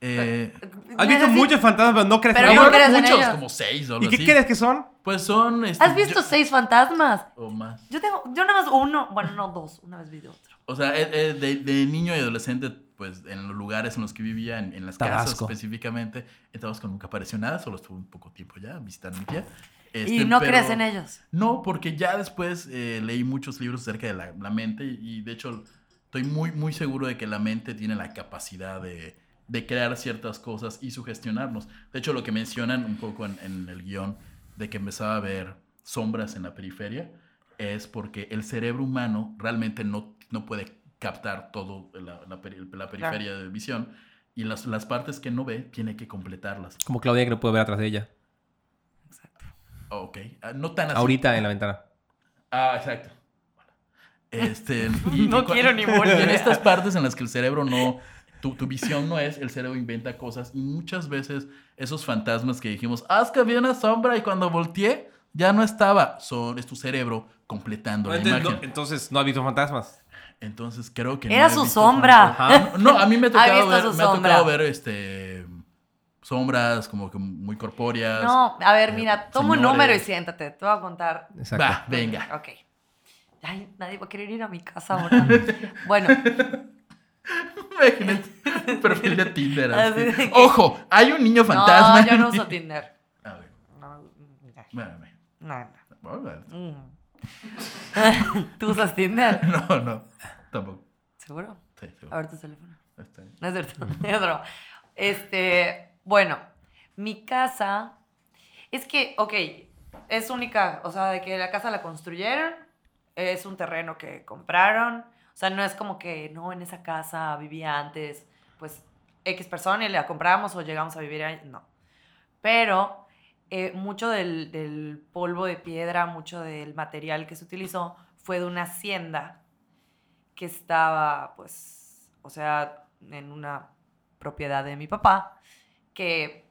Speaker 1: eh,
Speaker 2: Has visto
Speaker 3: Necesi-
Speaker 2: muchos fantasmas, pero no crees
Speaker 3: Pero
Speaker 2: en
Speaker 3: no
Speaker 1: no,
Speaker 2: ellos.
Speaker 3: creas en
Speaker 1: muchos,
Speaker 3: ellos.
Speaker 1: como seis o algo
Speaker 2: ¿Y qué
Speaker 1: así.
Speaker 2: crees que son?
Speaker 1: Pues son. este,
Speaker 3: ¿Has visto
Speaker 1: yo-
Speaker 3: seis fantasmas?
Speaker 1: O más.
Speaker 3: Yo tengo, yo nada más uno, bueno, no dos, una vez vi de otro.
Speaker 1: O sea, eh, eh, de, de niño y adolescente, pues en los lugares en los que vivía, en, en las
Speaker 2: Tabasco.
Speaker 1: casas específicamente, en Tabasco nunca apareció nada, solo estuve un poco tiempo ya visitando mi tía.
Speaker 3: y
Speaker 1: Este,
Speaker 3: no
Speaker 1: pero-
Speaker 3: crees en ellos.
Speaker 1: No, porque ya después eh, leí muchos libros acerca de la, la mente y, y, de hecho estoy muy, muy seguro de que la mente tiene la capacidad de, de crear ciertas cosas y sugestionarnos. De hecho, lo que mencionan un poco en, en el guión de que empezaba a ver sombras en la periferia es porque el cerebro humano realmente no, no puede captar todo la, la peri- la periferia de visión y las, las partes que no ve tiene que completarlas.
Speaker 2: Como Claudia que no puede ver atrás de ella.
Speaker 3: Exacto.
Speaker 1: Ah, Ok, Ah, no tan así.
Speaker 2: Ahorita en la ventana.
Speaker 1: Ah, exacto. Este,
Speaker 3: No
Speaker 1: cua-
Speaker 3: quiero ni
Speaker 1: y
Speaker 3: volver.
Speaker 1: en estas partes en las que el cerebro no, tu, tu visión no es, el cerebro inventa cosas y muchas veces esos fantasmas que dijimos, haz que vi una sombra y cuando volteé ya no estaba, son, es tu cerebro completando la
Speaker 2: entonces, no,
Speaker 1: imagen.
Speaker 2: entonces, ¿no has visto fantasmas.
Speaker 1: Entonces creo que... no
Speaker 3: Era
Speaker 1: he
Speaker 3: su
Speaker 1: visto
Speaker 3: sombra.
Speaker 2: Ajá.
Speaker 1: fantasmas. No, a mí me ha tocado,
Speaker 3: visto
Speaker 1: ver,
Speaker 3: su
Speaker 1: me ha tocado
Speaker 3: sombra.
Speaker 1: ver este, sombras como que muy corpóreas.
Speaker 3: No, a ver,
Speaker 1: Eh,
Speaker 3: mira, toma un
Speaker 1: señores.
Speaker 3: número y siéntate, te voy a contar.
Speaker 2: Exacto.
Speaker 1: Va, venga.
Speaker 3: Ok. Ay, nadie va a querer ir a mi casa ahora. bueno,
Speaker 1: Imagínate, un perfil de Tinder. así.
Speaker 3: Así Ah, de que-
Speaker 1: Ojo, hay un niño fantasma.
Speaker 3: no, yo no uso Tinder.
Speaker 1: A ver,
Speaker 3: No, mira,
Speaker 1: bueno, bueno.
Speaker 3: no, no.
Speaker 1: Alright.
Speaker 3: Mm. ¿Tú usas Tinder?
Speaker 1: No, no. Tampoco.
Speaker 3: ¿Seguro?
Speaker 1: Sí, sí.
Speaker 3: A ver tu teléfono.
Speaker 1: Está bien.
Speaker 3: No es cierto, es broma. Este, bueno, mi casa es que, ok, es única, o sea, de que la casa la construyeron, es un terreno que compraron, o sea, no es como que, no, en esa casa vivía antes, pues, X persona y la compramos o llegamos a vivir ahí, no. Pero eh, mucho del, del polvo de piedra, mucho del material que se utilizó fue de una hacienda que estaba, pues, o sea, en una propiedad de mi papá, que,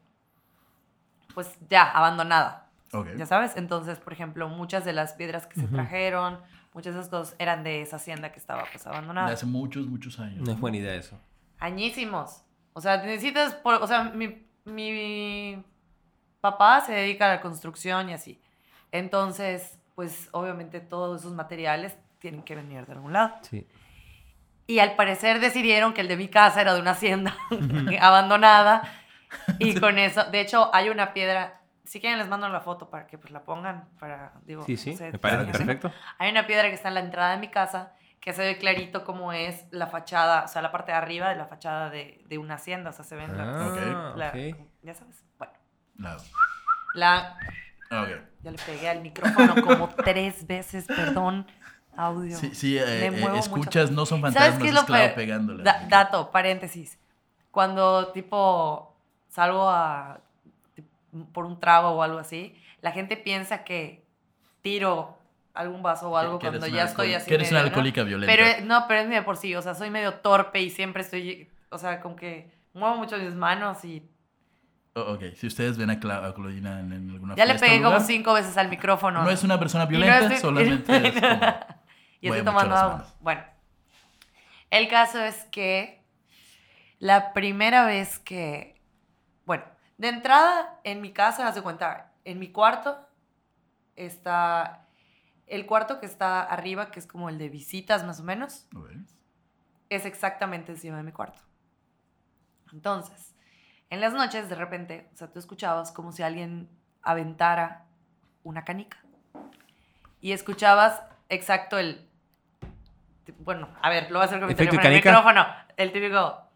Speaker 3: pues, ya, abandonada,
Speaker 1: Ok.
Speaker 3: ya sabes. Entonces, por ejemplo, muchas de las piedras que se
Speaker 2: Ujú.
Speaker 3: trajeron, muchas de esas cosas eran de esa hacienda que estaba, pues, abandonada.
Speaker 1: De hace muchos, muchos años.
Speaker 2: No es buena idea eso.
Speaker 3: Añísimos. O sea, necesitas, por- o sea, mi, mi papá se dedica a la construcción y así. Entonces, pues, obviamente todos esos materiales tienen que venir de algún lado.
Speaker 2: Sí.
Speaker 3: Y al parecer decidieron que el de mi casa era de una hacienda abandonada. Y con eso, de hecho, hay una piedra. Si quieren, les mando la foto para que pues, la pongan. Para, digo,
Speaker 2: Sí, sí.
Speaker 3: no sé,
Speaker 2: Me parece
Speaker 1: claro que sí.
Speaker 2: perfecto.
Speaker 3: Hay una piedra que está en la entrada de mi casa que se ve clarito cómo es la fachada, o sea, la parte de arriba de la fachada de, de una hacienda. O sea, se ven la-
Speaker 2: Ah,
Speaker 3: la-
Speaker 2: ok.
Speaker 3: Ya sabes. Bueno,
Speaker 1: No.
Speaker 3: la,
Speaker 1: Ok.
Speaker 3: ya le pegué al micrófono como tres veces, perdón, audio.
Speaker 1: Sí, sí, eh,
Speaker 3: Le
Speaker 1: eh,
Speaker 3: muevo mucho.
Speaker 1: escuchas, no son
Speaker 3: ¿Sabes
Speaker 1: fantasmas,
Speaker 3: qué es
Speaker 1: es
Speaker 3: lo
Speaker 1: Clau
Speaker 3: peor?
Speaker 1: pegándole.
Speaker 3: Da- dato, paréntesis. Cuando tipo salgo a ti- por un trago o algo así, la gente piensa que tiro algún vaso o algo
Speaker 1: Que- que eres
Speaker 3: cuando
Speaker 1: una
Speaker 3: ya estoy
Speaker 1: alcohol-
Speaker 3: así.
Speaker 1: Que eres una
Speaker 3: medio, ¿no?
Speaker 1: alcohólica violenta.
Speaker 3: Pero eh, no, pero es medio por sí, o sea, soy medio torpe y siempre estoy, o sea, como que muevo mucho mis manos y
Speaker 1: O- Oh, ok, si ustedes ven a, Cla a Claudina en, en alguna
Speaker 3: ya le
Speaker 1: fiesta o
Speaker 3: pegué como
Speaker 1: lugar,
Speaker 3: cinco veces al micrófono.
Speaker 1: No es una persona
Speaker 3: Y no
Speaker 1: violenta,
Speaker 3: estoy-
Speaker 1: solamente es como...
Speaker 3: y
Speaker 1: mueve
Speaker 3: estoy
Speaker 1: mucho
Speaker 3: tomando
Speaker 1: las
Speaker 3: agua.
Speaker 1: manos.
Speaker 3: Bueno, el caso es que la primera vez que, bueno, de entrada en mi casa, haz de cuenta, en mi cuarto está el cuarto que está arriba, que es como el de visitas más o menos,
Speaker 1: Ok.
Speaker 3: es exactamente encima de mi cuarto. Entonces, en las noches de repente, o sea, tú escuchabas como si alguien aventara una canica. Y escuchabas exacto el ti- bueno, a ver, lo voy a hacer con mi
Speaker 2: ¿Efecto
Speaker 3: teléfono, el
Speaker 2: canica?
Speaker 3: micrófono, el típico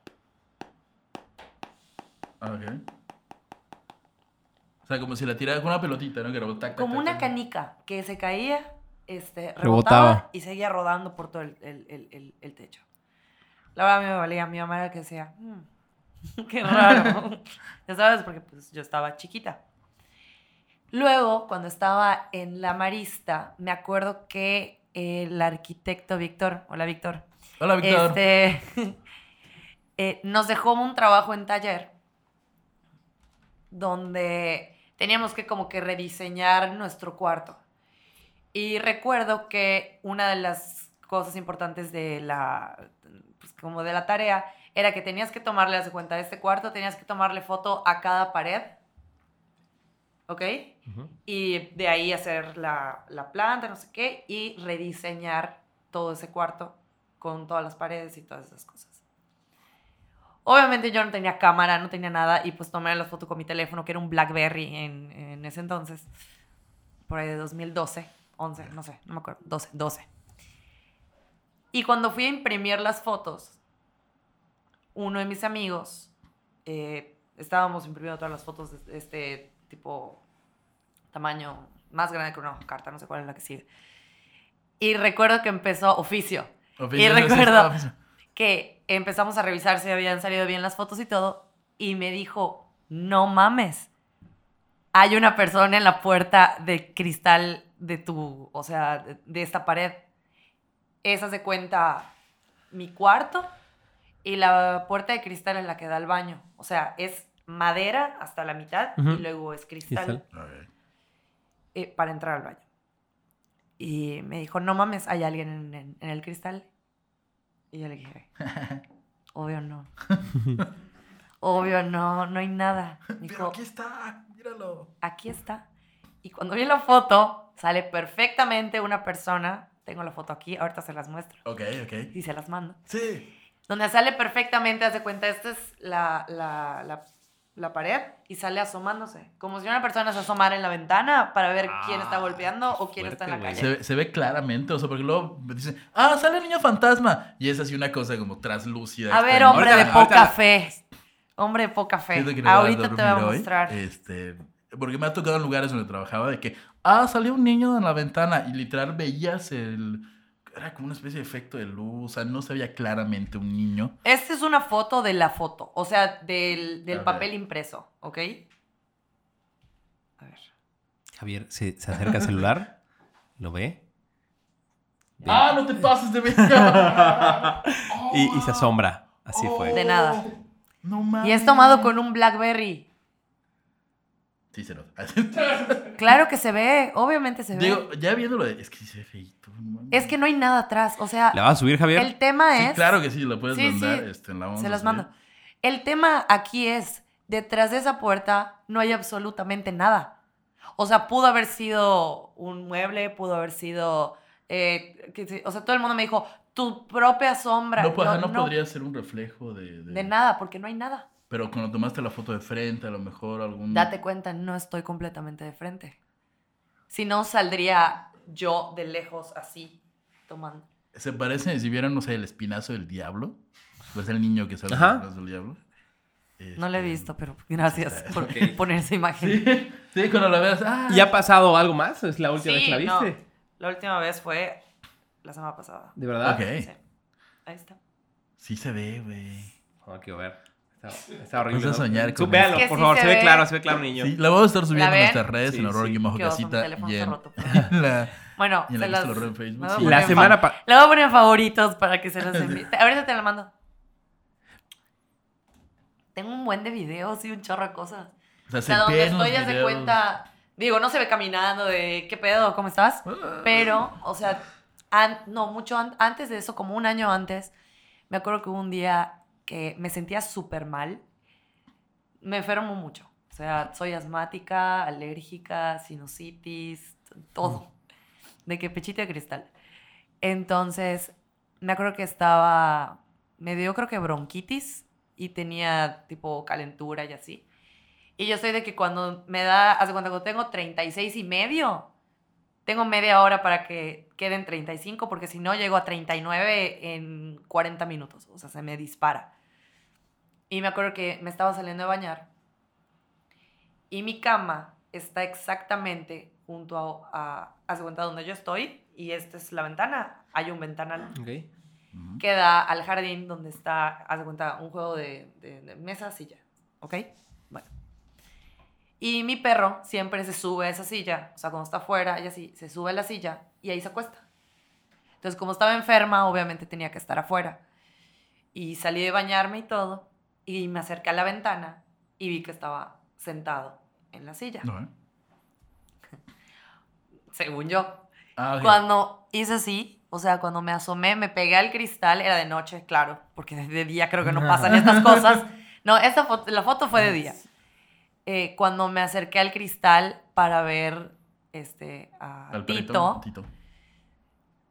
Speaker 1: Ah, Ok. O sea, como si la tirara con una pelotita, ¿no? Que rebota, tac, tac,
Speaker 3: como
Speaker 1: tac,
Speaker 3: una
Speaker 1: tac.
Speaker 3: canica que se caía, este,
Speaker 2: Rebotaba.
Speaker 3: rebotaba, y seguía rodando por todo el, el- el- el- el techo. La verdad a mí me valía, mi mamá era la que decía, "Mm, qué raro. ya sabes, porque pues, yo estaba chiquita. Luego, cuando estaba en la Marista, me acuerdo que el arquitecto Víctor, hola Víctor,
Speaker 1: Hola, Víctor.
Speaker 3: este, eh, nos dejó un trabajo en taller donde teníamos que como que rediseñar nuestro cuarto. Y recuerdo que una de las cosas importantes de la, pues como de la tarea era que tenías que tomarle, haz de cuenta, de este cuarto tenías que tomarle foto a cada pared, ¿ok?
Speaker 2: Ujú.
Speaker 3: Y de ahí hacer la, la planta, no sé qué, y rediseñar todo ese cuarto con todas las paredes y todas esas cosas. Obviamente yo no tenía cámara, no tenía nada, y pues tomé las fotos con mi teléfono, que era un Blackberry en, en ese entonces, por ahí de 2012, 11, no sé, no me acuerdo, 12, 12. Y cuando fui a imprimir las fotos, uno de mis amigos, eh, estábamos imprimiendo todas las fotos de- de este tipo tamaño más grande que una carta, no sé cuál es la que sigue. Y recuerdo que empezó oficio,
Speaker 1: Oficio, no, sí,
Speaker 3: recuerdo-
Speaker 1: oficio.
Speaker 3: que empezamos a revisar si habían salido bien las fotos y todo, y me dijo, no mames, hay una persona en la puerta de cristal de tu, o sea, de, de esta pared. Esa se cuenta mi cuarto y la puerta de cristal en la que da el baño. O sea, es madera hasta la mitad
Speaker 2: Ujú.
Speaker 3: y luego es cristal
Speaker 2: Cristal.
Speaker 1: Ok.
Speaker 3: eh, para entrar al baño. Y me dijo, no mames, hay alguien en, en- en el cristal. Y yo le dije, obvio no. obvio no, no hay nada. Me
Speaker 1: Pero
Speaker 3: dijo,
Speaker 1: aquí está, míralo.
Speaker 3: aquí está. Y cuando vi la foto, sale perfectamente una persona. Tengo la foto aquí, ahorita se las muestro.
Speaker 1: Ok, ok.
Speaker 3: Y se las mando.
Speaker 1: Sí.
Speaker 3: Donde sale perfectamente, hace cuenta, esta es la, la, la- la pared y sale asomándose. Como si una persona se asomara en la ventana para ver quién está
Speaker 2: Ah,
Speaker 3: golpeando
Speaker 2: qué
Speaker 3: o quién está en la
Speaker 2: fuerte,
Speaker 3: calle.
Speaker 2: güey.
Speaker 1: Se, se ve claramente, o sea, porque luego dicen, ah, sale el niño fantasma. Y es así una cosa como translúcida.
Speaker 3: A ver,
Speaker 1: extraña.
Speaker 3: hombre
Speaker 2: Ahorita-
Speaker 3: de
Speaker 2: ahorita
Speaker 3: poca
Speaker 2: la-
Speaker 3: fe. Hombre de poca fe.
Speaker 1: Siento que no voy a
Speaker 3: Ahorita te voy a
Speaker 1: dormir hoy,
Speaker 3: mostrar.
Speaker 1: este, porque me ha tocado en lugares donde trabajaba de que, ah, salió un niño en la ventana y literal veías el... Era como una especie de efecto de luz, o sea, no se veía claramente un niño.
Speaker 3: Esta es una foto de la foto, o sea, del, del
Speaker 1: A ver.
Speaker 3: papel impreso, ¿ok? A ver.
Speaker 2: Javier se, se acerca al celular, lo ve. ve-
Speaker 1: Ah, no te pases de verga. Oh,
Speaker 2: y, y se asombra. Así fue.
Speaker 3: De nada.
Speaker 1: No mames.
Speaker 3: Y es tomado con un Blackberry.
Speaker 1: Sí, se nota.
Speaker 3: Claro que se ve, obviamente se ve.
Speaker 1: Digo, ya viéndolo, de- es que sí se ve feíto. no mames.
Speaker 3: es que no hay nada atrás, o sea,
Speaker 2: ¿La vas a subir, Javier?
Speaker 3: el tema
Speaker 1: Sí,
Speaker 3: es...
Speaker 1: claro que sí, lo puedes
Speaker 3: Sí,
Speaker 1: mandar
Speaker 3: sí.
Speaker 1: este, en la
Speaker 3: Se
Speaker 1: onda,
Speaker 3: los
Speaker 1: sí.
Speaker 3: mando. El tema aquí es, detrás de esa puerta no hay absolutamente nada. O sea, pudo haber sido un mueble, pudo haber sido... eh, que se- o sea, todo el mundo me dijo, tu propia sombra.
Speaker 1: No, po-
Speaker 3: Yo,
Speaker 1: ajá, no podría ser un reflejo de...
Speaker 3: De nada, porque no hay nada.
Speaker 1: Pero cuando tomaste la foto de frente, a lo mejor
Speaker 2: Mm.
Speaker 1: algún...
Speaker 3: Date cuenta, no estoy completamente de frente. Si no, saldría yo de lejos así, tomando.
Speaker 1: Se parece, si vieran, no sé, el espinazo del diablo. Pues el niño que sale del
Speaker 2: Ajá.
Speaker 1: espinazo del diablo.
Speaker 3: No lo he
Speaker 1: Este,
Speaker 3: visto, pero gracias
Speaker 1: está-
Speaker 3: por
Speaker 2: ok.
Speaker 3: poner esa imagen.
Speaker 1: Sí, sí, cuando la veas. ¡ah!
Speaker 2: ¿Y ha pasado algo más? ¿Es la última vez que la
Speaker 3: Sí, no.
Speaker 2: viste?
Speaker 3: La última vez fue la semana pasada.
Speaker 2: ¿De verdad?
Speaker 1: Ok.
Speaker 3: Sí. Ahí está.
Speaker 1: Sí se ve, güey.
Speaker 2: No, Ah, quiero ver. Está, está horrible.
Speaker 1: Vas a soñar
Speaker 2: Tú
Speaker 1: con
Speaker 2: véalo,
Speaker 3: eso. Es que
Speaker 2: por
Speaker 3: sí
Speaker 2: favor.
Speaker 3: se
Speaker 2: Se, ve
Speaker 3: ve.
Speaker 2: claro, se ve claro, niño.
Speaker 1: Sí, la vamos a estar subiendo en
Speaker 3: ¿La ven?
Speaker 1: nuestras redes,
Speaker 2: Sí,
Speaker 1: en horror
Speaker 2: sí.
Speaker 1: guión bajo
Speaker 3: Qué oso, mi
Speaker 1: casita.
Speaker 3: teléfono
Speaker 1: Y
Speaker 3: está
Speaker 1: en,
Speaker 3: roto, pero-
Speaker 1: la,
Speaker 3: Bueno,
Speaker 1: y en la
Speaker 3: se
Speaker 1: lista
Speaker 3: las-
Speaker 1: de horror en Facebook.
Speaker 3: me voy a
Speaker 1: sí.
Speaker 3: poner
Speaker 2: La
Speaker 3: en
Speaker 2: semana
Speaker 3: fa-
Speaker 2: pa-
Speaker 3: La voy a poner en favoritos para que se las envíe. Ahorita te la mando. Tengo un buen de videos y un chorro de cosas.
Speaker 1: O sea, se
Speaker 3: O sea, donde
Speaker 1: ven los
Speaker 3: estoy ya se
Speaker 1: videos.
Speaker 3: cuenta. Digo, no se ve caminando de qué pedo, ¿cómo estás?
Speaker 1: Ah.
Speaker 3: Pero, o sea, an- no, mucho an- antes de eso, como un año antes, me acuerdo que hubo un día que me sentía súper mal. Me enfermo mucho. O sea, soy asmática, alérgica, sinusitis, t- todo. De que pechito de cristal. Entonces, me acuerdo que estaba, me dio creo que bronquitis y tenía tipo calentura y así. Y yo soy de que cuando me da, hace cuando tengo 36 y medio, tengo media hora para que queden 35, porque si no llego a 39 en 40 minutos. O sea, se me dispara. Y me acuerdo que me estaba saliendo de bañar y mi cama está exactamente junto a, a haz de cuenta donde yo estoy y esta es la ventana. Hay un ventanal
Speaker 2: Ok.
Speaker 1: Ujú.
Speaker 3: que da al jardín donde está, haz de cuenta, un juego de, de- de mesa, silla. ¿Ok? Bueno. Y mi perro siempre se sube a esa silla, o sea, cuando está afuera y así, se sube a la silla y ahí se acuesta. Entonces, como estaba enferma, obviamente tenía que estar afuera. Y salí de bañarme y todo, y me acerqué a la ventana y vi que estaba sentado en la silla
Speaker 1: No, ¿eh?
Speaker 3: según yo.
Speaker 1: Ah, ok.
Speaker 3: Cuando hice así, o sea, cuando me asomé, me pegué al cristal, era de noche, claro, porque de día creo que no pasan estas cosas. No, esta foto, la foto fue de día. Eh, cuando me acerqué al cristal para ver este, a
Speaker 1: Al perrito,
Speaker 3: Tito,
Speaker 1: Tito.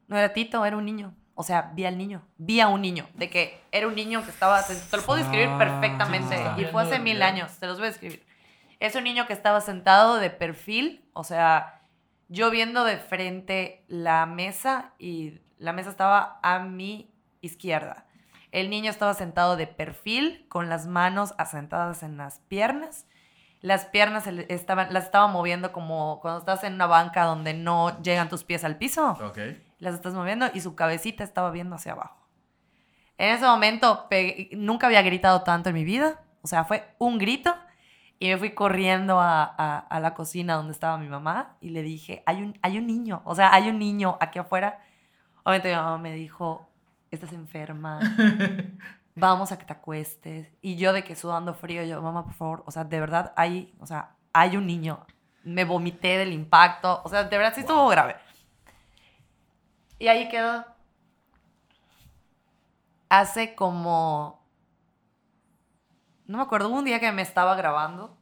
Speaker 3: no era Tito, era un niño. O sea, vi al niño, vi a un niño, de que era un niño que estaba, te, te lo puedo describir perfectamente,
Speaker 1: Ah.
Speaker 3: y fue hace mil
Speaker 1: Ya.
Speaker 3: años, te los voy a describir. Es un niño que estaba sentado de perfil, o sea, yo viendo de frente la mesa y la mesa estaba a mi izquierda. El niño estaba sentado de perfil, con las manos asentadas en las piernas. Las piernas se le- estaban, las estaba moviendo como cuando estás en una banca donde no llegan tus pies al piso
Speaker 1: Ok.
Speaker 3: las estás moviendo y su cabecita estaba viendo hacia abajo. En ese momento pe- nunca había gritado tanto en mi vida, o sea, fue un grito y me fui corriendo a, a- a la cocina donde estaba mi mamá y le dije, hay un, hay un niño, o sea, hay un niño aquí afuera. Obviamente mi mamá me dijo, estás enferma, vamos a que te acuestes. Y yo de que sudando frío, yo, mamá, por favor, o sea, de verdad hay, o sea, hay un niño. Me vomité del impacto, o sea, de verdad sí estuvo grave. Y ahí quedó. Hace como... No me acuerdo, hubo un día que me estaba grabando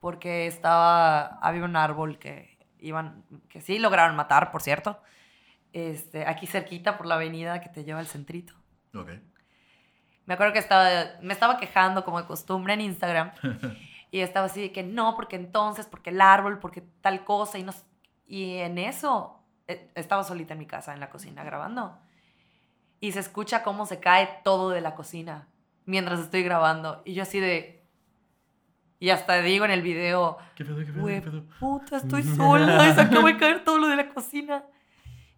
Speaker 3: porque estaba... Había un árbol que iban... Que sí lograron matar, por cierto. Este, aquí cerquita por la avenida que te lleva al centrito.
Speaker 1: Ok.
Speaker 3: Me acuerdo que estaba, me estaba quejando como de costumbre en Instagram. Y estaba así de que no, porque entonces, porque el árbol, porque tal cosa. Y, no, s- y en eso eh, estaba solita en mi casa, en la cocina, grabando. Y se escucha cómo se cae todo de la cocina mientras estoy grabando. Y yo así de... Y hasta digo en el video,
Speaker 1: ¿Qué pedo, qué pedo,
Speaker 3: Güey, pues
Speaker 1: qué pedo?
Speaker 3: puta, estoy sola, y se acabó de caer todo lo de la cocina.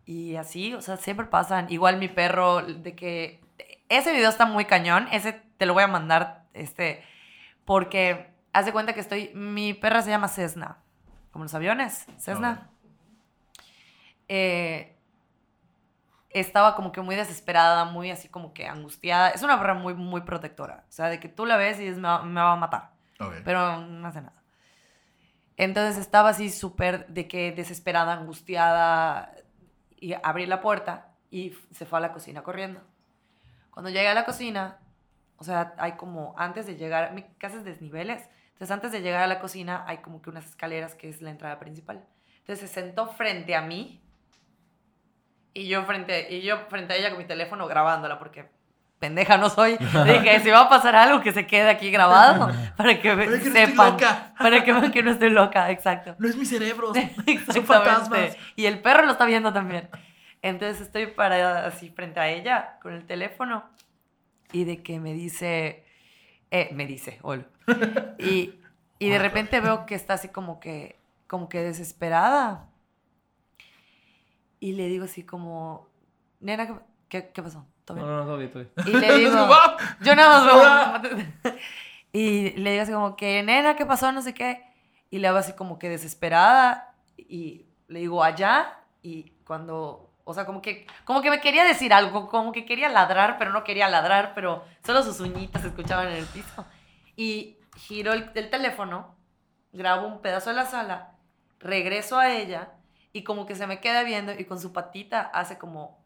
Speaker 3: Y así, o sea, siempre pasan. Igual mi perro, de que. Ese video está muy cañón, ese te lo voy a mandar, este. Porque haz de cuenta que estoy. Mi perra se llama Cessna, como los aviones, Cessna. Eh, estaba como que muy desesperada, muy así como que angustiada. Es una perra muy, muy protectora. O sea, de que tú la ves y dices, me va- me va a matar
Speaker 1: Ok.
Speaker 3: pero no hace nada. Entonces estaba así súper de que desesperada, angustiada, y abrí la puerta y f- se fue a la cocina corriendo. Cuando llegué a la cocina, o sea, hay como antes de llegar, mi casa es desniveles, entonces antes de llegar a la cocina hay como que unas escaleras que es la entrada principal. Entonces se sentó frente a mí y yo frente, y yo frente a ella con mi teléfono grabándola porque pendeja no soy. Le dije, si va a pasar algo que se quede aquí grabado
Speaker 1: Para
Speaker 3: para que,
Speaker 1: que no estoy
Speaker 3: sepan.
Speaker 1: loca.
Speaker 3: Para que vean que no estoy loca, exacto.
Speaker 1: No es mi cerebro. Son fantasmas.
Speaker 3: Exactamente. Y el perro lo está viendo también. Entonces estoy parada así frente a ella con el teléfono y de que me dice, eh, me dice, hola. Y, y de repente veo que está así como que, como que desesperada. Y le digo así como, nena, ¿qué, qué, qué pasó? ¿Todo bien?"
Speaker 2: no, todo bien, todo bien.
Speaker 3: Y le digo, yo nada más veo. y le digo así como que, nena, ¿qué pasó? No sé qué. Y le hago así como que desesperada. Y le digo, allá. Y cuando, o sea, como que, como que me quería decir algo, como que quería ladrar, pero no quería ladrar, pero solo sus uñitas se escuchaban en el piso. Y giro el, el teléfono, grabo un pedazo de la sala, regreso a ella y como que se me queda viendo y con su patita hace como,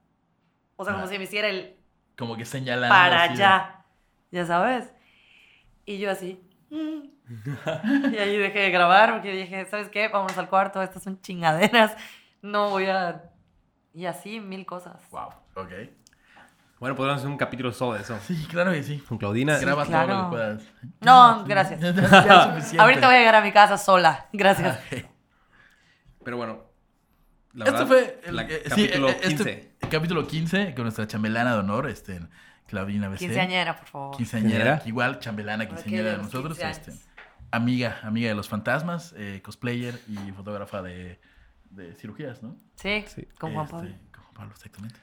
Speaker 3: o sea, como
Speaker 1: Ah.
Speaker 3: si me hiciera el
Speaker 1: Como que señalando.
Speaker 3: para
Speaker 1: así de-
Speaker 3: allá. Ya sabes. Y yo así. mm. y ahí dejé de grabar porque dije, ¿sabes qué? Vámonos al cuarto, estas son chingaderas. No voy a. Y así mil cosas.
Speaker 1: Wow. Ok.
Speaker 2: Bueno, podríamos hacer un capítulo solo de eso.
Speaker 1: Sí, claro que sí.
Speaker 2: Con Claudina.
Speaker 1: Graba todo lo
Speaker 3: claro.
Speaker 1: que puedas.
Speaker 3: No, gracias.
Speaker 1: Ya es suficiente.
Speaker 3: Ahorita voy a llegar a mi casa sola. Gracias.
Speaker 1: Ah,
Speaker 2: Pero bueno. la
Speaker 1: Esto
Speaker 2: verdad,
Speaker 1: fue el
Speaker 2: la-
Speaker 1: eh, sí,
Speaker 2: capítulo
Speaker 1: eh, este-
Speaker 2: 15.
Speaker 1: capítulo 15 con nuestra chambelana de honor, este, Claudina BC.
Speaker 3: Quinceañera, por favor.
Speaker 1: Quinceañera,
Speaker 2: Quinceañera.
Speaker 1: igual chambelana,
Speaker 3: Por aquí
Speaker 1: quinceañera de
Speaker 3: los
Speaker 1: nosotros.
Speaker 3: 15
Speaker 1: este,
Speaker 3: años.
Speaker 1: amiga, amiga de los fantasmas, eh, cosplayer y fotógrafa de, de cirugías, ¿no?
Speaker 3: Sí,
Speaker 2: Sí.
Speaker 3: con Juan
Speaker 1: Este,
Speaker 3: Pablo.
Speaker 1: Con Juan Pablo, exactamente.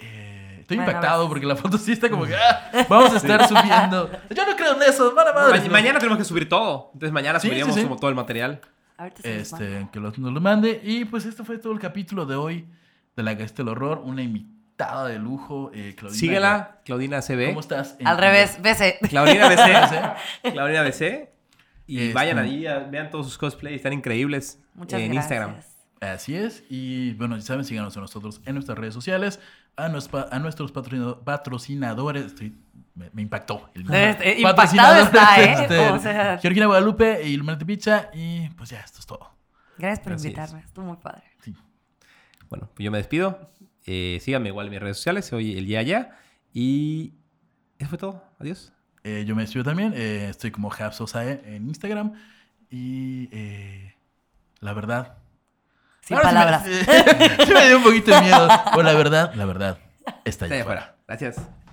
Speaker 1: Eh, estoy
Speaker 3: Bueno,
Speaker 1: impactado
Speaker 3: gracias.
Speaker 1: porque la foto sí está como que ah, vamos a estar subiendo. Yo no creo en eso, mala madre.
Speaker 2: Ma-
Speaker 1: ¿no?
Speaker 2: mañana tenemos que subir todo. Entonces mañana
Speaker 1: Ah, Sí, sí,
Speaker 2: subiríamos
Speaker 1: sí.
Speaker 2: como todo el material.
Speaker 3: Ahorita se los mando.
Speaker 1: Este, que los- nos lo mande. Y pues esto fue todo el capítulo de hoy de la Gaceta del Horror. Una invitada de lujo, eh, Claudina.
Speaker 2: Síguela, Claudina
Speaker 1: ¿Cómo
Speaker 2: CB.
Speaker 1: estás? En
Speaker 3: Al
Speaker 1: tu-
Speaker 3: revés, bese.
Speaker 2: Claudina BC.
Speaker 1: ¿Eh?
Speaker 2: Claudina BC. Y
Speaker 1: Este.
Speaker 2: vayan allí, a- vean todos sus cosplays, están increíbles. eh,
Speaker 3: Muchas
Speaker 2: en
Speaker 3: gracias.
Speaker 2: Instagram.
Speaker 1: Así es. Y bueno, ya saben, síganos a nosotros en nuestras redes sociales, a, nos- pa- a nuestros patrocinado- patrocinadores. Estoy- me, me impactó. El nombre. este,
Speaker 3: Este, impactado está, ¿eh? O sea-
Speaker 1: Georgina Guadalupe, Illuminati Picha. Y pues ya, esto es todo.
Speaker 3: Gracias por
Speaker 2: Así es.
Speaker 3: invitarme, estuvo muy padre.
Speaker 2: Bueno, pues yo me despido. Eh, síganme igual en mis redes sociales. Soy el Yaya. Y eso fue todo. Adiós.
Speaker 1: Eh, yo me despido también. eh, estoy como Habsosae en Instagram. Y eh, la verdad.
Speaker 3: Sin
Speaker 1: Ahora sí
Speaker 3: palabras.
Speaker 1: me- sí me dio un poquito de miedo. Bueno, la verdad, la verdad. Está
Speaker 2: Hasta
Speaker 1: allá
Speaker 2: allá
Speaker 1: afuera.
Speaker 2: afuera. Gracias.